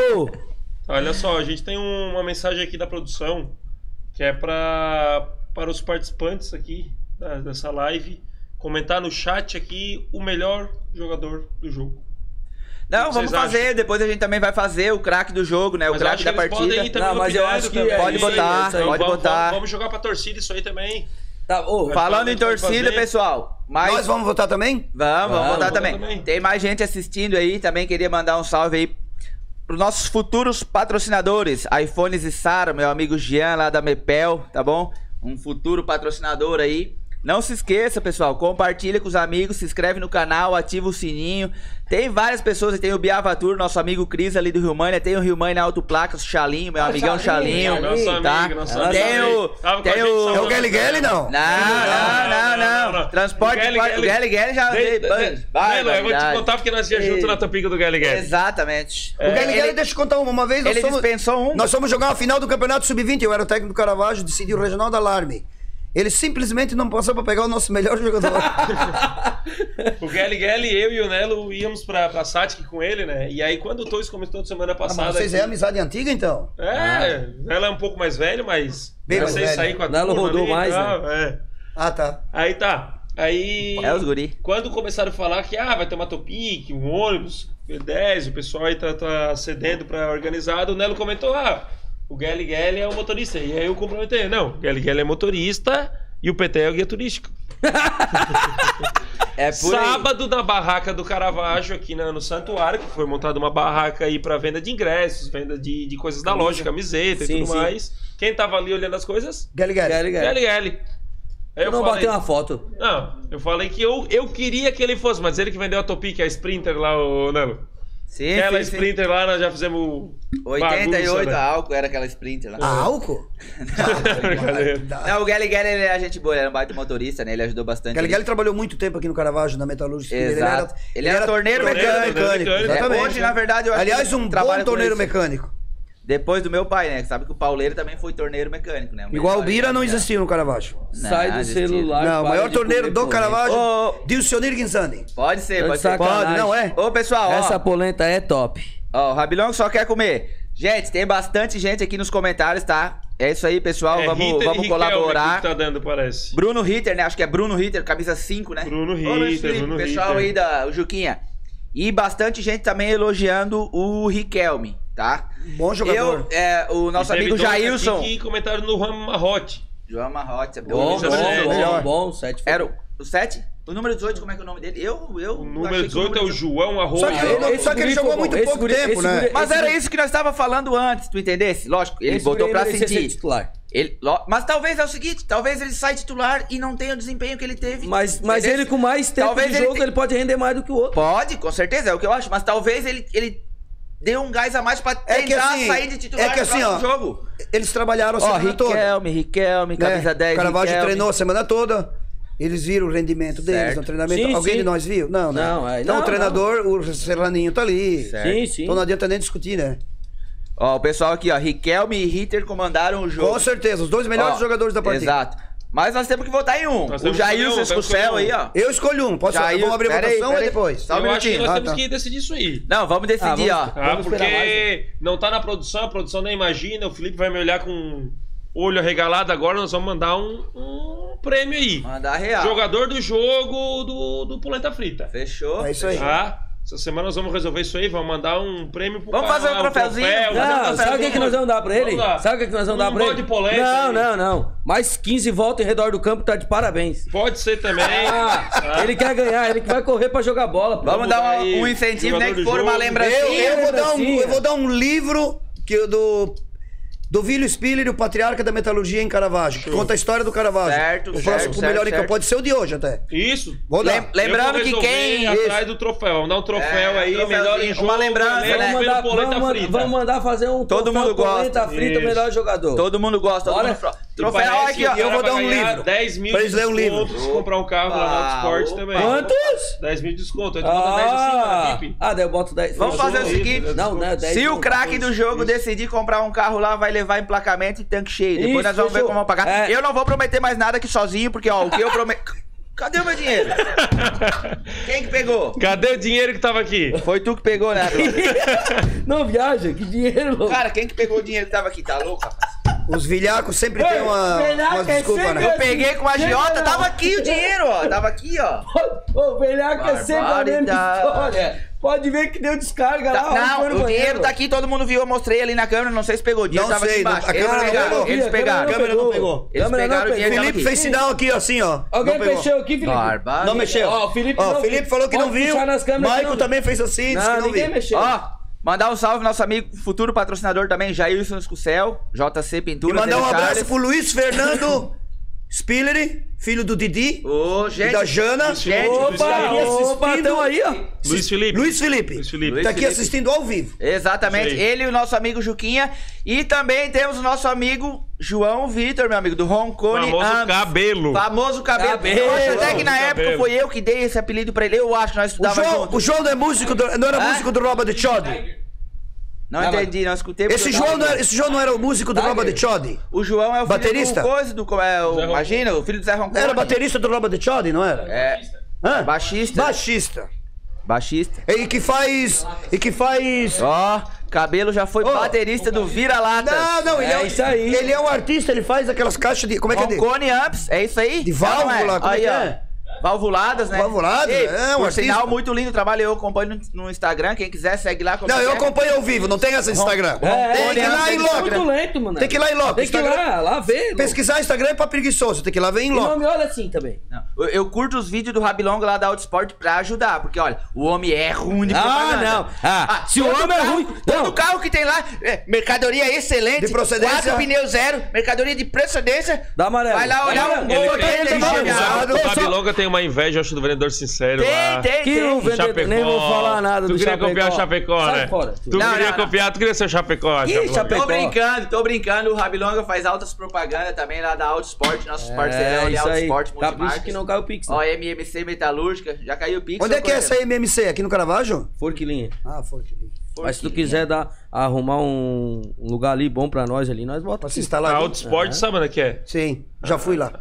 Olha só, a gente tem um- uma mensagem aqui da produção que é pra, para os participantes aqui da- dessa live comentar no chat aqui o melhor jogador do jogo. Não, O que vamos vocês acham? fazer. Depois a gente também vai fazer o craque do jogo, né? O Mas eu craque acho que da eles podem ir partida. também Não, mas eu opinando acho que também. é Pode isso aí, botar, isso aí. pode vamos, botar. Vamos, vamos jogar pra torcida isso aí também. Tá, ô, Falando em Vamos fazer. torcida, pessoal. Mas... Nós vamos votar também? Vamos, vamos Vamos, voltar vamos também. também. Tem mais gente assistindo aí, também queria mandar um salve aí pros nossos futuros patrocinadores, iPhones e Sara, meu amigo Jean lá da Mepel, tá bom? Um futuro patrocinador aí. Não se esqueça, pessoal, compartilha com os amigos, se inscreve no canal, ativa o sininho. Tem várias pessoas, tem o Biavatur, nosso amigo Cris ali do Rio Mania, tem o Rio Mania Auto Placas, Chalinho, meu amigão Chalinho, Chalinho, nosso Ah, amigo, tá? nosso tem amigo. o, Tava com tem a gente, o É o Gelly Gelly, não? não, não, não, não. Transporte O Gelli, de quali- o Gelli, Gelli já dei banho. Vai, Lelo, eu vou te verdade. contar É. porque nós ia junto na topica do Gelli Gelli. Exatamente. O Gelli Gelli, deixa eu contar uma. Uma vez nós É, Ele fomos- dispensou um. Nós fomos jogar a final do Campeonato Sub-20. Eu era o técnico do Caravaggio, decidi o Regional da Alarme. Ele simplesmente não passou pra pegar o nosso melhor jogador. Ah, O Gelli Gelli, eu e o Nelo íamos pra, pra Satic com ele, né? E aí quando o Toys comentou semana Ah, passada... mas vocês aqui- é amizade antiga, então? É, ela é um pouco mais velha, mas... Bem já mais sei velha. sair com a Nelo turma rodou ali e mais, tal, é. Ah, tá. Aí tá. Aí... É os guri. Quando começaram a falar que ah, vai ter uma Topic, um ônibus, P10, o pessoal aí tá, tá cedendo pra organizado, o Nelo comentou: ah, o Gelli Gelli é o motorista. E aí eu comprometei: não, o Gelli Gelli é motorista e o PT é o guia turístico. É por aí. Sábado, na barraca do Caravaggio, aqui na- no Santuário, que foi montada uma barraca aí pra venda de ingressos, venda de, de coisas da loja, camiseta e Sim, tudo sim. mais. Quem tava ali olhando as coisas? Gelli Gelli. Gelli, É. Gelli. Gelli Gelli. Aí eu Eu não falei, botei uma foto. não, eu falei que eu, eu queria que ele fosse, mas ele que vendeu a Topic, a Sprinter lá, o Nelo. Sim, Aquela sim, sim. Sprinter lá, nós já fizemos 88 bagunça, né? álcool era aquela sprint lá. Ah, tá. álcool? tá, Brincadeira. Não, o Gelli Gelli ele é gente boa, ele era um baita motorista, né? Ele ajudou bastante. Gelli ali. Gelli trabalhou muito tempo aqui no Caravaggio, na metalúrgica. Exato. Ele era torneiro mecânico. Torneiro Exatamente. mecânico. Hoje, na verdade, eu acho Aliás, que um bom trabalha com torneiro isso. mecânico. Depois do meu pai, né? Sabe que o Pauleiro também foi torneiro mecânico, né? Igual o melhor, Bira não né? existia no Caravaggio. Não, Sai do existia. celular. não, o para é maior de torneiro comer do polenta. Caravaggio, né? Ô, Dilcionir Guinzani. Pode ser, Tá pode de ser. sacanagem. Pode, não é? Ô, pessoal, ó. Essa polenta é top. Ó, o Rabilão só quer comer. Gente, tem bastante gente aqui nos comentários, tá? É isso aí, pessoal. É, vamos Ritter e vamos Riquelme colaborar. que tá dando, parece. Bruno Ritter, né? Acho que é Bruno Ritter, camisa 5, né? Bruno Ô, Ritter, Luiz Felipe, Bruno pessoal Ritter. aí da o Juquinha. E bastante gente também elogiando o Riquelme, tá? Bom jogador. Eu, é, o nosso E teve amigo dois aqui Jailson. Que comentaram no Ramo Marrote. João Marrotti, sabe? Bom, bom, Beleza, né? bom, Melhor. bom, sete É, Era o, o 7? O número 18, como é que é o nome dele? Eu, eu O achei número que 18 é o João Arroba. Só que, ele- esse só que ele guri jogou foi bom. muito Esse pouco guri- tempo, esse né? guri- Mas Esse era guri- isso que nós estávamos falando antes, tu entendesse? Lógico, ele Esse botou guri pra merecia ser sentir. titular. Ele, lo- mas talvez é o seguinte, talvez ele saia titular e não tenha o desempenho que ele teve. Mas, mas Entendeu? ele com mais tempo Talvez de jogo, te- ele pode render mais do que o outro. Pode, com certeza, é o que eu acho. Mas talvez ele, ele dê um gás a mais pra É que tentar assim, sair de titular é que no assim, próximo ó, jogo. Eles trabalharam a Ó, semana toda. Riquelme, Riquelme, camisa né? 10, O Caravaggio Riquelme. treinou a semana toda. Eles viram o rendimento deles Certo. no treinamento. Sim, Alguém sim. de nós viu? Não, né? Não, aí- Então não, o treinador, o Serraninho tá ali. Certo. Sim, sim. Então não adianta nem discutir, né? Ó, o pessoal aqui, ó, Riquelme e Ritter comandaram o jogo. Com certeza, os dois melhores Ó, jogadores da partida. Exato. Mas nós temos que votar em um. Nós o temos que Jair, escolher um, o temos que escolher Céu aí, um. ó. Eu escolho um. Posso Jair, Vamos abrir a pera aí, votação pera ou aí. depois? Só um eu acho que minutinho. nós Ah, temos tá. que decidir isso aí. Não, vamos decidir, Ah, vamos- ó. Ah, Vamos esperar né? porque não tá na produção, a produção nem imagina, o Felipe vai me olhar com olho arregalado agora, nós vamos mandar um, um prêmio aí. Mandar real. Jogador do jogo do, do Polenta Frita. Fechou. É isso aí. Tá? Essa semana nós vamos resolver isso aí, vamos mandar um prêmio pro Vamos cara fazer um lá, troféuzinho? troféu, fazer Não, um Vamos Não, dar sabe o que, é troféuzinho. que nós vamos dar pra ele? Vamos dar. Sabe o que, que nós vamos Um dar pra balde ele? de polenta Não, aí. não, não. Mais 15 voltas em redor do campo, tá de parabéns. Pode ser também. Tá? Ah, ele quer ganhar, ele que vai correr pra jogar bola. pô. Vamos dar uma- aí, um incentivo, jogador né? Que do for uma jogo. lembrancinha. Eu, eu vou dar um, lembrancinha. eu vou dar um livro que eu- do do Vílio Spiller, o patriarca da metalurgia em Caravaggio, que conta a história do Caravaggio. Certo, o certo, próximo certo, melhor em certo. campo pode ser o de hoje até. Isso. Vou dar. Lem- Lembrando Eu que vou resolver quem. Atrás do troféu, vamos dar um troféu É, aí, troféuzinho, melhor em uma jogo. lembrança, elenco né? Vamos pelo mandar, Polenta vamos, mandar- Frita. vamos mandar fazer um Todo troféu mundo gosta. Polenta frita, o Isso. melhor jogador. Todo mundo gosta. Todo Bora. mundo... fro- E Troféu parece aqui, que o ó. cara eu vou vai dar um ganhar livro. 10 mil Pra eles lerem um livro. descontos se comprar um carro lá na Autosport Opa. também. Quantos? 10 mil de desconto. A gente bota 10 assim na Ah, VIP. ah, daí eu boto 10. Vamos fazer o Isso, seguinte. isso. Não, né? 10 Se o não, craque depois. do jogo decidir comprar um carro lá, vai levar emplacamento e tanque cheio. Depois Isso, nós vamos ver fechou. como vamos pagar. É. Eu não vou prometer mais nada aqui sozinho, porque ó, o que eu prometo. Cadê o meu dinheiro? Quem que pegou? Cadê o dinheiro que tava aqui? Foi tu que pegou, né? Bruno? Não viaja, que dinheiro, louco. Cara, quem que pegou o dinheiro que tava aqui? Tá louco? rapaz? Os vilhacos sempre têm uma, velhaco uma é desculpa, sempre né? Eu peguei com a agiota, tava aqui o dinheiro, ó. Tava aqui, ó. Ô, velhaco é sempre a mesma Barbaridade. história. Pode ver que deu descarga Tá- lá. ó, foi no não, o dinheiro banheiro. tá aqui, todo mundo viu, eu mostrei ali na câmera, não sei se pegou. O dinheiro Não tava aqui sei, não- embaixo. a Eles câmera não pegaram, pegou. eles A câmera pegaram. não Câmera não pegou. Eles Câmera não pegaram o pegou. dinheiro. Felipe aqui. fez sinal aqui, ó, assim, ó. Alguém Não pegou. mexeu aqui, Felipe? Barbaridade. Não mexeu. Ó, o Felipe Ó, não- Felipe falou que pode não viu. puxar nas câmeras que Maico não- também fez assim, disse que Não, não ninguém viu. mexeu. Ó, mandar um salve nosso amigo, futuro patrocinador também, Jailson Escucel, JC Pintura. E mandar um Tele Charles. abraço pro Luiz Fernando Spiller, filho do Didi Ô, e gente. da Jana. Gente, Luiz Opa, Felipe. opa, assistindo. tão aí, ó. Luiz Felipe. Luiz Felipe. Luiz Felipe. Tá aqui Felipe. assistindo ao vivo. Exatamente, Isso aí. ele e o nosso amigo Juquinha. E também temos o nosso amigo João Vitor, meu amigo, do Roncone. Famoso Amps. cabelo. Famoso cabelo. Cabelo. Eu acho até que na Cabelo. época foi eu que dei esse apelido pra ele. Eu acho que nós O estudávamos João, junto. o João não é músico, do- não era Hã? músico do Roba de Chod. Não Não, mas- entendi, não escutei. porque Esse eu João, tava- não era, esse João não era o músico do Tiger. Roba de Chod? O João é o filho Baterista? do coisa do... É, o, Zé Roncone. imagina, o filho do Zé Roncone. Era baterista do Roba de Chod, não era? É, Hã? baixista. Baixista. Baixista. E que faz. E que faz. Ó, cabelo já foi Ô, baterista do Vira-Lata. Não, não, ele é, É um- isso aí. Ele é um artista, ele faz aquelas caixas de. Como é que é de? Roncone Amps, é isso aí? De válvula, Não, não como é aí, que ó. é? Valvuladas, né? Valvuladas, Ei, é, um Por artista. sinal, muito lindo o trabalho. Eu acompanho no, no Instagram. Quem quiser, segue lá. como Não, eu é. acompanho ao vivo, não tem essa no Instagram. É, tem é, que ir lá é em muito loco. lento, mano. Tem que ir lá em loco. Tem que ir Instagram- lá, lá ver. louco. Pesquisar Instagram é pra preguiçoso, tem que ir lá ver em E não loco. me olha assim também. Não, Eu, eu curto os vídeos do Rabilonga lá da Autosport pra ajudar. Porque, olha, o homem é ruim de Ah, propaganda. não. Ah, se o todo homem é carro- ruim, Todo não. carro que tem lá, é, mercadoria excelente. De procedência. Quatro pneus zero, mercadoria de procedência. Dá amarelo. Vai lá olhar Dá um amarelo. gol Ele aqui, tem- ele ele chega- tem- avisado. O Ô, só- Babilonga tem uma inveja, eu acho, do vendedor sincero lá. Tem, tem, Que tem. o vendedor. Chapecó. Nem vou falar nada tu do queria Chapecó. copiar o Chapecó, Sai né? fora. tu Não, queria não, não. copiar, tu queria ser o Chapecó. Ih, Chapecó. Chapecó. Tô brincando, tô brincando. O Rabilonga faz altas propagandas também lá da Auto Sport, nossos parceirão É, ali, isso Auto aí. Sport Capricha que não Multimarcas. caiu o Pix. né? Ó, MMC Metalúrgica, já caiu o Pix. Onde é ô, que é parceiro? essa MMC? Aqui no Caravaggio? Forquilinha. Ah, foi aqui. Mas se tu quiser dar, arrumar um, um lugar ali bom pra nós ali, nós Pra bota. se aqui. A instalar. aqui. Auto Sport sabe onde é que é? Sim, já fui lá.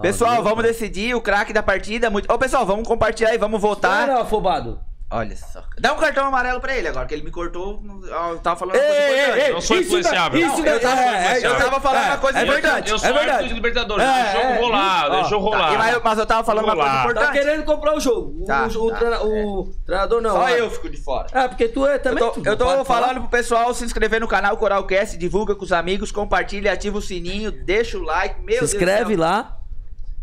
Pessoal, vamos decidir o craque da partida. Muito... Ô, pessoal, vamos compartilhar e vamos votar. Para, afobado. Olha só. Dá um cartão amarelo pra ele agora, que ele me cortou. não- ó, Eu tava falando Ei, uma coisa ei, importante. Tá. ei, Não sou isso da- influenciável. Isso Não, da- eu tava- é, é, eu tava falando é, uma coisa é importante. verdade. Eu sou é árbitro verdade. de Libertadores. deixa É, eu é, rolar, isso, ó. deixa eu Tá, rolar. e mas, eu- mas eu tava falando uma coisa Rolar. Tá importante. querendo comprar o jogo. O- Tá, o, tá, trena- é. o treinador não. Só ah. eu fico de fora. Ah, porque tu é também. Eu tu tô, não eu tô pode falando falar. pro pessoal se inscrever no canal Coralcast, divulga com os amigos, compartilha, ativa o sininho, deixa o like, meu Se Deus inscreve do céu. lá.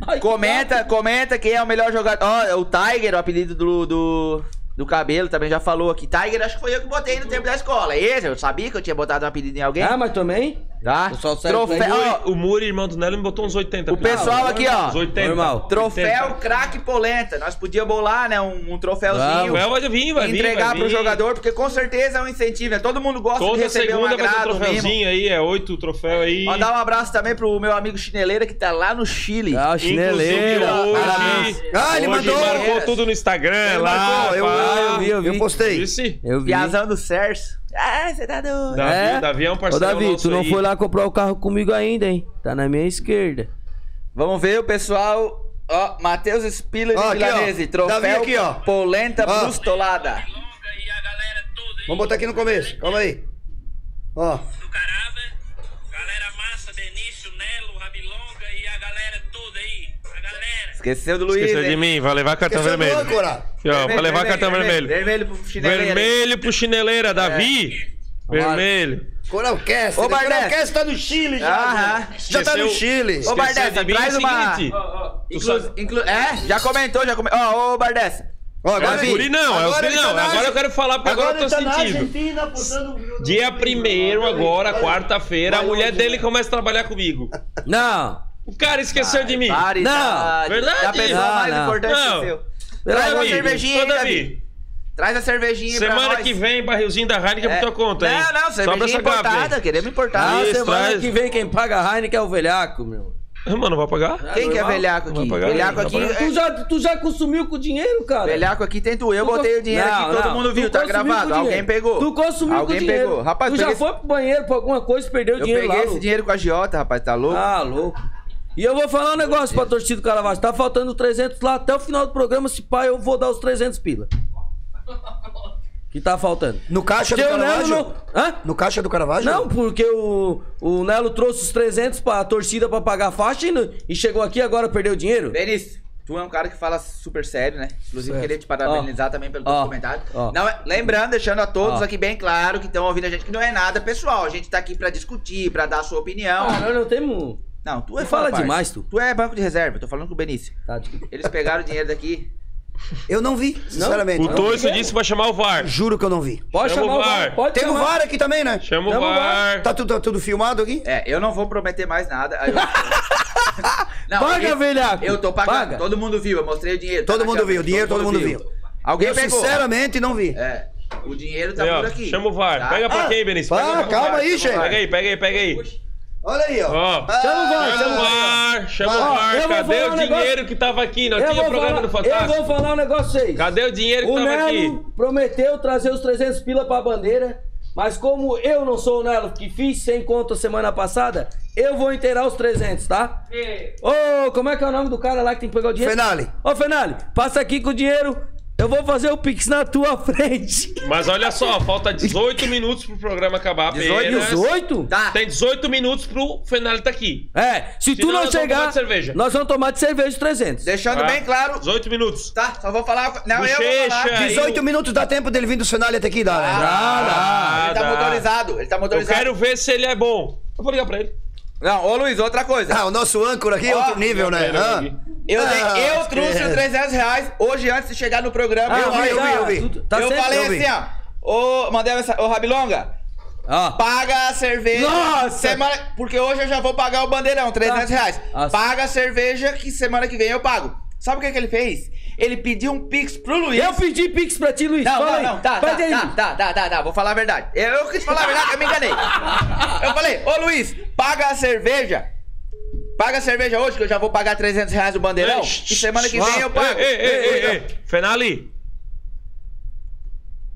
Ai, que Comenta, comenta quem é o melhor jogador. Ó, é o Tiger, o apelido do, do, do cabelo, também já falou aqui. Tiger, acho que foi eu que botei no tempo da escola. Esse, eu sabia que eu tinha botado um apelido em alguém. Ah, mas também? tá? o pessoal serve pra Troféu, ele. ó, O Muri, irmão do Nelo, me botou uns 80. O pessoal aqui, ó. Uns 80. Normal. troféu 80. craque polenta. Nós podíamos bolar, né? Um, um troféuzinho. Troféu vai vir, vai e vir. entregar vai pro vir. jogador, porque com certeza é um incentivo, né? Todo mundo gosta de Toda receber um segunda vai ter um agrado, um mimo. troféuzinho aí, é oito troféu aí. Mandar um abraço também pro meu amigo chineleira que tá lá no Chile. Ah, Inclusive, chineleira. hoje, Ah, ele hoje mandou. marcou tudo no Instagram Ele lá. marcou, eu- pá. eu vi, eu vi. postei. Disse? Eu vi. Piazão do Sérgio. Ah, você tá doido. Davi, É? Davi é um Ô, parceiro Davi, nosso tu não aí. foi lá comprar o carro comigo ainda, hein? Tá na minha esquerda. Vamos ver o pessoal. Ó, Matheus Spiller Ó, de aqui, Milanese, ó. Davi troféu aqui, ó. Polenta Ó. Brustolada. longa e a galera toda aí Vamos botar aqui no começo, calma aí. Ó, do Carava. Galera massa, Denício, Nelo, Rabilonga e a galera toda aí. A galera. Esqueceu do Luiz. Esqueceu de hein? mim, vai levar cartão Esqueceu do vermelho. âncora. Aqui, ó, vai levar cartão vermelho. Vermelho pro chinelo. Vermelho pro chineleira, Davi. Vermelho. é Coralcast. Ô, né? Bardet. Coralcast tá no Chile já. Aham. né? Já tá no Esqueceu- Chile. Ô, Esqueceu Bardessa, de mim traz é o uma- seguinte, Inclu- inclu- É, já comentou, já comentou. Ó, ô, Bardessa. Ó, agora É o Davi, guri não, é o agora guri ele tá não. na Agora eu Argentina. quero falar porque agora, eu tô sentindo. um Dia 1 agora, quarta-feira, a mulher né? dele começa a trabalhar comigo. Não! O cara esqueceu de mim. Paridade. Verdade. Da pessoa Ah, Não, mais não. importante Não. que seu. Traz uma cervejinha Davi, ô aí, Davi, Davi. Traz a cervejinha aí pra semana nós. que vem, barrilzinho da Heineken É. por tua conta, hein? Não, não, Sobra cervejinha essa garrafa, importada, hein? queremos importar. Ah, Isso, semana traz. que vem quem paga a Heineken é o velhaco, meu. Ah, Mano, vai pagar? Quem que é normal. velhaco Vai aqui? pagar, Velhaco vai aqui. pagar. é- Tu já, tu já consumiu com o dinheiro, cara? Velhaco aqui tento eu, botei o dinheiro Não, aqui, todo não. mundo viu, Tu tá consumiu com gravado. Alguém dinheiro. pegou. Tu consumiu Alguém com dinheiro. pegou. Rapaz, tu peguei já esse- foi pro banheiro pra alguma coisa e perdeu eu dinheiro peguei lá. esse Lu. dinheiro com a Giota, rapaz, tá louco? Tá louco. E eu vou falar um negócio pra torcida do Caravaggio. Tá faltando 300 lá até o final do programa. Se pá, eu vou dar os 300 pila. Que tá faltando. no caixa do Porque o Nelo Caravaggio? não... Hã? No caixa do Caravaggio? Não, porque o, o Nelo trouxe os 300 pra torcida pra pagar a faixa e, não- e chegou aqui agora perdeu o dinheiro. Benício, tu é um cara que fala super sério, né? Inclusive, Certo. queria te parabenizar também pelo teu Ó. comentário. Ó. Não, é- lembrando, deixando a todos Ó. aqui bem claro que estão ouvindo a gente, que não é nada pessoal. A gente tá aqui pra discutir, pra dar a sua opinião. Ah, nós não temos... Não, tu é Tu fala parte. demais, tu. é banco de reserva, eu tô falando com o Benício. Tá, desculpa. Eles pegaram o dinheiro daqui. Eu não vi, sinceramente. O então Não Toiço quero. disse pra chamar o VAR. vi. Juro que eu não vi. Pode Chama chamar o o VAR. VAR. Pode Tem o chamar. VAR aqui também, né? Chama o Chama o VAR. Tá tudo, tá tudo filmado aqui? É, eu não vou prometer mais nada. Aí eu- Não, Paga, eu- velhaco. Eu tô pagando. Paga. Todo mundo viu, eu mostrei o dinheiro. tá Todo na mundo câmera, viu, o dinheiro todo mundo viu. Alguém Eu pegou. sinceramente não vi. É, o dinheiro tá Aí, ó, por aqui. Chama o VAR. Tá? Pega pra quem, Benício? Pega Ah, pra- calma aí, chama o chefe. VAR. Pega aí, pega aí, pega aí. Olha aí, ó. Ó. Chama o VAR, Chama o VAR, chama o Ó, eu VAR. Cadê vou falar o um dinheiro negócio. que tava aqui? Não Eu tinha vou, programa falar, do eu vou Fantástico? falar um negócio pra vocês. Cadê o dinheiro que O tava Nelo aqui? prometeu trazer os 300 pila pra bandeira, mas como eu não sou o Nelo, que fiz sem conta semana passada, eu vou inteirar os 300, tá? Ô, como é que é o nome do cara lá que tem que pegar o dinheiro? Fenale. Ô, Fenale, passa aqui com o dinheiro, eu vou fazer o Pix na tua frente. Mas olha só, falta 18 minutos pro programa acabar. 18? apenas. 18? Tá. Tem 18 minutos pro Fenale tá aqui. É, se tu Senão não nós vamos tomar chegar, de cerveja. nós vamos tomar de cerveja os 300. Deixando Tá? bem claro. 18 minutos. Tá, só vou falar. Não, eu vou Bochecha. falar. 18 minutos dá tempo dele vir do Fenale até aqui, dá, né? Ah, Ele tá dá. motorizado. Ele tá Eu motorizado. quero ver se ele é bom. Eu vou ligar pra ele. Não, ô Luiz, outra coisa. Ah, o nosso âncora aqui é outro nível, né? Pera, Ah. aqui. Eu, dei- Ah, eu trouxe os 300 reais hoje antes de chegar no programa. Ah, eu vi, eu vi, eu vi. tu- Tá eu sempre- falei eu vi. assim, ó. Ô, mandei essa. Ô, Rabilonga, Ó. paga a cerveja. Nossa! Semana, porque hoje eu já vou pagar o bandeirão, 300 Tá. reais. Nossa. Paga a cerveja que semana que vem eu pago. Sabe o que, que ele fez? Ele pediu um pix pro Luiz. Eu pedi Pix pra ti, Luiz. Não, Fala não, aí. não, tá, tá, Faz aí. tá, tá, tá, tá, tá, vou falar a verdade. Eu, eu quis falar a verdade, eu me enganei. Eu falei, ô Luiz, paga a cerveja. Paga a cerveja hoje, que eu já vou pagar 300 reais o é bandeirão. Ei, E semana que vem eu pago. Ei, ei, ei, ei, ei. Fenale.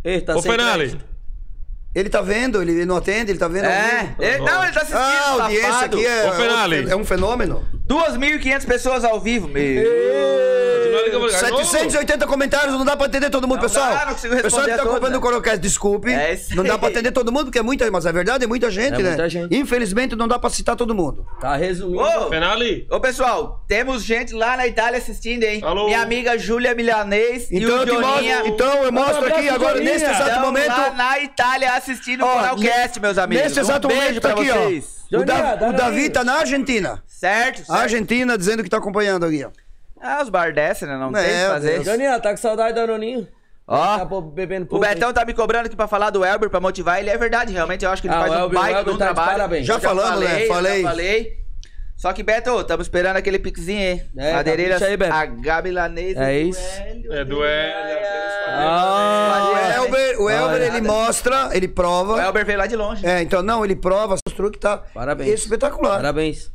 Ei, tá Ô, sem Fenale. crédito. Ele tá vendo, ele não atende, ele tá vendo. ao É, vivo. ele- não, ele tá assistindo, Ah, a audiência safado. aqui é, Ô, Fenale. é um fenômeno. 2.500 pessoas ao vivo, meu. Continua ligando, vou ligar de novo. 780 comentários, não dá pra entender todo mundo, Não pessoal. dá, não consigo responder pessoal que a tá todos, acompanhando né? o Corocast, desculpe. É isso não dá aí. pra atender todo mundo, porque é muita, mas a verdade é muita gente, É né? muita gente. Infelizmente não dá pra citar todo mundo. Tá resumindo. Ô, Fenale. Ô pessoal, temos gente lá na Itália assistindo, hein? Alô. Minha amiga Júlia Milanês Então, e eu, o te Joninha. Um mostro, então eu mostro aqui abraço, agora, Joninha. neste exato Estão momento. lá na Itália assistindo o Ó, Canalcast, meus amigos. Neste exato um beijo momento tá pra aqui, vocês. ó. O, Joninha, Da- dá o na Davi minha. tá na Argentina. Certo? A certo. Argentina dizendo que tá acompanhando aqui, ó. Ah, os bar descem, né? Não É, tem o que fazer. Deus. Daniel, tá com saudade da Noninho? Ó, Tá bebendo Ah. o pouco. Betão tá me cobrando aqui pra falar do Elber, pra motivar ele. É verdade, realmente, eu acho que ele Ah, faz o um Elber- o baita de Elber um tá de trabalho. parabéns. Já Eu falamos, né? falei, já Falei. falei. Só que, Beto, estamos esperando aquele piquezinho aí. É, tá, Madeireiras, puxa aí, Beto. a Gabi Lanese. É isso. É É. duelo. Ah, O Olha, Elber, o olha. Elber ele mostra, ele O prova. Elber veio lá de longe. né? É, então não, ele prova, mostrou que tá Parabéns. espetacular. Parabéns.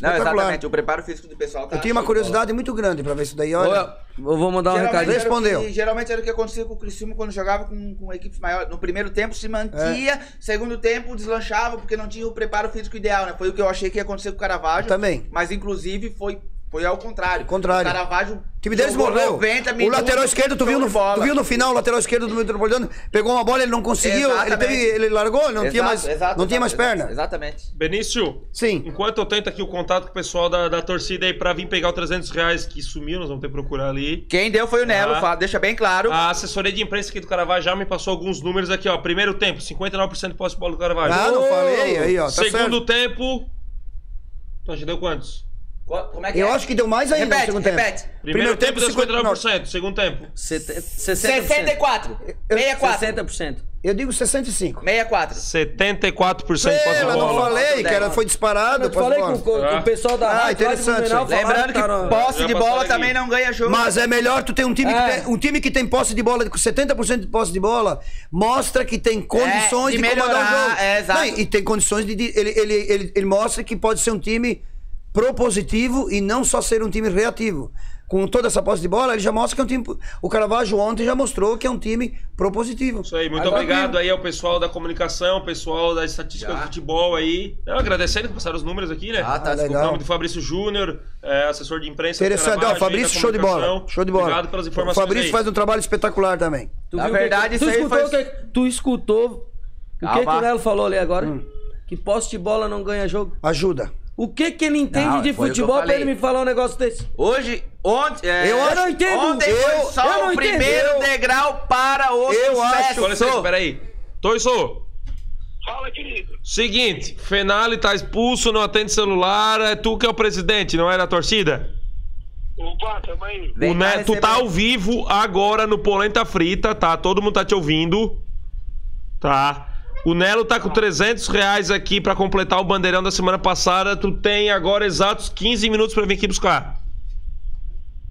Não, Espetacular. exatamente. O preparo físico do pessoal tá Eu tinha uma show de bola. curiosidade muito grande pra ver isso daí. Ô, Olha, eu vou mandar um Geralmente recadinho. era o que- Respondeu. geralmente era o que acontecia com o Criciúma quando jogava com, com equipes maiores. No primeiro tempo se mantia, É. segundo tempo deslanchava porque não tinha o preparo físico ideal, né? Foi o que eu achei que ia acontecer com o Caravaggio. Também. Mas inclusive foi, foi ao contrário. Contrário. O Caravaggio o time deles jogou morreu. 90 O minutos, lateral esquerdo, tu viu, show no, de bola. tu viu no final, o lateral esquerdo do Metropolitano pegou uma bola, ele não conseguiu, ele, Exatamente. teve, ele largou, ele não tinha Exato, mais, exato, não tinha exato, mais exato, perna. Exatamente. Benício, Sim. enquanto eu tento aqui o contato com o pessoal da, da torcida aí pra vir pegar os 300 reais que sumiu, nós vamos ter que procurar ali. Quem deu foi o Nelo, Ah. fa- deixa bem claro. A assessoria de imprensa aqui do Caravaggio já me passou alguns números aqui, ó. Primeiro tempo, 59% de posse de bola do Caravaggio. Ah, não Ô, falei, aí, ó, tá Segundo tempo... Tu acha que deu quantos? Co- Como é Eu acho que deu mais ainda Repete, no segundo repete. tempo. Primeiro, tempo, deu 59%, 59%. segundo tempo. 70, 60%. 64. 64. 60%. Eu digo 65. 64. 74% posse de Ela não bola. falei que era, foi disparado. Eu te falei posso com, falar? o- com Ah. o pessoal da Ah, rádio lá de interessante Blumenau, isso falaram tá Lembrando que cara, posse já de bola passaram também aqui. não ganha jogo. Mas é melhor tu ter um time, É. que tem, um time que tem posse de bola, com 70% de posse de bola, mostra que tem condições É, de de, comandar o melhorar, jogo. é, exato. e tem condições de. de- ele, ele, ele, ele mostra que pode ser um time propositivo e não só ser um time reativo. Com toda essa posse de bola, ele já mostra que é um time. O Caravaggio ontem já mostrou que é um time propositivo. Isso aí, muito Agora obrigado mesmo. aí ao pessoal da comunicação, ao pessoal da estatística do futebol aí. Não, agradecendo que passaram os números aqui, né? Ah, tá, O desculpa. nome do Fabrício Júnior, é, assessor de imprensa. do Interessante. assim, Ó, Caravaggio, Fabrício, da show de bola. comunicação. Show de bola. Obrigado pelas informações. O Fabrício aí. faz um trabalho espetacular também. Tu Na viu o que verdade, que, isso tu aí escutou foi- o que que- tu escutou o que, que Calma. Hum. o Nelo falou ali agora? Que posse de bola não ganha jogo. Ajuda. O que que ele entende Não, de foi o que eu futebol pra falei. ele me falar um negócio desse? Hoje, ontem. é, Eu acho- eu não entendo. Ontem Eu- foi só eu não o entendo. primeiro Eu- degrau para o Eu acho- Com licença, sucesso. peraí. Toiso, Fala, querido. seguinte, Fenali tá expulso, não atende celular, é tu que é o presidente, não é da torcida? Opa, tamo aí. Vem o cá Neto, tu receber- um tá ao vivo agora no Polenta Frita, tá? Todo mundo tá te ouvindo. Tá. O Nelo tá com 300 reais aqui pra completar o bandeirão da semana passada. Tu tem agora exatos 15 minutos pra vir aqui buscar.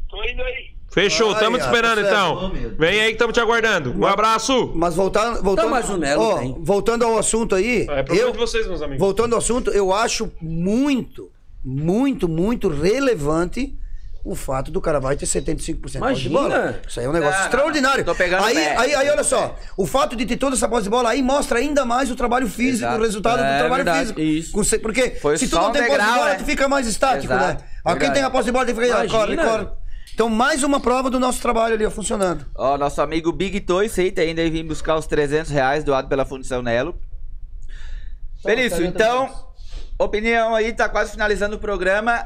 Tô indo aí. Fechou, Ai, tamo te ah, esperando tá certo. então. Vem aí que tamo te aguardando. Um abraço. Mas voltando. voltando mas um o Nelo ó, tem. Voltando ao assunto aí. É problema eu, de vocês, meus amigos. Voltando ao assunto, eu acho muito, muito, muito relevante o fato do Caravaggio ter 75% de posse de Imagina. bola. Isso aí é um negócio Não, não, extraordinário. tô pegando aí, pé. aí, aí, olha só, o fato de ter toda essa posse de bola aí mostra ainda mais o trabalho físico, Exato. o resultado É, do trabalho verdade, físico. isso. Com ce- Porque Foi se tu só não um tem posse de degrau, bola, né? tu fica mais estático, Exato, né? Aqui verdade. tem a posse de bola, tem que ficar aí, ó, corre, Imagina. corre. Então, mais uma prova do nosso trabalho ali, ó, funcionando. Ó, nosso amigo Big Toy Seita ainda aí vim buscar os 300 reais doado pela Fundição Nelo. Felício, então, opinião aí, tá quase finalizando o programa.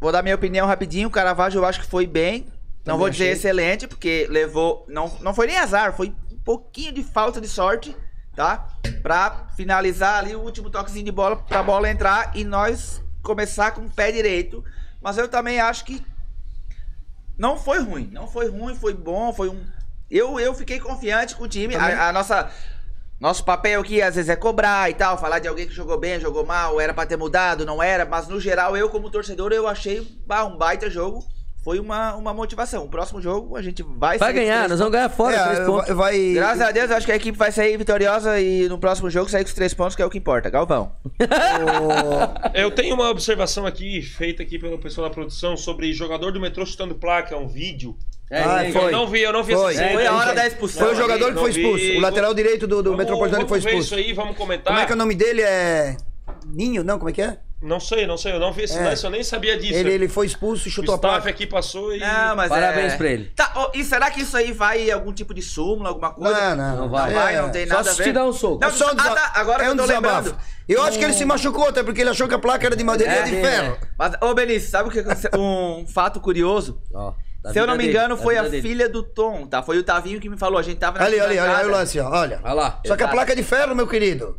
Vou dar minha opinião rapidinho. O Caravaggio eu acho que foi bem. Não vou dizer excelente, porque levou. Não, não foi nem azar, foi um pouquinho de falta de sorte, tá? Pra finalizar ali o último toquezinho de bola, pra bola entrar e nós começar com o pé direito. Mas eu também acho que não foi ruim, não foi ruim, foi bom, foi um. Eu, eu fiquei confiante com o time. A, a nossa nosso papel aqui às vezes é cobrar e tal, falar de alguém que jogou bem, jogou mal, era pra ter mudado, não era, mas no geral eu como torcedor eu achei bah, um baita jogo, foi uma, uma motivação. O próximo jogo a gente vai Vai sair ganhar, com os três nós vamos ganhar fora. É, três pontos. vai- vai. pontos. Graças a Deus, eu acho que a equipe vai sair vitoriosa e no próximo jogo sair com os três pontos, que é o que importa. Galvão. Eu tenho uma observação aqui, feita aqui pelo pessoal da produção, sobre jogador do metrô chutando placa, um vídeo. É, Ah, é, foi. Eu não vi, eu não vi Foi. cena. Foi a hora da Foi expulsão. o jogador que foi expulso, o lateral direito do, do Vamos- Metropolitano que foi vamos ver expulso. isso aí, vamos tá? comentar. Como é que é o nome dele? É. Ninho? Não, como é que é? Não sei, não sei, eu não vi esse É. lance, eu nem sabia disso. Ele, ele foi expulso o e chutou a staff placa. aqui passou e... Não, mas Parabéns é... pra ele. Tá, ó, e será que isso aí vai algum tipo de súmula, alguma coisa? Não, não, Não Não vai. vai, É. não tem Só nada a se ver. te dá um soco. Não, É só um ah, desa- tá, agora que eu tô lembrando. Um Eu acho que ele se machucou até porque ele achou que a placa era de madeira e É, era de ferro. Mas, ô Benício, sabe o que aconteceu? Um fato curioso. Ó, da Se eu vida não me dele, engano, da foi a vida dele. filha do Tom, tá? Foi o Tavinho que me falou. A gente tava na Ali, ali, olha, olha o arquibancada. lance, ó, olha. Olha lá. Só que a é. Exato. placa é de ferro, meu querido.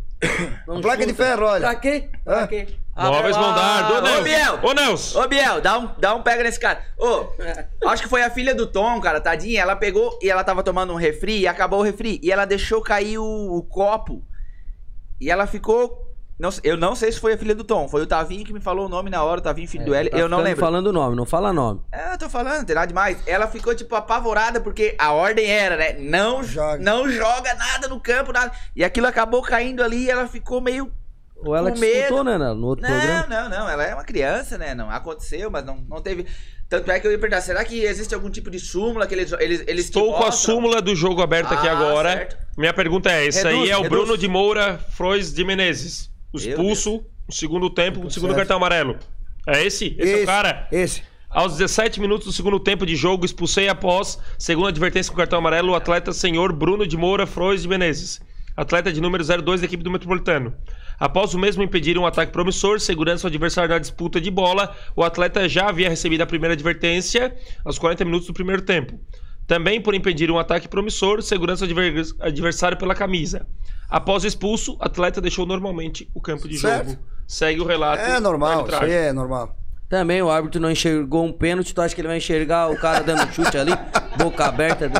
Não a placa é de chuta. ferro, Pra olha. quê? Ah. Pra quê? Móveis Ah, Mondardo. Ô, Ô, Biel! Nelson. Ô, Nelson. Ô, Biel, dá um, dá um pega nesse cara. Ô, acho que foi a filha do Tom, cara, tadinha. Ela pegou e ela tava tomando um refri e acabou o refri. E ela deixou cair o, o copo. E ela ficou. não sei- eu não sei se foi a filha do Tom. Foi o Tavinho que me falou o nome na hora, o Tavinho, filho do Hélio. Tá eu não ficando lembro. falando o nome, não fala nome. É, eu tô falando, não tem nada demais. Ela ficou, tipo, apavorada porque a ordem era, né? Não joga, Joga. não joga nada no campo, nada. E aquilo acabou caindo ali e ela ficou meio. Ou ela Com que medo. escutou, né, Nela, no outro programa? Não, não, não. Ela é uma criança, né? Não aconteceu, mas não, não teve. Tanto é que eu ia perguntar, será que existe algum tipo de súmula que eles. eles, eles te Estou com a mostram? súmula do jogo aberta aqui Ah, agora. certo. Minha pergunta é: esse aí Reduz, é o reduz. Bruno de Moura Frois de Menezes. Meu Expulso no segundo tempo, no segundo Tá Certo. cartão amarelo. É esse? Esse, é o cara? Esse. Aos 17 minutos do segundo tempo de jogo, expulsei após, segunda advertência com cartão amarelo, o atleta senhor Bruno de Moura Frois de Menezes, atleta de número 02 da equipe do Metropolitano. Após o mesmo impedir um ataque promissor, segurando seu adversário na disputa de bola, o atleta já havia recebido a primeira advertência aos 40 minutos do primeiro tempo. Também por impedir um ataque promissor, segurança adver- adversário pela camisa. Após o expulso, atleta deixou normalmente o campo de Certo. jogo. Segue o relato. É da normal, isso arbitragem. aí é normal. Também o árbitro não enxergou um pênalti, tu acha que ele vai enxergar o cara dando um chute ali, boca aberta?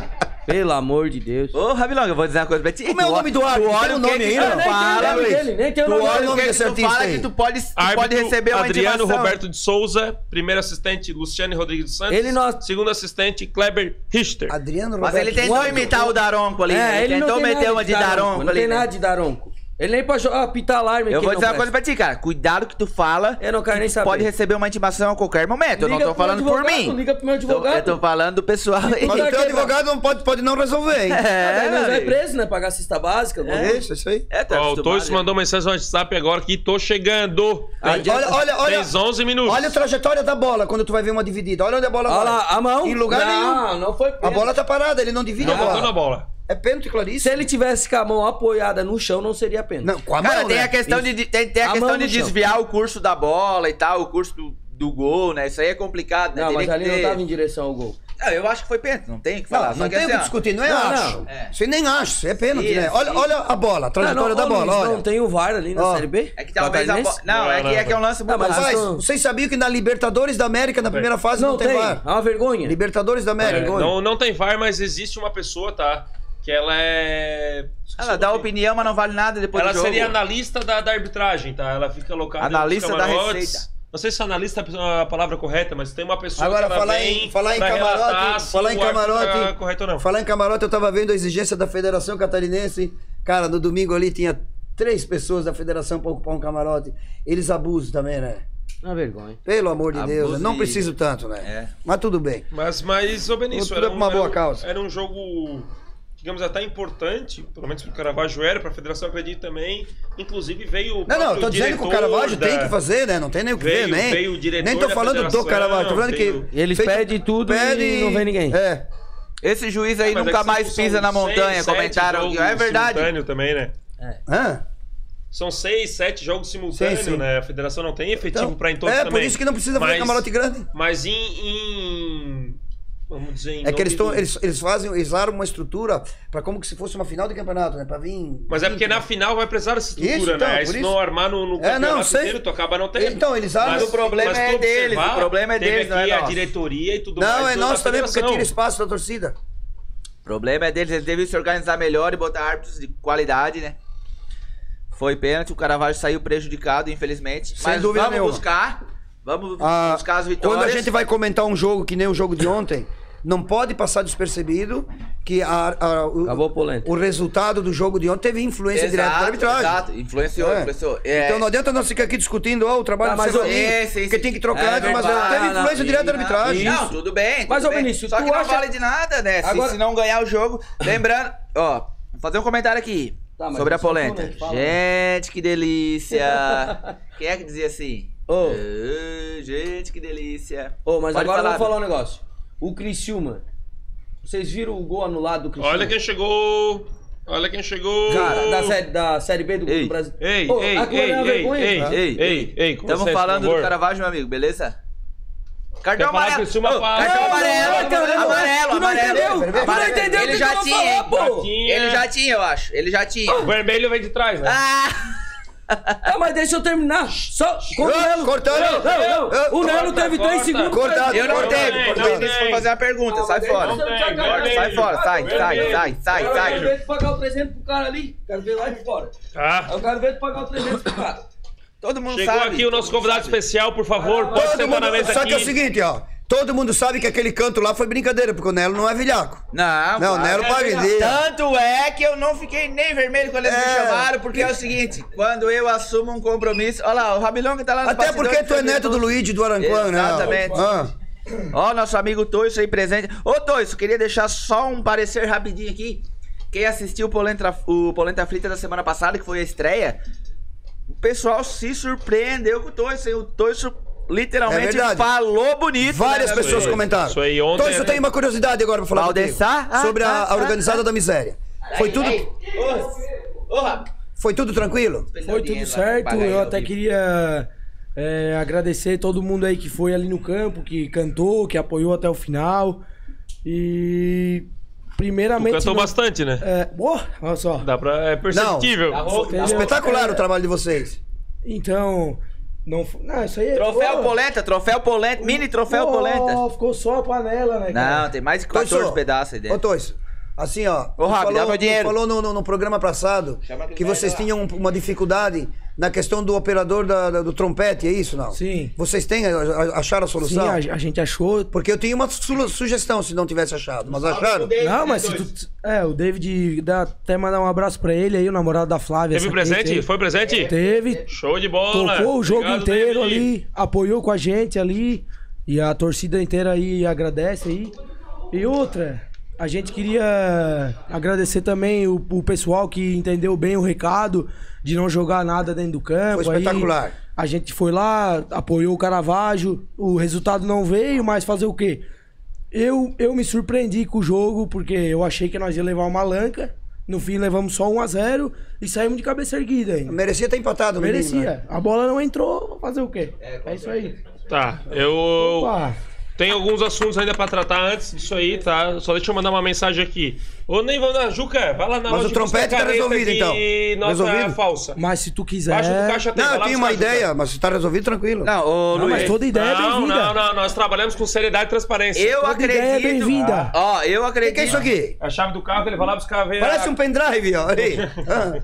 Pelo amor de Deus. Ô, Rabilonga, eu vou dizer uma coisa pra ti. Como é o Tu nome do olha- árbitro? Tu Tem olha o o que nome que ainda? tu Não fala, nome Luiz. dele, nem tem o Tu nome olha dele. o que Desse que né? tu é artista fala aí. que tu pode, tu Árbitro pode receber uma Adriano intimação. Roberto de Souza, primeiro assistente Luciane Rodrigues dos Santos, Ele não- segundo assistente Kleber Richter. Adriano Mas Roberto. ele tentou Quando? imitar o Daronco ali. né? ele tentou É, tem meter nada uma de Daronco Não ali. tem né? nada de Daronco. Ele nem pra jogar apitar alarme Eu aqui, vou não dizer uma coisa presta. pra ti, cara. Cuidado que tu fala. Eu não quero que nem tu saber. Pode receber uma intimação a qualquer momento. eu não Liga tô pro meu falando por advogado, mim. liga pro meu Tô- Eu advogado. tô falando do pessoal aí. Então, Mas o Tá teu aqui, advogado não pode, pode não resolver, hein? Ah, daí nós vai É, preso, né? Pagar cesta básica. né? alguma É isso, coisa. é isso aí. é, tá Ó, o acostumado, Toys né? mandou mensagem no WhatsApp agora que tô chegando. Aí, Olha, olha, olha. Fez 11 minutos. Olha a trajetória da bola quando tu vai ver uma dividida. Olha onde a bola Olha vai. lá, a mão. Em lugar não, nenhum. Não, foi A pênalti. bola tá parada, ele não divide Não a botou bola. na bola. É pênalti, Se Clarice? ele tivesse com a mão apoiada no chão, não seria pênalti. Não, com a Cara, mão, tem né? a questão de, de- tem, tem a A questão mão de no chão. desviar o curso da bola e tal, o curso do, do gol, né? Isso aí é complicado, né? Não, mas Teria ali que não ter- tava em direção ao gol. Não, eu acho que foi pênalti, não tem o que Não, falar. só não que tem o assim, que ó, discutir, não é Não, acho. não. É. Isso aí nem acho, isso é pênalti, Isso, né? Olha, isso. olha a bola, a trajetória não, da ô, bola, Luiz, olha. Não tem o VAR ali na Ó. Série B? É que talvez a bola. Catarinense? Não, é Não, que, é não, que é um não. lance muito Não, mas rápido. Rapaz, isso- vocês sabiam que na Libertadores da América, na primeira fase, não, Não tem tem. VAR. É uma vergonha. Libertadores É, da América. não, não tem VAR, mas existe uma pessoa, tá? Que ela é. Ela dá opinião, mas não vale nada depois Ela do jogo. seria analista da, da arbitragem, tá? Ela fica alocada em Analista uns da camarotes. receita. Não sei se analista é a palavra correta, mas tem uma pessoa Agora, que ela falar vem em, falar em pra relatar camarote, se falar em o árbitro tá camarote, correto ou não. falar em camarote, eu tava vendo a exigência da Federação Catarinense. Cara, no domingo ali tinha três pessoas da Federação pra ocupar um camarote. Eles abusam também, né? é Uma vergonha. Pelo amor de Abuso Deus, né? não e- preciso tanto, né? É. Mas tudo bem. Mas, mas ô Benício, Tudo é pra uma boa um- causa. era um jogo, digamos, até importante, pelo menos pro Caravaggio era, pra Federação eu acredito também. Inclusive veio o Não, não, eu próprio tô dizendo que o diretor Caravaggio da- tem que fazer, né? Não tem nem o que Veio- ver, nem. veio o diretor nem tô da falando do federação, Caravaggio, tô falando veio- que. Eles feito- pedem tudo e não vem ninguém. É. Esse juiz aí Mas nunca é que mais são pisa na seis, montanha, sete comentaram. jogos É verdade. simultâneo também, né? Hã? São seis, sete jogos simultâneos, Sim, sim. né? A federação não tem efetivo Então, Tipo, pra em todos é, também. por isso que não precisa fazer Mas- camarote grande. Mas em, em- Vamos dizer, em É que nome eles, tão- do- eles, eles fazem, eles armam uma estrutura pra como que se fosse uma final de campeonato, né? Pra vir. Mas é porque na final vai precisar dessa estrutura, Isso, então, né? por Se isso. não armar no, no É, campeonato não, sei. inteiro, tu acaba não tendo. Então, eles armam- Mas o problema mas é tu deles, observar, o problema é teve deles, não é aqui a nosso. diretoria e tudo mais. Não, é toda a nosso também, porque federação. tira espaço da torcida. O problema é deles, eles devem se organizar melhor e botar árbitros de qualidade, né? Foi pênalti, o Caravaggio saiu prejudicado, infelizmente. Sem mas dúvida vamos nenhuma. buscar. Vamos Ah, buscar as vitórias. quando a gente vai comentar um jogo que nem o jogo de ontem, não pode passar despercebido que a- a- o, Acabou a polenta. o resultado do jogo de ontem teve influência Exato, direta da arbitragem. Exato, influenciou, É. influenciou. É, Então não adianta nós ficar aqui discutindo ó, o trabalho Tá, do mas Cebolinha, eu- é, sim, porque sim. tem que É trocar, mas verdade. teve Não, influência não, direta da Não, arbitragem. Não, tudo bem. Mas, tudo ô, bem. Vinícius, Só tu que não acha- vale de nada, né? Se- Agora- Se, não ganhar o jogo. Lembrando, ó, vou fazer um comentário aqui Tá, mas sobre a você falou, polenta. né? Fala. Gente, que delícia! Quem é que dizia assim? Ô. "Ah, gente, que delícia. Ô, mas Pode agora eu falar, vou falar um negócio. O Criciúma. Vocês viram o gol anulado do Criciúma? Olha quem chegou. Olha quem chegou. Cara, da série, da série B do, Ei, do Brasil. Ei, Ô, ei, aquilo ei, ali é uma ei, vergonha, ei, cara. ei, ei, ei, com Estamos licença, falando por favor. do Caravaggio, meu amigo, beleza? Quer Cartão falar amarelo. que o Silma Ô, fala? cartão Não, não, amarelo, não, amarelo, não, amarelo, tu não entendeu? amarelo. Tu não entendeu o Ele que já eu vou tinha, falar, hein? pô? Tinha. Ele já tinha, eu acho. Ele já tinha. O vermelho vem de trás, né? Ah! Ah, mas deixa eu terminar. Só. Quando o Nelo. Cortaram! Não, não. O Corta, Nelo teve dois corta. segundos. Cortado. Eu não Não tenho. tem, Não, não Vinícius tem. foi fazer uma pergunta. Sai fora. não tem, não Sai tem. fora. Sai, Não sai, tem. sai, sai, Eu quero sai. ver tu pagar o 300 pro cara ali. Quero ver lá de fora. Tá. Eu quero ver tu pagar o 300 pro cara. Todo mundo Chegou sabe. aqui o nosso convidado especial, por favor, pode Ah, Todo sentar mundo, na mesa só aqui. que é o seguinte, ó. Todo mundo sabe que aquele canto lá foi brincadeira, porque o Nelo não é vilhaco. Não, Não, claro. Nelo Pavideira. Tanto é que eu não fiquei nem vermelho quando eles me É. chamaram, porque é o seguinte, quando eu assumo um compromisso... Olha lá, o Rabilonga tá lá no Até bastidor porque de tu é Fabiano. neto do Luigi do Aranquan, né? Exatamente. Ah. Ó, nosso amigo Toiço aí presente. Ô, Toiço, queria deixar só um parecer rapidinho aqui. Quem assistiu o Polenta, o Polenta Frita da semana passada, que foi a estreia, o pessoal se surpreendeu com o Toiço. hein? O Toiço É literalmente verdade. falou bonito. Várias né, pessoas isso aí. comentaram. Isso aí, ontem- Então, isso eu tenho uma curiosidade agora pra falar contigo, Valdessar? Ah, sobre a, ah, a organizada ah, da miséria. Foi tudo, Ô, ô, Rabi. foi tudo tranquilo? Foi tudo certo. é Eu até queria é, agradecer todo mundo aí que foi ali no campo, que cantou, que apoiou até o final. E primeiramente. Cantou não- bastante, né? É, Boa, olha só. Dá pra... É perceptível. Tá Entendeu? Espetacular É, o trabalho de vocês. Então, não, fo- não, isso aí é. Troféu pô, Polenta, troféu Polenta, mini troféu pô, Polenta. Ficou só a panela, né? cara? Não, tá tem mais de Toiço, 14 pedaços aí Ô, dentro. Toiço, assim, ó. Ô, tu Rabi, dá falou, meu tu dinheiro. falou no, no- no programa passado Chama que que vai vocês lá. tinham um- uma dificuldade na questão do operador da- da- do trompete, é isso, não? Sim. Vocês têm, a- a- acharam a Sim, solução? a, a gente achou. Porque eu tinha uma su- sugestão se não tivesse achado, mas acharam? Não, mas se tu. É, o David dá até mandar um abraço pra ele aí, o namorado da Flávia. Teve essa presente? cliente aí. Foi presente? Teve. Show de bola. Tocou o jogo Obrigado, inteiro David. ali, apoiou com a gente ali. E a torcida inteira aí agradece aí. E outra, a gente queria agradecer também o, o pessoal que entendeu bem o recado de não jogar nada dentro do campo. Foi aí. espetacular. A gente foi lá, apoiou o Caravaggio, o resultado não veio, mas fazer o quê? Eu, eu me surpreendi com o jogo, porque eu achei que nós ia levar uma lanca. No fim levamos só 1 a 0 e saímos de cabeça erguida ainda. Merecia ter empatado, no mínimo, né? Merecia. A bola não entrou, fazer o quê? É, isso aí. Tá, eu... Opa. Tem alguns assuntos ainda pra tratar antes disso aí, tá? Só deixa eu mandar uma mensagem aqui. Ô, nem vamos na Juca, vai lá na Mas loja o de trompete tá pistacareta resolvido, de então. Nota Resolvido? falsa. Mas se tu quiser. Baixo do caixa tem, Não, vai eu lá tinha buscar, uma Juca. ideia, mas se tá resolvido, tranquilo. Não, ô Não, Luiz. mas toda ideia é Não, bem-vinda. não, não, nós trabalhamos com seriedade e transparência. Eu Toda acredito. ideia é bem-vinda. Ó, eu O acredito. que é isso aqui? A chave do carro, ele vai lá buscar a ver. Parece a- um pendrive, ó. olha aí. Ah.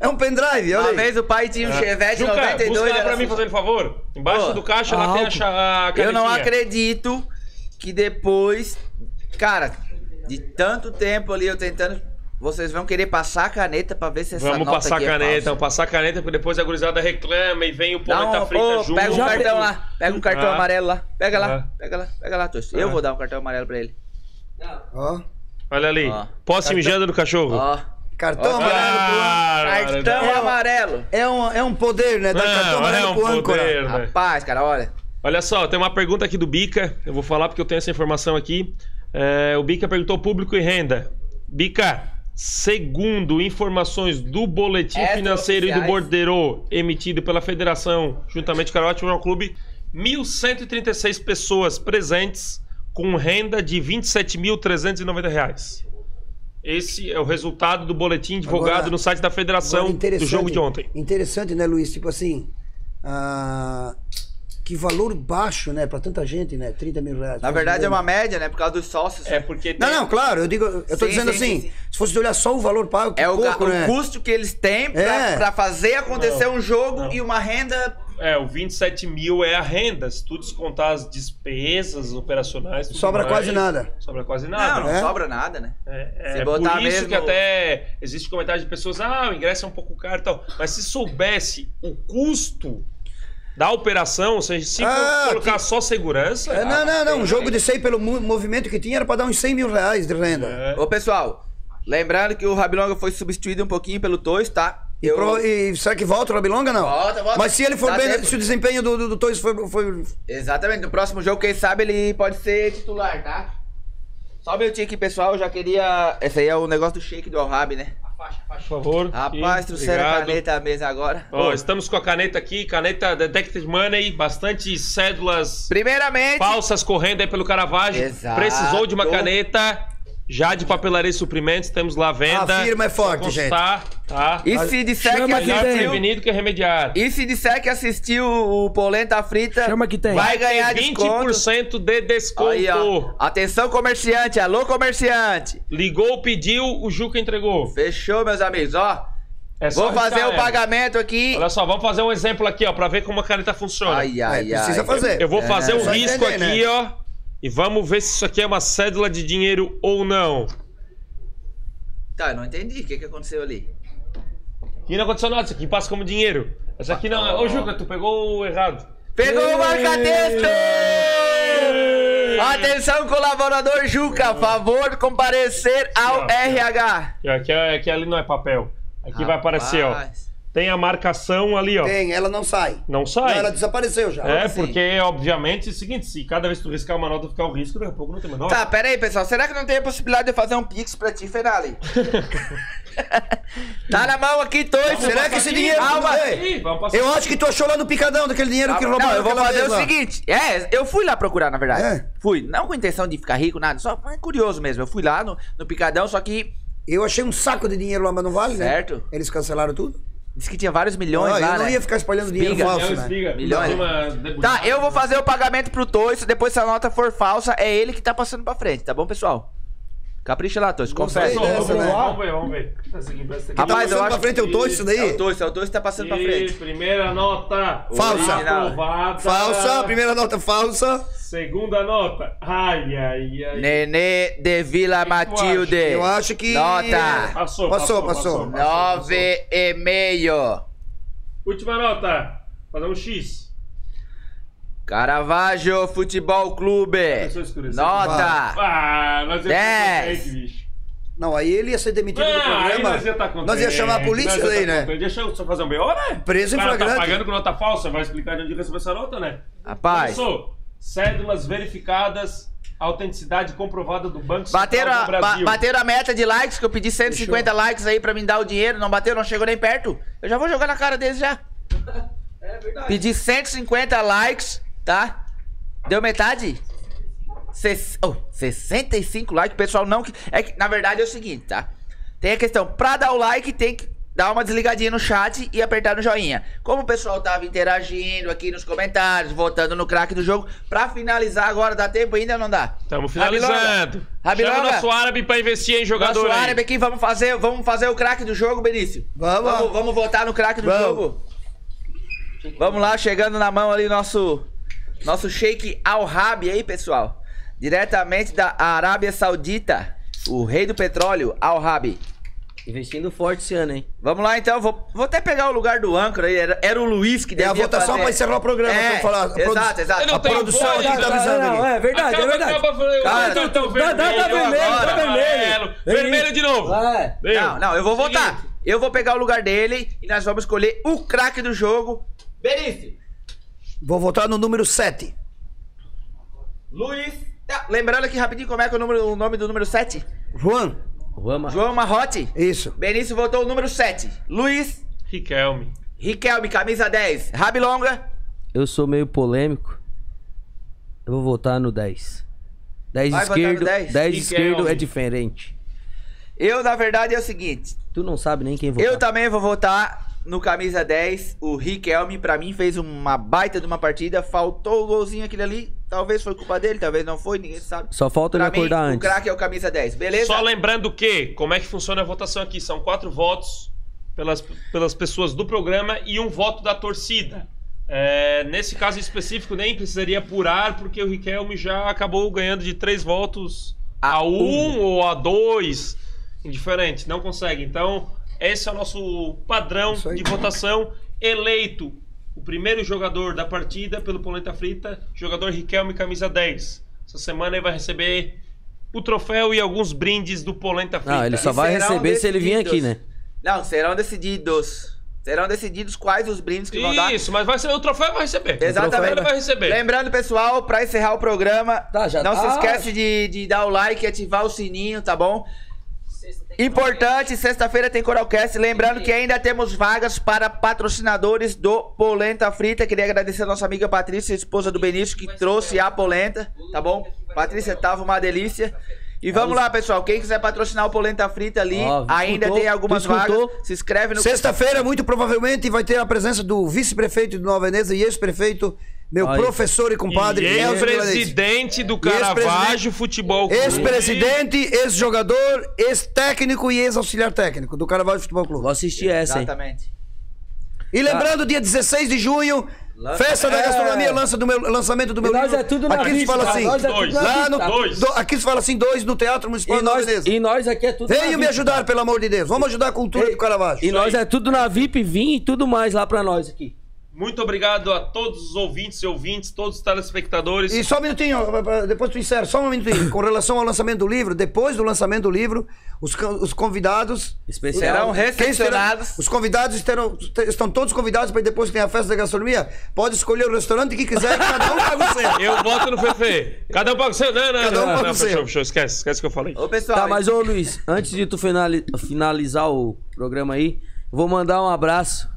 É um pendrive, Uma olha aí. vez o pai tinha um Chevette Juca, 92. busca lá era pra mim, assim. fazendo favor. Embaixo Ô, tá do caixa, lá tem a, álcool. cha- a Eu não canequinha. acredito que depois. Cara, de tanto tempo ali eu tentando. Vocês vão querer passar a caneta pra ver se essa Vamos nota passar a aqui é caneta, falsa. vamos passar a caneta, porque depois a gurizada reclama e vem o Dá polenta um, tá frita ô, junto. pega um Já cartão pe- lá, pega um cartão Ah. amarelo lá, pega lá, Ah. pega lá, pega lá, Tocho. Eu Ah. vou dar um cartão amarelo pra ele. Ó, Olha ali. Ó. Posse mijando no cachorro. Ó, cartão amarelo Ah, cartão É, ó. amarelo. pro... É um, é um poder, né? Dar cartão Não, é amarelo um pro âncora. poder, né? Rapaz, cara, olha. Olha só, tem uma pergunta aqui do Bica. Eu vou falar porque eu tenho essa informação aqui. É, o Bica perguntou público e renda. Bica, segundo informações do boletim Extra financeiro e do oficiais. borderô emitido pela federação, juntamente com o Carote Futebol Clube, 1.136 pessoas presentes com renda de R$ 27.390. reais. Esse é o resultado do boletim divulgado Agora- no site da federação Agora, é do jogo de ontem. Interessante, né, Luiz? Tipo assim. ah, que valor baixo, né? Pra tanta gente, né? 30 mil reais. Na verdade é uma média, né? Por causa dos sócios. um- É porque tem... Não, não, claro, eu digo, eu tô Sim, dizendo sim, assim, sim, sim. se fosse olhar só o valor pago, que É o, ga- pouco, o né? custo que eles têm pra, É. pra fazer acontecer um jogo Não. e uma renda. É, o 27 mil é a renda. Se tu descontar as despesas operacionais. tudo Sobra mais, quase nada. Sobra quase Não, nada. não É. sobra nada, né? É, Se é por botar isso mesmo- que até existe comentário de pessoas: ah, o ingresso é um pouco caro e tal. Mas se soubesse o custo da operação, ou seja, se Ah, colocar só segurança. É, não, não, não. Um jogo de 100 pelo mu- movimento que tinha era pra dar uns 100 mil reais de renda. É. Ô, pessoal, lembrando que o Rabilonga foi substituído um pouquinho pelo Toys, tá? E, prova- e será que volta o Rabilonga não? Volta, volta. Tá Mas se ele for Dá bem, tempo. se o desempenho do, do, do Toys foi, foi- Exatamente, no próximo jogo, quem sabe ele pode ser titular, tá? Só um minutinho aqui, pessoal, eu já queria. Esse aí é o negócio do shake do Alhab, né? É. Por favor. Rapaz, E- trouxeram a obrigado. caneta à mesa agora. Ó, estamos com a caneta aqui, caneta Detected Money, bastante cédulas Primeiramente. falsas correndo aí pelo Caravaggio. Exato. Precisou de uma caneta. Já de papelaria e suprimentos, temos lá à venda. A firma é forte, gente. Tá, tá. E se disser que Chama aqui Melhor dentro. assistiu. prevenido que remediar. E se disser que assistiu o Polenta Frita, Chama que tem. vai ganhar desconto. 20% de desconto. Aí, ó. Atenção, comerciante. Alô, comerciante. Ligou, pediu, o Juca entregou. Fechou, meus amigos, ó. É só Vou fazer arriscar o ela. pagamento aqui. Olha só, vamos fazer um exemplo aqui, ó, pra ver como a caneta funciona. Ai, ai, É, ai. precisa fazer. Eu vou fazer um só risco entender, aqui, né? ó. E vamos ver se isso aqui é uma cédula de dinheiro ou não. Tá, eu não entendi. O que, que aconteceu ali? E não aconteceu nada, isso aqui passa como dinheiro. Essa aqui não. Ô, Juca, tu pegou o errado. Pegou o marca-texto! Atenção, colaborador Juca, favor comparecer ao RH. E Aqui, é- aqui ali não é papel. Aqui vai aparecer, ó. Rapaz. Tem a marcação ali, ó. Tem, ela não sai. Não Não, sai. ela desapareceu já. É, assim? porque, obviamente, é o seguinte, se cada vez que tu riscar uma nota ficar o risco, daqui a pouco não tem mais nota. Tá, pera aí, pessoal. Será que não tem a possibilidade de eu fazer um pix pra ti, Ferrari? tá na mão aqui, dois. Será que esse dinheiro. é? Calma. Ih, vamos passar. Eu acho que tu achou lá no picadão daquele dinheiro que roubaram. Não, eu vou aquela fazer vez o lá. seguinte. É, eu fui lá procurar, na verdade. É? Fui. Não com intenção de ficar rico, nada. Só é curioso mesmo. Eu fui lá no, no Picadão, só que. Eu achei um saco de dinheiro lá, mas não vale, né? Certo. Eles cancelaram tudo? Disse que tinha vários milhões Ah, lá. eu não né? ia ficar espalhando dinheiro Espiga. É o falso, né? espiga. Milhões. Dá uma debulhada. Tá, eu vou fazer o pagamento pro Toiço, depois se a nota for falsa, é ele que tá passando pra frente, tá bom, pessoal? Capricha lá, Toiço, confere. Só, Gostei Vamos dessa, né? vamos ver, vamos ver. Essa aqui, essa aqui. Rapaz, tá eu passando acho pra frente é o toiço isso daí? É o Toiço, é o Toiço que tá passando pra E frente. primeira nota. Falsa. Aprovada. Falsa, primeira nota falsa. Segunda nota. Ai, ai, ai. Né? Nenê de Vila que tu acha? Matilde. Eu acho que. Nota. Passou, Passou, passou, passou. passou. Nove e meio. Última nota. Fazer um X. Caravaggio Futebol Clube. Começou a escurecer. Nota. Ah, nós ia Dez. ficar contente, bicho. Não, aí ele ia ser demitido do Ah, aí programa. nós ia estar contente. Nós ia chamar a polícia Nós ia tá daí, né? contente. Deixa eu só fazer um B.O., né? Preso em O cara flagrante. tá pagando com nota falsa, vai explicar de onde recebeu essa nota, né? Rapaz. Começou. Cédulas verificadas, autenticidade comprovada do Banco Central Bateram do a, ba- Brasil. bateram a meta de likes, que eu pedi 150 likes aí pra me dar o dinheiro. Não bateu, não chegou nem perto. Eu já vou jogar na cara deles já. Pedi 150 likes, tá? Deu metade? Ses- oh, 65 likes, pessoal não... que- É que, na verdade, é o seguinte, tá? Tem a questão, pra dar o like, tem que dar uma desligadinha no chat e apertar no joinha. Como o pessoal tava interagindo aqui nos comentários, votando no craque do jogo, pra finalizar agora, dá tempo ainda ou não dá? Estamos finalizando. Rabilonga. Chama nosso árabe pra investir em jogador Nosso aí. árabe aqui, vamos fazer, vamos fazer o craque do jogo, Benício. Vamos. Vamos, vamos votar no craque do Vamos. jogo. Vamos lá, chegando na mão ali nosso nosso Sheik Al Rabi aí, pessoal. Diretamente da Arábia Saudita, o rei do petróleo, Al Rabi. Investindo forte esse ano, hein? Vamos lá então, vou, vou até pegar o lugar do âncora aí, era, era o Luiz que É devia a votação fazer. pra encerrar o programa. É, vamos falar. A exato, Eu exato. não A tenho produção voz, aqui tá cara. avisando Não, ali. é verdade, é Acaba, verdade. acaba, eu- Cara, então, então, dá- dá- dá vermelho, vermelho, dá agora, vermelho. amarelo. É Vermelho isso. de novo. É, Vai. Deu. Não, não, eu vou Seguinte. votar. Eu vou pegar o lugar dele e nós vamos escolher o craque do jogo. Benício. Vou votar no número 7. Luiz. Tá, Lembrando aqui rapidinho como é que é o, número- o nome do número 7? Juan. Vamos. João Marrote. Isso. Benício votou o número 7. Luiz. Riquelme. Riquelme, camisa 10. Rabilonga. Eu sou meio polêmico. Eu vou votar no 10. 10 Vai votar no esquerdo. 10? 10, esquerdo é diferente. Eu, na verdade, é o seguinte. Tu não sabe nem quem votar. Eu também vou votar no camisa 10. O Riquelme, pra mim, fez uma baita de uma partida. Faltou o golzinho aquele ali. Talvez foi culpa dele, talvez não foi, ninguém sabe. Só falta pra ele acordar mim, antes. o craque é o camisa 10, beleza? Só lembrando que, como é que funciona a votação aqui? São quatro votos pelas, pelas pessoas do programa e um voto da torcida. É, nesse caso específico, nem precisaria apurar, porque o Riquelme já acabou ganhando de três votos a, A um um. ou a dois. Indiferente, não consegue. Então, esse é o nosso padrão Isso aí. de votação. Eleito o primeiro jogador da partida pelo Polenta Frita, jogador Riquelme, camisa 10. Essa semana ele vai receber o troféu e alguns brindes do Polenta Frita. Ah, Não, ele só E vai serão receber se ele vir aqui, decididos. né? Não, serão decididos. Serão decididos quais os brindes que vão dar. Isso, mas vai ser o troféu vai receber. O troféu Exatamente. ele vai receber. Lembrando, pessoal, pra encerrar o programa, Tá, já não tá. se esquece de, de dar o like, ativar o sininho, tá bom? Importante, sexta-feira tem Coralcast. Lembrando que ainda temos vagas para patrocinadores do Polenta Frita. Queria agradecer a nossa amiga Patrícia, esposa do Benício, que trouxe a polenta, tá bom? Patrícia, tava uma delícia. E vamos lá, pessoal. Quem quiser patrocinar o Polenta Frita ali, Tá, Ó, ainda escutou? tem algumas Tu escutou? vagas. Se inscreve no Sexta-feira, muito provavelmente, vai ter a presença do vice-prefeito de Nova Veneza e ex-prefeito Meu Aí. professor e compadre. E Elcio Canadense. ex-presidente do Caravaggio Futebol Clube. Ex-presidente, ex-jogador, ex-técnico e ex-auxiliar técnico do Caravaggio Futebol Clube. Vou assistir essa, hein? Exatamente. E lembrando, dia 16 de junho, festa da É. gastronomia, lança do meu, lançamento do meu nós livro. é tudo na aqui se vista, fala assim, nós é tudo na lá vista. no, Dois. do- aqui se fala assim, dois no Teatro Municipal E de Nova nós, Veneza. e nós aqui é tudo na Venham me VIP. ajudar, pelo amor de Deus. Vamos ajudar a cultura do Caravaggio. E nós é tudo na VIP, vinho e tudo mais lá pra nós aqui. Muito obrigado a todos os ouvintes e ouvintes, todos os telespectadores. E só um minutinho, depois tu insere, só um minutinho. Com relação ao lançamento do livro, depois do lançamento do livro, os, can- os convidados. Especial. Serão recepcionados. Os convidados terão, te- estão todos convidados para depois que tem a festa da gastronomia. Pode escolher o restaurante que quiser, cada um paga o seu. Eu boto no Fefe. Cada um paga o seu. Não, não, Cada um não, paga não, o seu. fechou, fechou. Esquece, esquece o que eu falei. Ô, pessoal. Tá, mas ô Luiz, antes de tu finali- finalizar o programa aí, vou mandar um abraço.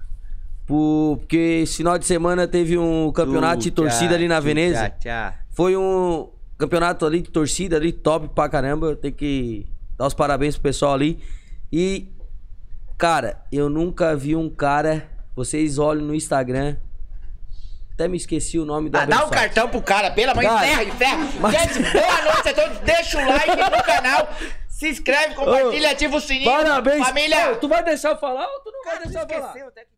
pro- Porque esse final de semana teve um campeonato de torcida ali na Veneza. Tchau, tchau. Foi um campeonato ali de torcida ali, top pra caramba. Tem que dar os parabéns pro pessoal ali. E, cara, eu nunca vi um cara. Vocês olham no Instagram. Até me esqueci o nome da Ah, dá um abençoada. cartão pro cara, pela mãe, Cara, encerra, encerra. mas- Gente, boa noite a todos. Deixa o like no canal, se inscreve, compartilha, ativa o sininho. Parabéns! Família. Ô, tu vai deixar eu falar ou tu não vai deixar eu falar? Esqueceu até que-